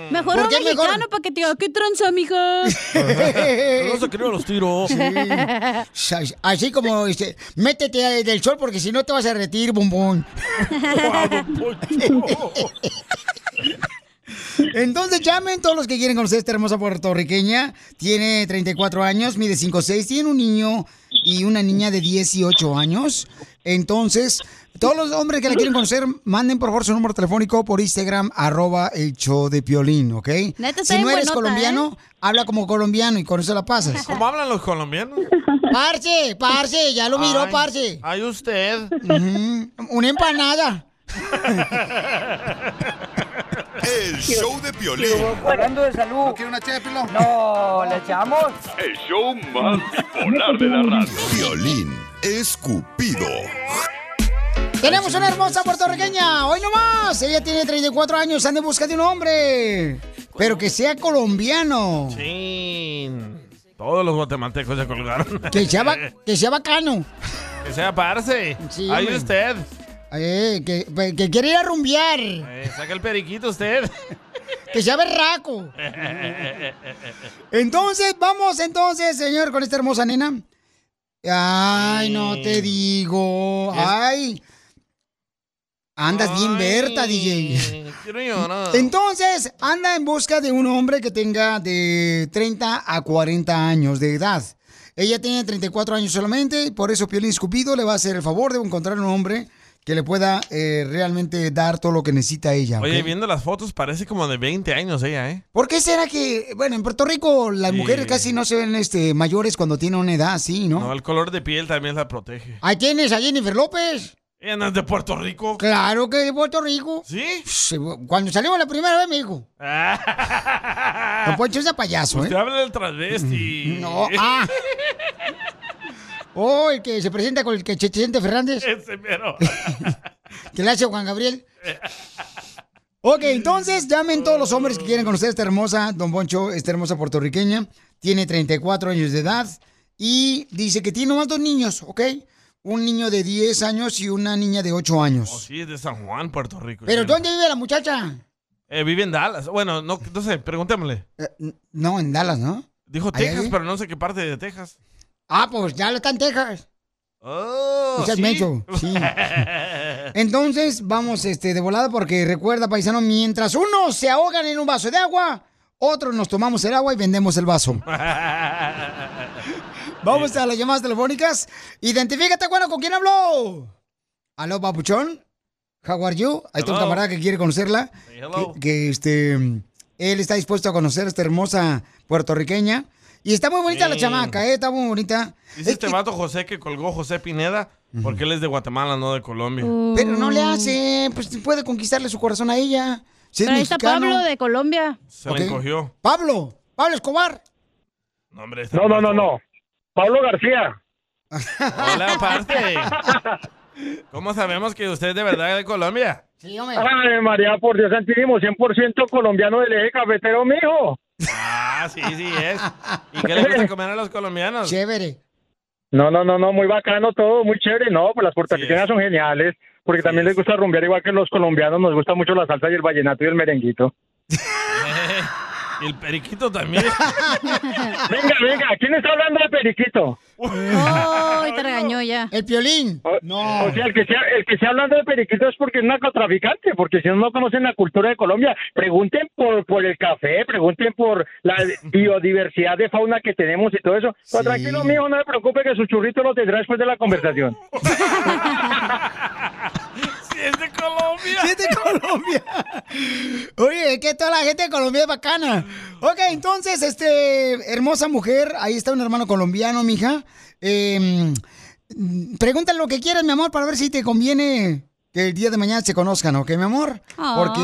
Speaker 2: Mejor
Speaker 11: ¿Por
Speaker 2: un
Speaker 11: qué mejor?
Speaker 2: mexicano para que te diga, ¿qué
Speaker 1: <laughs>
Speaker 2: tranza, mija?
Speaker 3: no se creo los tiros.
Speaker 1: Sí. Sa- Así como, este, métete del sol porque si no te vas a
Speaker 3: <laughs>
Speaker 1: retirar, bombón. Entonces llamen todos los que quieren conocer a esta hermosa puertorriqueña. Tiene 34 años, mide 5'6", tiene un niño y una niña de 18 años. Entonces, todos los hombres que la quieren conocer, manden por favor su número telefónico por Instagram, arroba el show de Piolín, ¿ok?
Speaker 2: Neta, está
Speaker 1: si no
Speaker 2: bien
Speaker 1: eres
Speaker 2: buenota, ¿eh?
Speaker 1: colombiano, habla como colombiano y con eso la pasas.
Speaker 3: ¿Cómo hablan los colombianos?
Speaker 1: Parce, parce, ya lo miró,
Speaker 3: Ay,
Speaker 1: parce.
Speaker 3: Ay, usted.
Speaker 1: Una empanada.
Speaker 7: El show de Piolín.
Speaker 8: pues, Hablando de salud. ¿No quiere una No, ¿le echamos?
Speaker 9: El show
Speaker 7: <laughs>
Speaker 9: más bipolar de la radio.
Speaker 7: Piolín escupido.
Speaker 1: Tenemos una hermosa puertorriqueña, hoy nomás. Ella tiene 34 años, anda en busca de un hombre. Pero que sea colombiano.
Speaker 3: Chin. Todos los guatemaltecos se colgaron.
Speaker 1: Que sea, ba- que sea bacano.
Speaker 3: <laughs> Que sea parce.
Speaker 1: Sí,
Speaker 3: Ay,
Speaker 1: hombre.
Speaker 3: usted.
Speaker 1: Eh, que, que quiere ir a rumbear.
Speaker 3: Eh, saca el periquito usted.
Speaker 1: <laughs> Que sea
Speaker 3: <laughs>
Speaker 1: berraco. Entonces, vamos entonces, señor, con esta hermosa nena. Ay, no te digo. Ay. Andas bien Berta, DJ.
Speaker 3: Quiero llorar.
Speaker 1: Entonces, anda en busca de un hombre que tenga de 30 a 40 años de edad. Ella tiene 34 años solamente, y por eso Piolín Escupido le va a hacer el favor de encontrar un hombre que le pueda eh, realmente dar todo lo que necesita ella. ¿ok?
Speaker 3: Oye, viendo las fotos parece como de 20 años ella, ¿eh?
Speaker 1: ¿Por qué será que, bueno, en Puerto Rico las
Speaker 3: Sí.
Speaker 1: mujeres casi no se ven este, mayores cuando tienen una edad así, ¿no?
Speaker 3: No, el color de piel también la protege.
Speaker 1: Ahí tienes a Jennifer López.
Speaker 3: Ella no es de Puerto Rico. <laughs>
Speaker 1: Claro que de Puerto Rico.
Speaker 3: ¿Sí?
Speaker 1: Cuando salimos la primera vez me dijo, Don Poncho es de payaso,
Speaker 3: Ah. Usted
Speaker 1: ¿eh?
Speaker 3: habla del travesti.
Speaker 1: <laughs> No, ah. Oh, el que se presenta con el que Chechente Fernández,
Speaker 3: <laughs>
Speaker 1: <laughs>
Speaker 3: Ese mero.
Speaker 1: que le hace Juan Gabriel. Ok, entonces llamen todos los hombres que quieren conocer a esta hermosa, Don Poncho, esta hermosa puertorriqueña. Tiene 34 años de edad y dice que tiene nomás dos niños, ¿ok? Un niño de 10 años y una niña de 8
Speaker 3: Oh,
Speaker 1: años.
Speaker 3: sí, es de San Juan, Puerto Rico.
Speaker 1: ¿Pero
Speaker 3: Sí.
Speaker 1: dónde vive la muchacha?
Speaker 3: Eh, vive en Dallas. Bueno, no, no sé, preguntémosle.
Speaker 1: No, en Dallas, Eh, ¿no?
Speaker 3: Dijo
Speaker 1: ¿Ahí,
Speaker 3: Texas,
Speaker 1: ahí?
Speaker 3: pero no sé qué parte de Texas.
Speaker 1: Ah, pues ya lo está en Texas.
Speaker 3: Oh,
Speaker 1: No seas
Speaker 3: ¿sí?
Speaker 1: menso,
Speaker 3: <laughs>
Speaker 1: sí. Entonces, vamos este, de volada porque recuerda, paisano, mientras unos se ahogan en un vaso de agua, otros nos tomamos el agua y vendemos el vaso. Vamos a las llamadas telefónicas. Identifícate, bueno, ¿con quién habló? ¿Aló, papuchón? How are you? Ahí está un
Speaker 5: Hello.
Speaker 1: camarada que quiere conocerla.
Speaker 5: hello.
Speaker 1: Que, que, este, él está dispuesto a conocer a esta hermosa puertorriqueña. Y está muy bonita la
Speaker 3: Sí.
Speaker 1: chamaca, ¿eh? Está muy bonita.
Speaker 3: Dice este vato José que colgó José Pineda porque él es de Guatemala, no de Colombia.
Speaker 1: Pero no
Speaker 5: Mm.
Speaker 1: le hace, pues puede conquistarle su corazón a ella. Si es
Speaker 2: Pero ahí está
Speaker 1: mexicano.
Speaker 2: Pablo de Colombia.
Speaker 3: Se le encogió.
Speaker 1: Pablo, Pablo Escobar.
Speaker 3: No, hombre, está
Speaker 10: No, no, no, no. Pablo García.
Speaker 3: <laughs> Hola, aparte. ¿Cómo sabemos que usted es de verdad de Colombia?
Speaker 10: Ay, María, por Dios santísimo, 100% colombiano del eje cafetero, mijo.
Speaker 3: Ah, sí, sí es. ¿Y qué le
Speaker 10: <laughs>
Speaker 3: gusta comer a los colombianos?
Speaker 1: Chévere.
Speaker 10: No, no, no, no, muy bacano todo, muy chévere. No, pues las puertorriqueñas son geniales, porque también les gusta rumbear igual que los colombianos, nos gusta mucho la salsa y el vallenato y el merenguito.
Speaker 3: Y el periquito
Speaker 10: Venga,
Speaker 3: también.
Speaker 1: <laughs>
Speaker 10: venga, ¿quién está hablando de periquito?
Speaker 2: Oh, y te regañó ya.
Speaker 1: El piolín. No.
Speaker 10: O sea, el que sea, el que sea hablando de periquito es porque es narcotraficante, porque si no, no conocen la cultura de Colombia, pregunten por, por el café, pregunten por
Speaker 5: <laughs>
Speaker 10: la biodiversidad de fauna que tenemos y todo eso. Pero tranquilo, mijo, no se preocupe que su churrito lo tendrá después de la conversación.
Speaker 3: ¡Si es de Colombia!
Speaker 1: ¡Si es de Colombia! Oye, es que toda la gente de Colombia es bacana. Ok, entonces, este, hermosa mujer, ahí está un hermano colombiano, mija. Eh, mm, pregúntale lo que quieras, mi amor, para ver si te conviene que el día de mañana se conozcan, ¿ok, mi amor?
Speaker 5: Ah.
Speaker 1: Porque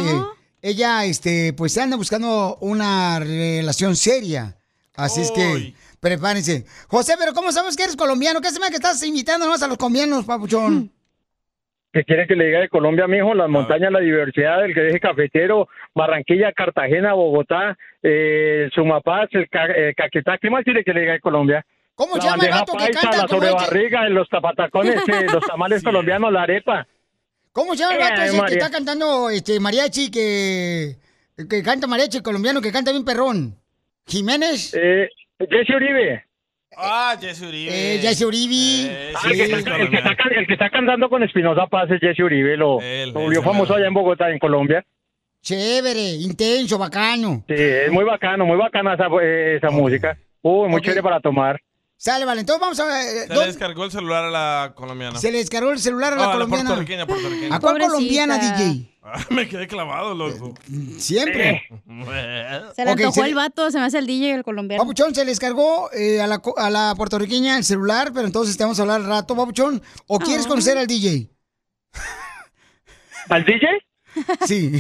Speaker 1: ella, este, pues anda buscando una relación seria. Así es que... Prepárense. José, pero ¿cómo sabes que eres colombiano? ¿Qué se me que estás invitando nomás a los colombianos, papuchón?
Speaker 10: que quiere que le diga de Colombia, mijo, las montañas, la diversidad, el que deje cafetero, Barranquilla, Cartagena, Bogotá, eh, Sumapaz, el ca- eh, Caquetá, ¿qué más quiere que le diga de Colombia?
Speaker 1: ¿Cómo
Speaker 10: la
Speaker 5: llama el
Speaker 10: bandeja
Speaker 5: vato que
Speaker 10: paisa,
Speaker 5: canta
Speaker 10: La
Speaker 5: como el que-
Speaker 10: sobrebarriga, los tapatacones, eh, los
Speaker 5: <laughs>
Speaker 10: tamales colombianos, la arepa.
Speaker 1: ¿Cómo se llama el vato
Speaker 10: Eh,
Speaker 1: ese que
Speaker 10: María.
Speaker 1: está cantando este mariachi que, que canta mariachi colombiano que canta bien perrón? ¿Jiménez?
Speaker 10: Eh, Jesse Uribe.
Speaker 3: Ah, Jesse Uribe.
Speaker 1: Eh, Jesse Uribe.
Speaker 10: Ah, el, que está, el que está can- el que está cantando con Espinosa Paz es Jesse Uribe, lo lo volvió famoso allá en Bogotá, en Colombia.
Speaker 1: Chévere, intenso, bacano.
Speaker 10: Sí, es muy bacano, muy bacana esa, eh, esa música. Uy, muy chévere para tomar.
Speaker 1: Sale, vale. Entonces vamos a ver. eh,
Speaker 3: Se
Speaker 1: ¿dó-
Speaker 3: le descargó el celular a la colombiana.
Speaker 1: Se le descargó el celular a la
Speaker 3: Ah,
Speaker 1: colombiana.
Speaker 3: puertorriqueña, puertorriqueña.
Speaker 1: ¿A cuál colombiana, DJ?
Speaker 3: Ah, Me quedé clavado, loco.
Speaker 1: siempre.
Speaker 3: Eh.
Speaker 2: Se le
Speaker 1: Ok,
Speaker 2: antojó
Speaker 1: se-
Speaker 2: el vato, se me hace el DJ el colombiano.
Speaker 1: Papuchón, se le descargó eh, a, la, co- a la puertorriqueña el celular, pero entonces te vamos a hablar al rato, Papuchón. ¿O quieres
Speaker 2: Ah.
Speaker 1: conocer al DJ?
Speaker 10: ¿Al DJ?
Speaker 1: <laughs> Sí.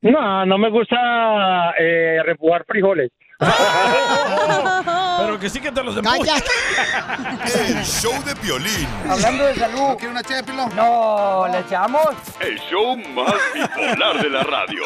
Speaker 10: No, no me gusta eh, repujar
Speaker 1: <laughs>
Speaker 10: frijoles.
Speaker 3: Pero que sí que te los
Speaker 10: empujes.
Speaker 7: El show de Piolín.
Speaker 8: Hablando de salud. ¿No una No, ¿le echamos?
Speaker 9: El show más bipolar de la radio.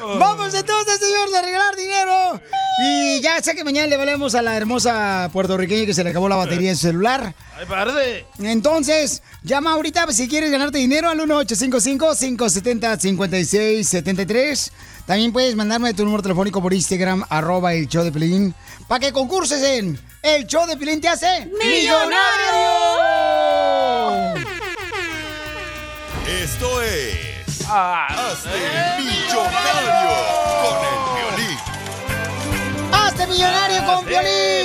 Speaker 1: Vamos entonces, señores, a arreglar dinero. Y ya sé que mañana le valemos a la hermosa puertorriqueña que se le acabó la batería de su celular.
Speaker 3: ¡Ay, parece!
Speaker 1: Entonces, llama ahorita pues, si quieres ganarte dinero al 1855-570-5673. También puedes mandarme tu número telefónico por Instagram, arroba el show de Pelín, para que concurses en El show de Pelín te hace millonario.
Speaker 7: Esto es.
Speaker 3: Ah,
Speaker 7: Hazte
Speaker 3: eh,
Speaker 7: millonario con el violín.
Speaker 1: ¡Hazte millonario con
Speaker 5: Hazte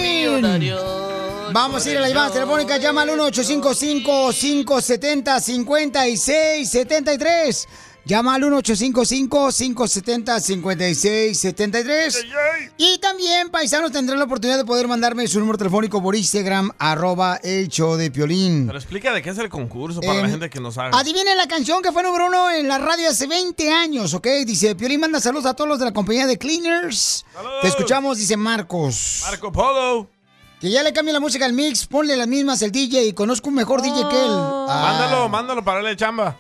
Speaker 1: violín! Vamos a ir a la llamada telefónica. Llama al 1-855-570-5673. Llama al 1-855-570-5673. Y también, paisanos, tendrán la oportunidad de poder mandarme su número telefónico por Instagram, arroba el show de Piolín.
Speaker 3: Pero explica de qué es el concurso para
Speaker 1: Em,
Speaker 3: la gente que no sabe.
Speaker 1: Adivinen la canción que fue número uno en la radio hace 20 años, ¿ok? Dice, Piolín manda saludos a todos los de la compañía de Cleaners. Te escuchamos, dice Marcos.
Speaker 3: Marco Polo.
Speaker 1: Que ya le cambie la música al mix, ponle las mismas el DJ y conozco un mejor DJ que él.
Speaker 2: Oh.
Speaker 1: Ah.
Speaker 3: Mándalo, mándalo para la chamba.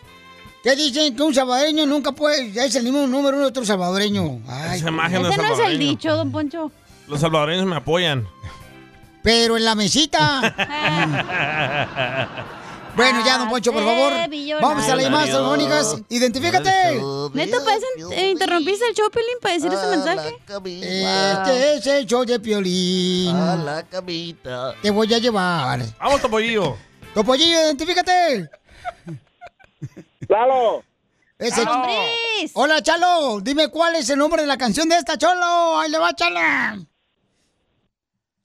Speaker 1: ¿Qué dicen? Que un salvadoreño nunca puede, ya es el mismo número uno de otro salvadoreño. Ay,
Speaker 3: Esa imagen de
Speaker 2: Ese no es el
Speaker 3: salvadoreño.
Speaker 2: dicho, don Poncho.
Speaker 3: Los salvadoreños me apoyan.
Speaker 1: pero en
Speaker 3: <laughs>
Speaker 1: la mesita. bueno, ya, don Poncho, por favor.
Speaker 2: Ah, Eh,
Speaker 1: Vamos a las llamadas telefónicas. Identifícate.
Speaker 2: Neto, ¿puedes en- eh, interrumpiste el show, Pelín, para decir ese mensaje?
Speaker 1: Este es el show de Piolín.
Speaker 5: A
Speaker 1: la camita. Te voy a llevar.
Speaker 3: Vamos, Topollillo.
Speaker 1: Topollillo, identifícate.
Speaker 10: Chalo.
Speaker 1: Ese Hola, Chalo. Dime cuál es el nombre de la canción de esta, Cholo. Ahí le va, Chala.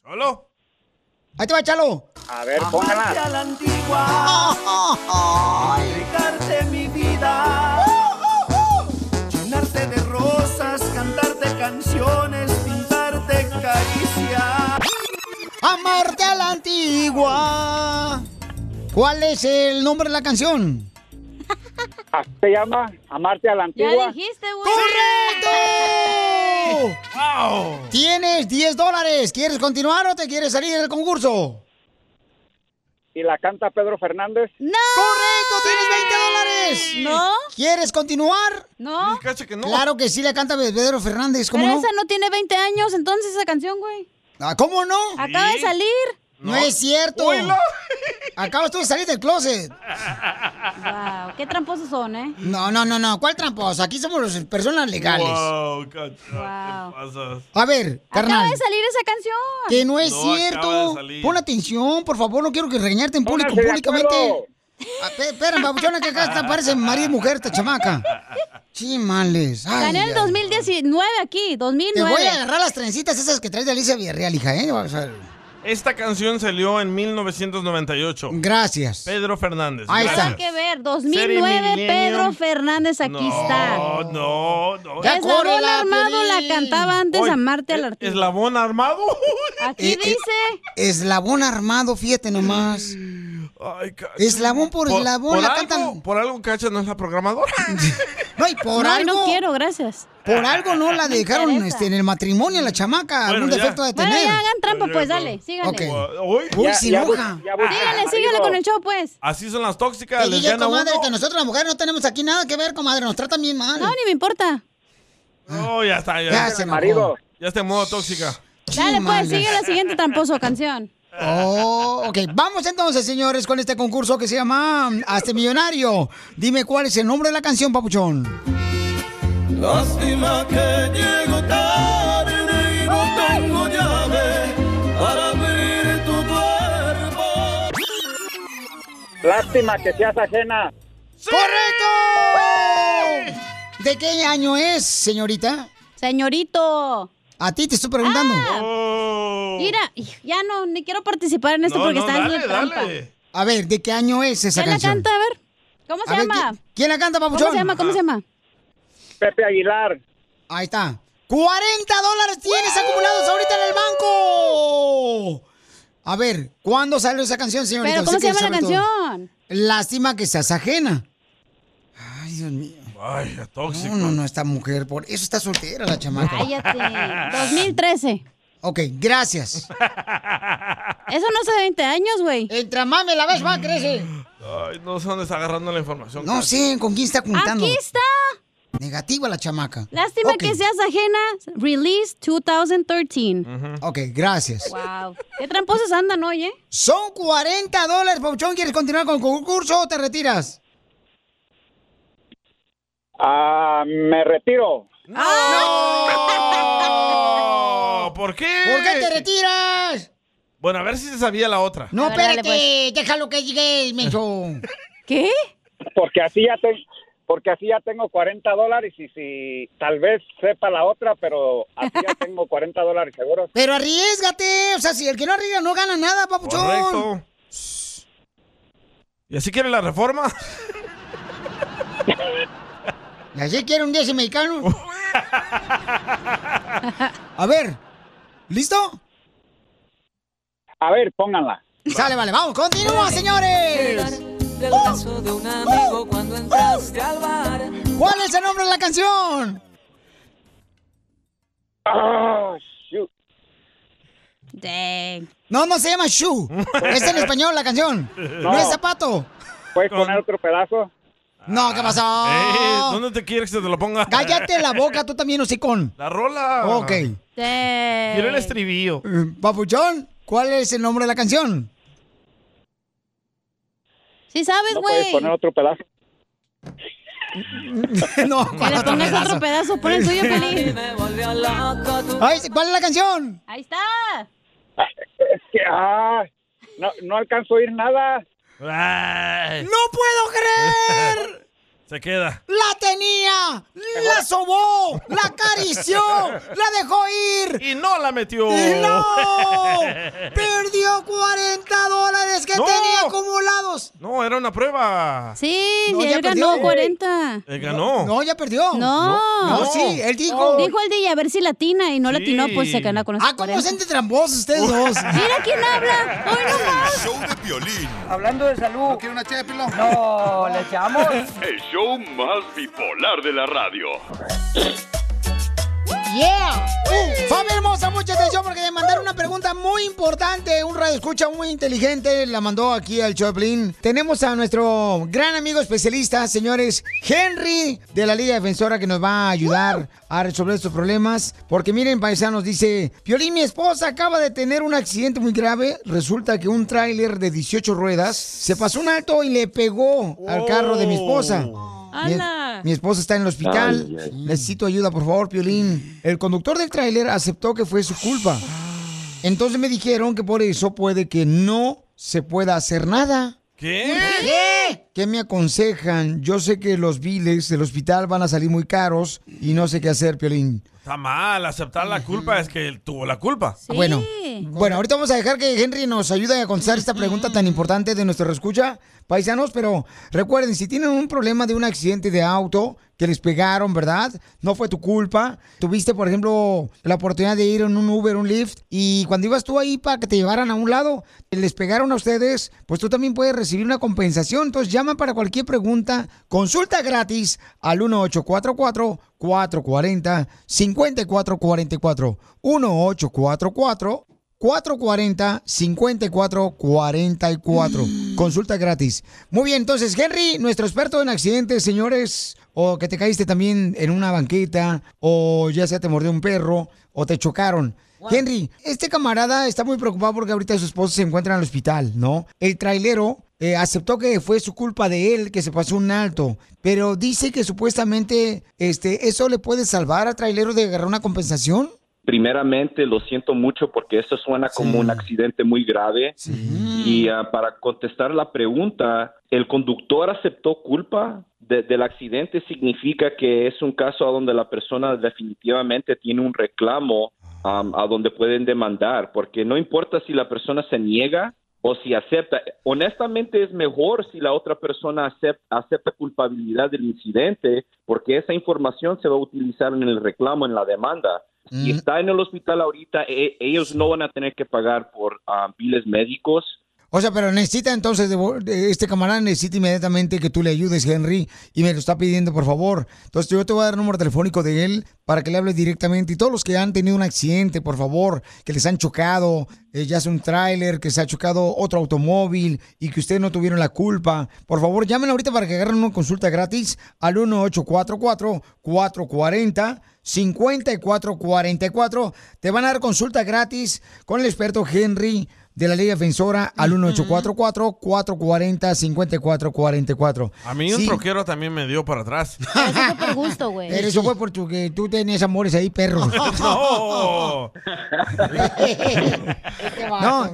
Speaker 3: ¿Solo?
Speaker 1: Ahí te va, Chalo.
Speaker 5: A ver, póngala. a la antigua. Entregarte mi vida. Llenarte de rosas, cantarte canciones, pintarte caricias.
Speaker 1: Amarte a la antigua. ¿Cuál es el nombre de la canción?
Speaker 12: Ah, Se llama Amarte a la
Speaker 2: Ya
Speaker 12: Antigua.
Speaker 2: dijiste, güey.
Speaker 1: ¡Correcto! Tienes 10 dólares. ¿Quieres continuar o te quieres salir del concurso?
Speaker 12: Y la canta Pedro Fernández.
Speaker 2: ¡No!
Speaker 1: ¡Correcto! ¡Tienes 20 dólares!
Speaker 2: ¿No?
Speaker 1: ¿Quieres continuar?
Speaker 2: No.
Speaker 1: Claro que sí, la canta Pedro Fernández. ¿Cómo
Speaker 2: Pero
Speaker 1: no?
Speaker 2: esa no tiene 20 años, entonces esa canción, güey.
Speaker 1: Ah, ¿Cómo no?
Speaker 2: Acaba de salir.
Speaker 1: No, es cierto.
Speaker 2: Oílo.
Speaker 1: Acabas tú de salir del closet.
Speaker 2: Wow, qué tramposos son, ¿eh?
Speaker 1: No, no, no, no. ¿Cuál tramposo? Aquí somos las personas legales.
Speaker 3: Wow, cacha,
Speaker 2: Wow.
Speaker 3: ¿qué pasas?
Speaker 1: A ver,
Speaker 2: Acaba
Speaker 1: carnal.
Speaker 2: de salir esa canción.
Speaker 1: Que no es
Speaker 3: No, acaba de
Speaker 1: cierto.
Speaker 3: salir.
Speaker 1: Pon atención, por favor. No quiero que regañarte en público,
Speaker 5: Pónganse de
Speaker 1: públicamente.
Speaker 5: acuerdo.
Speaker 1: Ah, pe- Espera, babuchona, que acá está, parece marido y mujer esta chamaca. Chimales. Ay,
Speaker 2: Ganó en el
Speaker 1: ay.
Speaker 2: 2019 aquí, 2009.
Speaker 1: Te voy a agarrar las trencitas esas que traes de Alicia Villarreal, hija, ¿eh? Vamos a ver.
Speaker 3: Esta canción salió en 1998.
Speaker 1: Gracias.
Speaker 3: Pedro Fernández.
Speaker 2: Ahí
Speaker 3: Pues Gracias.
Speaker 2: Nada que ver,
Speaker 3: Serie
Speaker 2: 2009,
Speaker 3: Millennium.
Speaker 2: Pedro Fernández, aquí
Speaker 3: No,
Speaker 2: está.
Speaker 3: no, no.
Speaker 2: Eslabón armado la cantaba antes
Speaker 3: Oye,
Speaker 2: Amarte al artista.
Speaker 3: ¿Eslabón armado?
Speaker 2: Aquí
Speaker 1: Eh, eh,
Speaker 2: dice.
Speaker 1: Eslabón armado, fíjate nomás. eslabón por, eslabón la
Speaker 3: algo,
Speaker 1: cantan.
Speaker 3: Por algo, Cacha no es la programadora.
Speaker 1: No, y por
Speaker 2: No,
Speaker 1: algo.
Speaker 2: no quiero, gracias.
Speaker 1: Por algo no la
Speaker 2: Me
Speaker 1: dejaron
Speaker 2: interesa.
Speaker 1: este, en el matrimonio, la chamaca.
Speaker 3: Bueno,
Speaker 1: algún
Speaker 3: ya.
Speaker 1: defecto de
Speaker 2: Bueno,
Speaker 1: tener.
Speaker 2: ya hagan trampa, pues dale, síganle.
Speaker 1: Ok.
Speaker 3: Uy,
Speaker 1: Uy, sin hoja.
Speaker 2: Síganle, síganle con el show, pues.
Speaker 3: Así son las
Speaker 1: Te
Speaker 3: tóxicas. Les
Speaker 1: dije,
Speaker 3: gana
Speaker 1: comadre,
Speaker 3: uno.
Speaker 1: que nosotros las mujeres no tenemos aquí nada que ver, comadre. Nos tratan bien mal.
Speaker 2: No, ni me importa.
Speaker 3: No, Oh, ya está. Ya,
Speaker 1: Ya
Speaker 3: está.
Speaker 1: se Marido. enojó.
Speaker 3: Ya está en modo tóxica.
Speaker 2: Dale, pues,
Speaker 1: Chimales.
Speaker 2: sigue la siguiente tramposo canción.
Speaker 1: Oh, ok. Vamos entonces, señores, con este concurso que se llama Hazte Millonario. Dime cuál es el nombre de la canción, papuchón.
Speaker 5: Lástima que llego tarde y no tengo llave para abrir tu cuerpo.
Speaker 12: Lástima que seas ajena.
Speaker 1: ¡Correcto! ¿De qué año es, señorita?
Speaker 2: Señorito.
Speaker 1: A ti te estoy preguntando.
Speaker 2: Ah. Mira, ya no, ni quiero participar en esto porque está en la trampa.
Speaker 1: A ver, ¿de qué año es esa
Speaker 2: ¿Quién la
Speaker 1: canción?
Speaker 2: canta? A ver. ¿Cómo se
Speaker 1: A ver,
Speaker 2: llama?
Speaker 1: ¿qui- ¿Quién la canta, papuchón?
Speaker 2: ¿Cómo se llama? ¿Cómo se llama?
Speaker 12: Pepe Aguilar.
Speaker 1: Ahí está. 40 dólares tienes acumulados ahorita en el banco. A ver, ¿cuándo salió esa canción, señorita?
Speaker 2: Pero, ¿cómo
Speaker 1: Usted
Speaker 2: se
Speaker 1: que
Speaker 2: llama la
Speaker 1: sabe todo.
Speaker 2: canción?
Speaker 1: Lástima que seas ajena. Ay, Dios mío.
Speaker 3: Ay, ya tóxico.
Speaker 1: No, no, no, esta mujer, por eso está soltera la chamaca.
Speaker 2: Cállate. 2013.
Speaker 1: Ok, gracias.
Speaker 2: Eso no hace 20 años, güey.
Speaker 1: Entra mame, la ves, va, crece.
Speaker 3: Ay, no sé dónde está agarrando la información.
Speaker 1: No
Speaker 3: Cacha.
Speaker 1: sé con quién está juntando.
Speaker 2: Aquí está.
Speaker 1: Negativa la chamaca.
Speaker 2: Lástima
Speaker 1: Ok,
Speaker 2: que seas ajena. Release 2013.
Speaker 1: Ok, gracias.
Speaker 2: Wow. Qué tramposos andan hoy, ¿eh?
Speaker 1: Son 40 dólares, Pauchón. ¿Quieres continuar con el concurso o te retiras?
Speaker 12: Ah, me retiro.
Speaker 3: ¡No! ¿Por
Speaker 2: Ah.
Speaker 3: qué?
Speaker 1: ¿Por qué te retiras?
Speaker 3: Bueno, a ver si se sabía la otra.
Speaker 1: No,
Speaker 12: A ver, dale,
Speaker 1: espérate.
Speaker 2: pues.
Speaker 1: Déjalo que llegue el menso.
Speaker 2: ¿Qué?
Speaker 12: Porque así ya te- porque así ya tengo 40 dólares y si tal vez sepa la otra, pero así
Speaker 1: <laughs>
Speaker 12: ya tengo 40 dólares seguros.
Speaker 1: Pero arriesgate. O sea, si el que no arriesga no gana nada, Papuchón.
Speaker 3: Correcto. ¿Y así quiere la reforma? <laughs>
Speaker 1: Y así quiere un 10 mexicano. A ver, ¿listo?
Speaker 12: A ver, pónganla.
Speaker 1: Sale, vale, vamos, continúa, señores. ¡Oh!
Speaker 5: Del caso de un amigo cuando entraste al bar.
Speaker 1: ¿Cuál es el nombre de la canción?
Speaker 12: Ah, shoot.
Speaker 2: Dang.
Speaker 1: No, no se llama Shoe. Es en español la canción. No,
Speaker 12: No.
Speaker 1: es zapato.
Speaker 12: ¿Puedes poner otro pedazo?
Speaker 1: No, ¿qué pasó?
Speaker 3: Eh, ¿Dónde te quieres que te lo ponga?
Speaker 1: Cállate la boca, tú también, hocicón.
Speaker 3: La rola.
Speaker 1: Ok.
Speaker 2: Dang.
Speaker 3: Quiero el estribillo.
Speaker 1: Eh, Papuchón, ¿cuál es el nombre de la canción?
Speaker 2: Sí sabes,
Speaker 12: ¿No puedes
Speaker 2: güey.
Speaker 12: poner otro pedazo?
Speaker 1: <laughs> no,
Speaker 2: Que
Speaker 1: ¿cuál
Speaker 2: le
Speaker 1: otro
Speaker 2: pongas
Speaker 1: pedazo?
Speaker 2: otro pedazo, pon
Speaker 1: <laughs>
Speaker 2: el tuyo, feliz.
Speaker 1: Ay, ¿Cuál es la canción?
Speaker 2: Ahí está.
Speaker 12: Es que, ah, no, no alcanzo a oír nada.
Speaker 3: Ay,
Speaker 1: ¡No puedo creer!
Speaker 3: <laughs> Se queda.
Speaker 1: ¡La tenía, la sobó, la acarició, la dejó ir.
Speaker 3: Y no la metió. <laughs>
Speaker 1: ¡No! Perdió 40 dólares que
Speaker 3: No.
Speaker 1: tenía acumulados.
Speaker 3: No, era una prueba.
Speaker 2: Sí,
Speaker 1: No,
Speaker 2: y
Speaker 1: ya
Speaker 2: él
Speaker 1: perdió.
Speaker 2: ganó 40.
Speaker 3: Él ganó.
Speaker 1: No, ya perdió.
Speaker 2: No. Oh.
Speaker 1: No, sí, él dijo.
Speaker 2: Dijo el DJ, a ver si latina y no latinó, pues se gana con esos
Speaker 1: Ah, ¿cómo
Speaker 2: 40.
Speaker 1: se entre ambos ustedes dos?
Speaker 2: Mira quién
Speaker 1: <laughs>
Speaker 2: habla. Hoy no más.
Speaker 8: Hablando de salud. ¿No quiere una ché de pilón? No, le echamos.
Speaker 9: El show más bipolar de la radio.
Speaker 1: ¡Yeah! Uh, familia hermosa, mucha atención porque me mandaron una pregunta muy importante. Un radio escucha muy inteligente la mandó aquí al Choplin. Tenemos a nuestro gran amigo especialista, señores, Henry de la Liga Defensora, que nos va a ayudar a resolver estos problemas. Porque miren, paisanos, dice: Piolín, mi esposa acaba de tener un accidente muy grave. Resulta que un tráiler de 18 ruedas se pasó un alto y le pegó al carro de mi esposa. Mi,
Speaker 5: ¡Ala!
Speaker 1: mi esposa está en el hospital.
Speaker 5: Ay, ay.
Speaker 1: Necesito ayuda, por favor, Piolín. El conductor del tráiler aceptó que fue su culpa. Entonces me dijeron que por eso puede que no se pueda hacer nada.
Speaker 3: ¿Qué?
Speaker 1: ¿Qué? ¿Qué me aconsejan? Yo sé que los biles del hospital van a salir muy caros y no sé qué hacer, Piolín.
Speaker 3: Está mal, aceptar la culpa es que él tuvo la culpa.
Speaker 1: Bueno, bueno, ahorita vamos a dejar que Henry nos ayude a contestar esta pregunta tan importante de nuestro escucha, paisanos, pero recuerden, si tienen un problema de un accidente de auto que les pegaron, ¿verdad? No fue tu culpa. Tuviste, por ejemplo, la oportunidad de ir en un Uber, un Lyft, y cuando ibas tú ahí para que te llevaran a un lado, les pegaron a ustedes, pues tú también puedes recibir una compensación. Entonces llama para cualquier pregunta, consulta gratis al 1844 440 5444 1844 440 5444 Consulta gratis. Muy bien, entonces Henry, nuestro experto en accidentes, señores, o que te caíste también en una banqueta, o ya sea te mordió un perro, o te chocaron. Henry, este camarada está muy preocupado porque ahorita su esposo se encuentra en el hospital, ¿no? El trailero eh, aceptó que fue su culpa de él que se pasó un alto, pero dice que supuestamente este, eso le puede salvar al trailero de agarrar una compensación.
Speaker 24: Primeramente, lo siento mucho porque esto suena como un accidente muy grave. Y ah, para contestar la pregunta, el conductor aceptó culpa de- del accidente, significa que es un caso a donde la persona definitivamente tiene un reclamo am, a donde pueden demandar, porque no importa si la persona se niega o si acepta. Honestamente es mejor si la otra persona acep- acepta, culpabilidad del incidente, porque esa información se va a utilizar en el reclamo, en la demanda.
Speaker 1: Mm.
Speaker 24: Si está en el hospital ahorita, e- ellos no van a tener que pagar por ah, biles médicos.
Speaker 1: O sea, pero necesita entonces, de vo- de- este camarada necesita inmediatamente que tú le ayudes, Henry, y me lo está pidiendo, por favor. Entonces yo te voy a dar el número telefónico de él para que le hables directamente. Y todos los que han tenido un accidente, por favor, que les han chocado, eh, ya sea un tráiler, que se ha chocado otro automóvil y que ustedes no tuvieron la culpa, por favor, llamen ahorita para que agarren una consulta gratis al 1844-440. 5444. Te van a dar consulta gratis con el experto Henry de la Liga Defensora al 1844-440-5444.
Speaker 3: A mí un
Speaker 1: Sí, Ah,
Speaker 3: troquero también me dio para atrás.
Speaker 1: por gusto, güey. Pero eso fue porque tú tenías amores
Speaker 17: <laughs>
Speaker 1: ahí, perro. <laughs>
Speaker 3: no.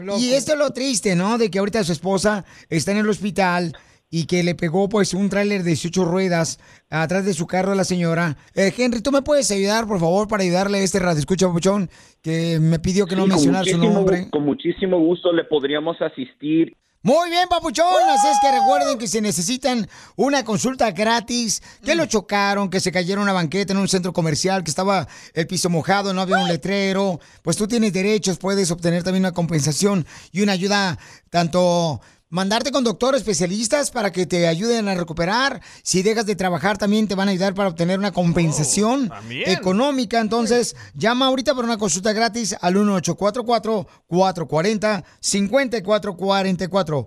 Speaker 1: No, y esto es lo triste, ¿no? De que ahorita su esposa está en el hospital y que le pegó pues un tráiler de 18 ruedas atrás de su carro a la señora. Eh, Henry, ¿tú me puedes ayudar, por favor, para ayudarle a este radio? Escucha, Buchón, que me pidió que no
Speaker 24: Sí, con
Speaker 1: mencionara su
Speaker 24: muchísimo-
Speaker 1: nombre.
Speaker 24: Con muchísimo gusto le podríamos asistir.
Speaker 1: Muy bien, papuchón. Así es que recuerden que si necesitan una consulta gratis, que lo chocaron, que se cayeron a una banqueta en un centro comercial, que estaba el piso mojado, no había un letrero, pues tú tienes derechos, puedes obtener también una compensación y una ayuda tanto mandarte con doctores especialistas para que te ayuden a recuperar. Si dejas de trabajar también te van a ayudar para obtener una compensación
Speaker 5: también.
Speaker 1: económica. Entonces, llama ahorita para una consulta gratis al 1844-440-5444.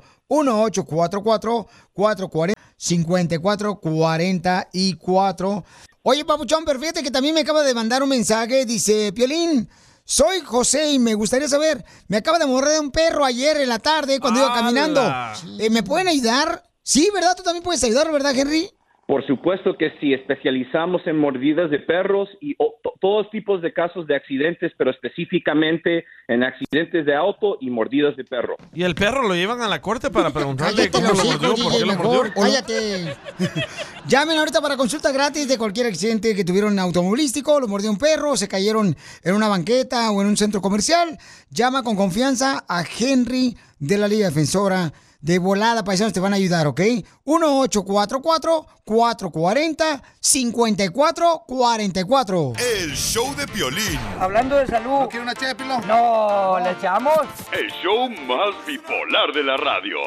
Speaker 1: 1844-440-5444. Oye, Papuchón, pero fíjate que también me acaba de mandar un mensaje. Dice, Piolín, soy José y me gustaría saber, me acaba de morder un perro ayer en la tarde cuando iba
Speaker 5: ¡Hala!
Speaker 1: caminando. Eh, ¿Me pueden ayudar? Sí, ¿verdad? Tú también puedes ayudar, ¿verdad, Henry?
Speaker 24: Por supuesto que sí, especializamos en mordidas de perros y o- to- todos tipos de casos de accidentes, pero específicamente en accidentes de auto y mordidas de perro.
Speaker 3: <laughs> Y el perro lo llevan a la corte para preguntarle
Speaker 1: <laughs> Cállate
Speaker 3: cómo
Speaker 1: los
Speaker 3: lo mordió,
Speaker 1: hijos,
Speaker 3: por
Speaker 1: DJ,
Speaker 3: qué lo
Speaker 1: mejor,
Speaker 3: mordió.
Speaker 1: cállate.
Speaker 3: <laughs>
Speaker 1: Llamen ahorita para consulta gratis de cualquier accidente que tuvieron automovilístico, lo mordió un perro, se cayeron en una banqueta o en un centro comercial. Llama con confianza a Henry de la Liga Defensora. De volada, paisanos, te van a ayudar, ¿ok? 1-844-440-5444.
Speaker 7: El show de Piolín.
Speaker 8: Eh, Hablando de salud. ¿No quiere una No, ¿le echamos?
Speaker 9: El show más bipolar de la radio.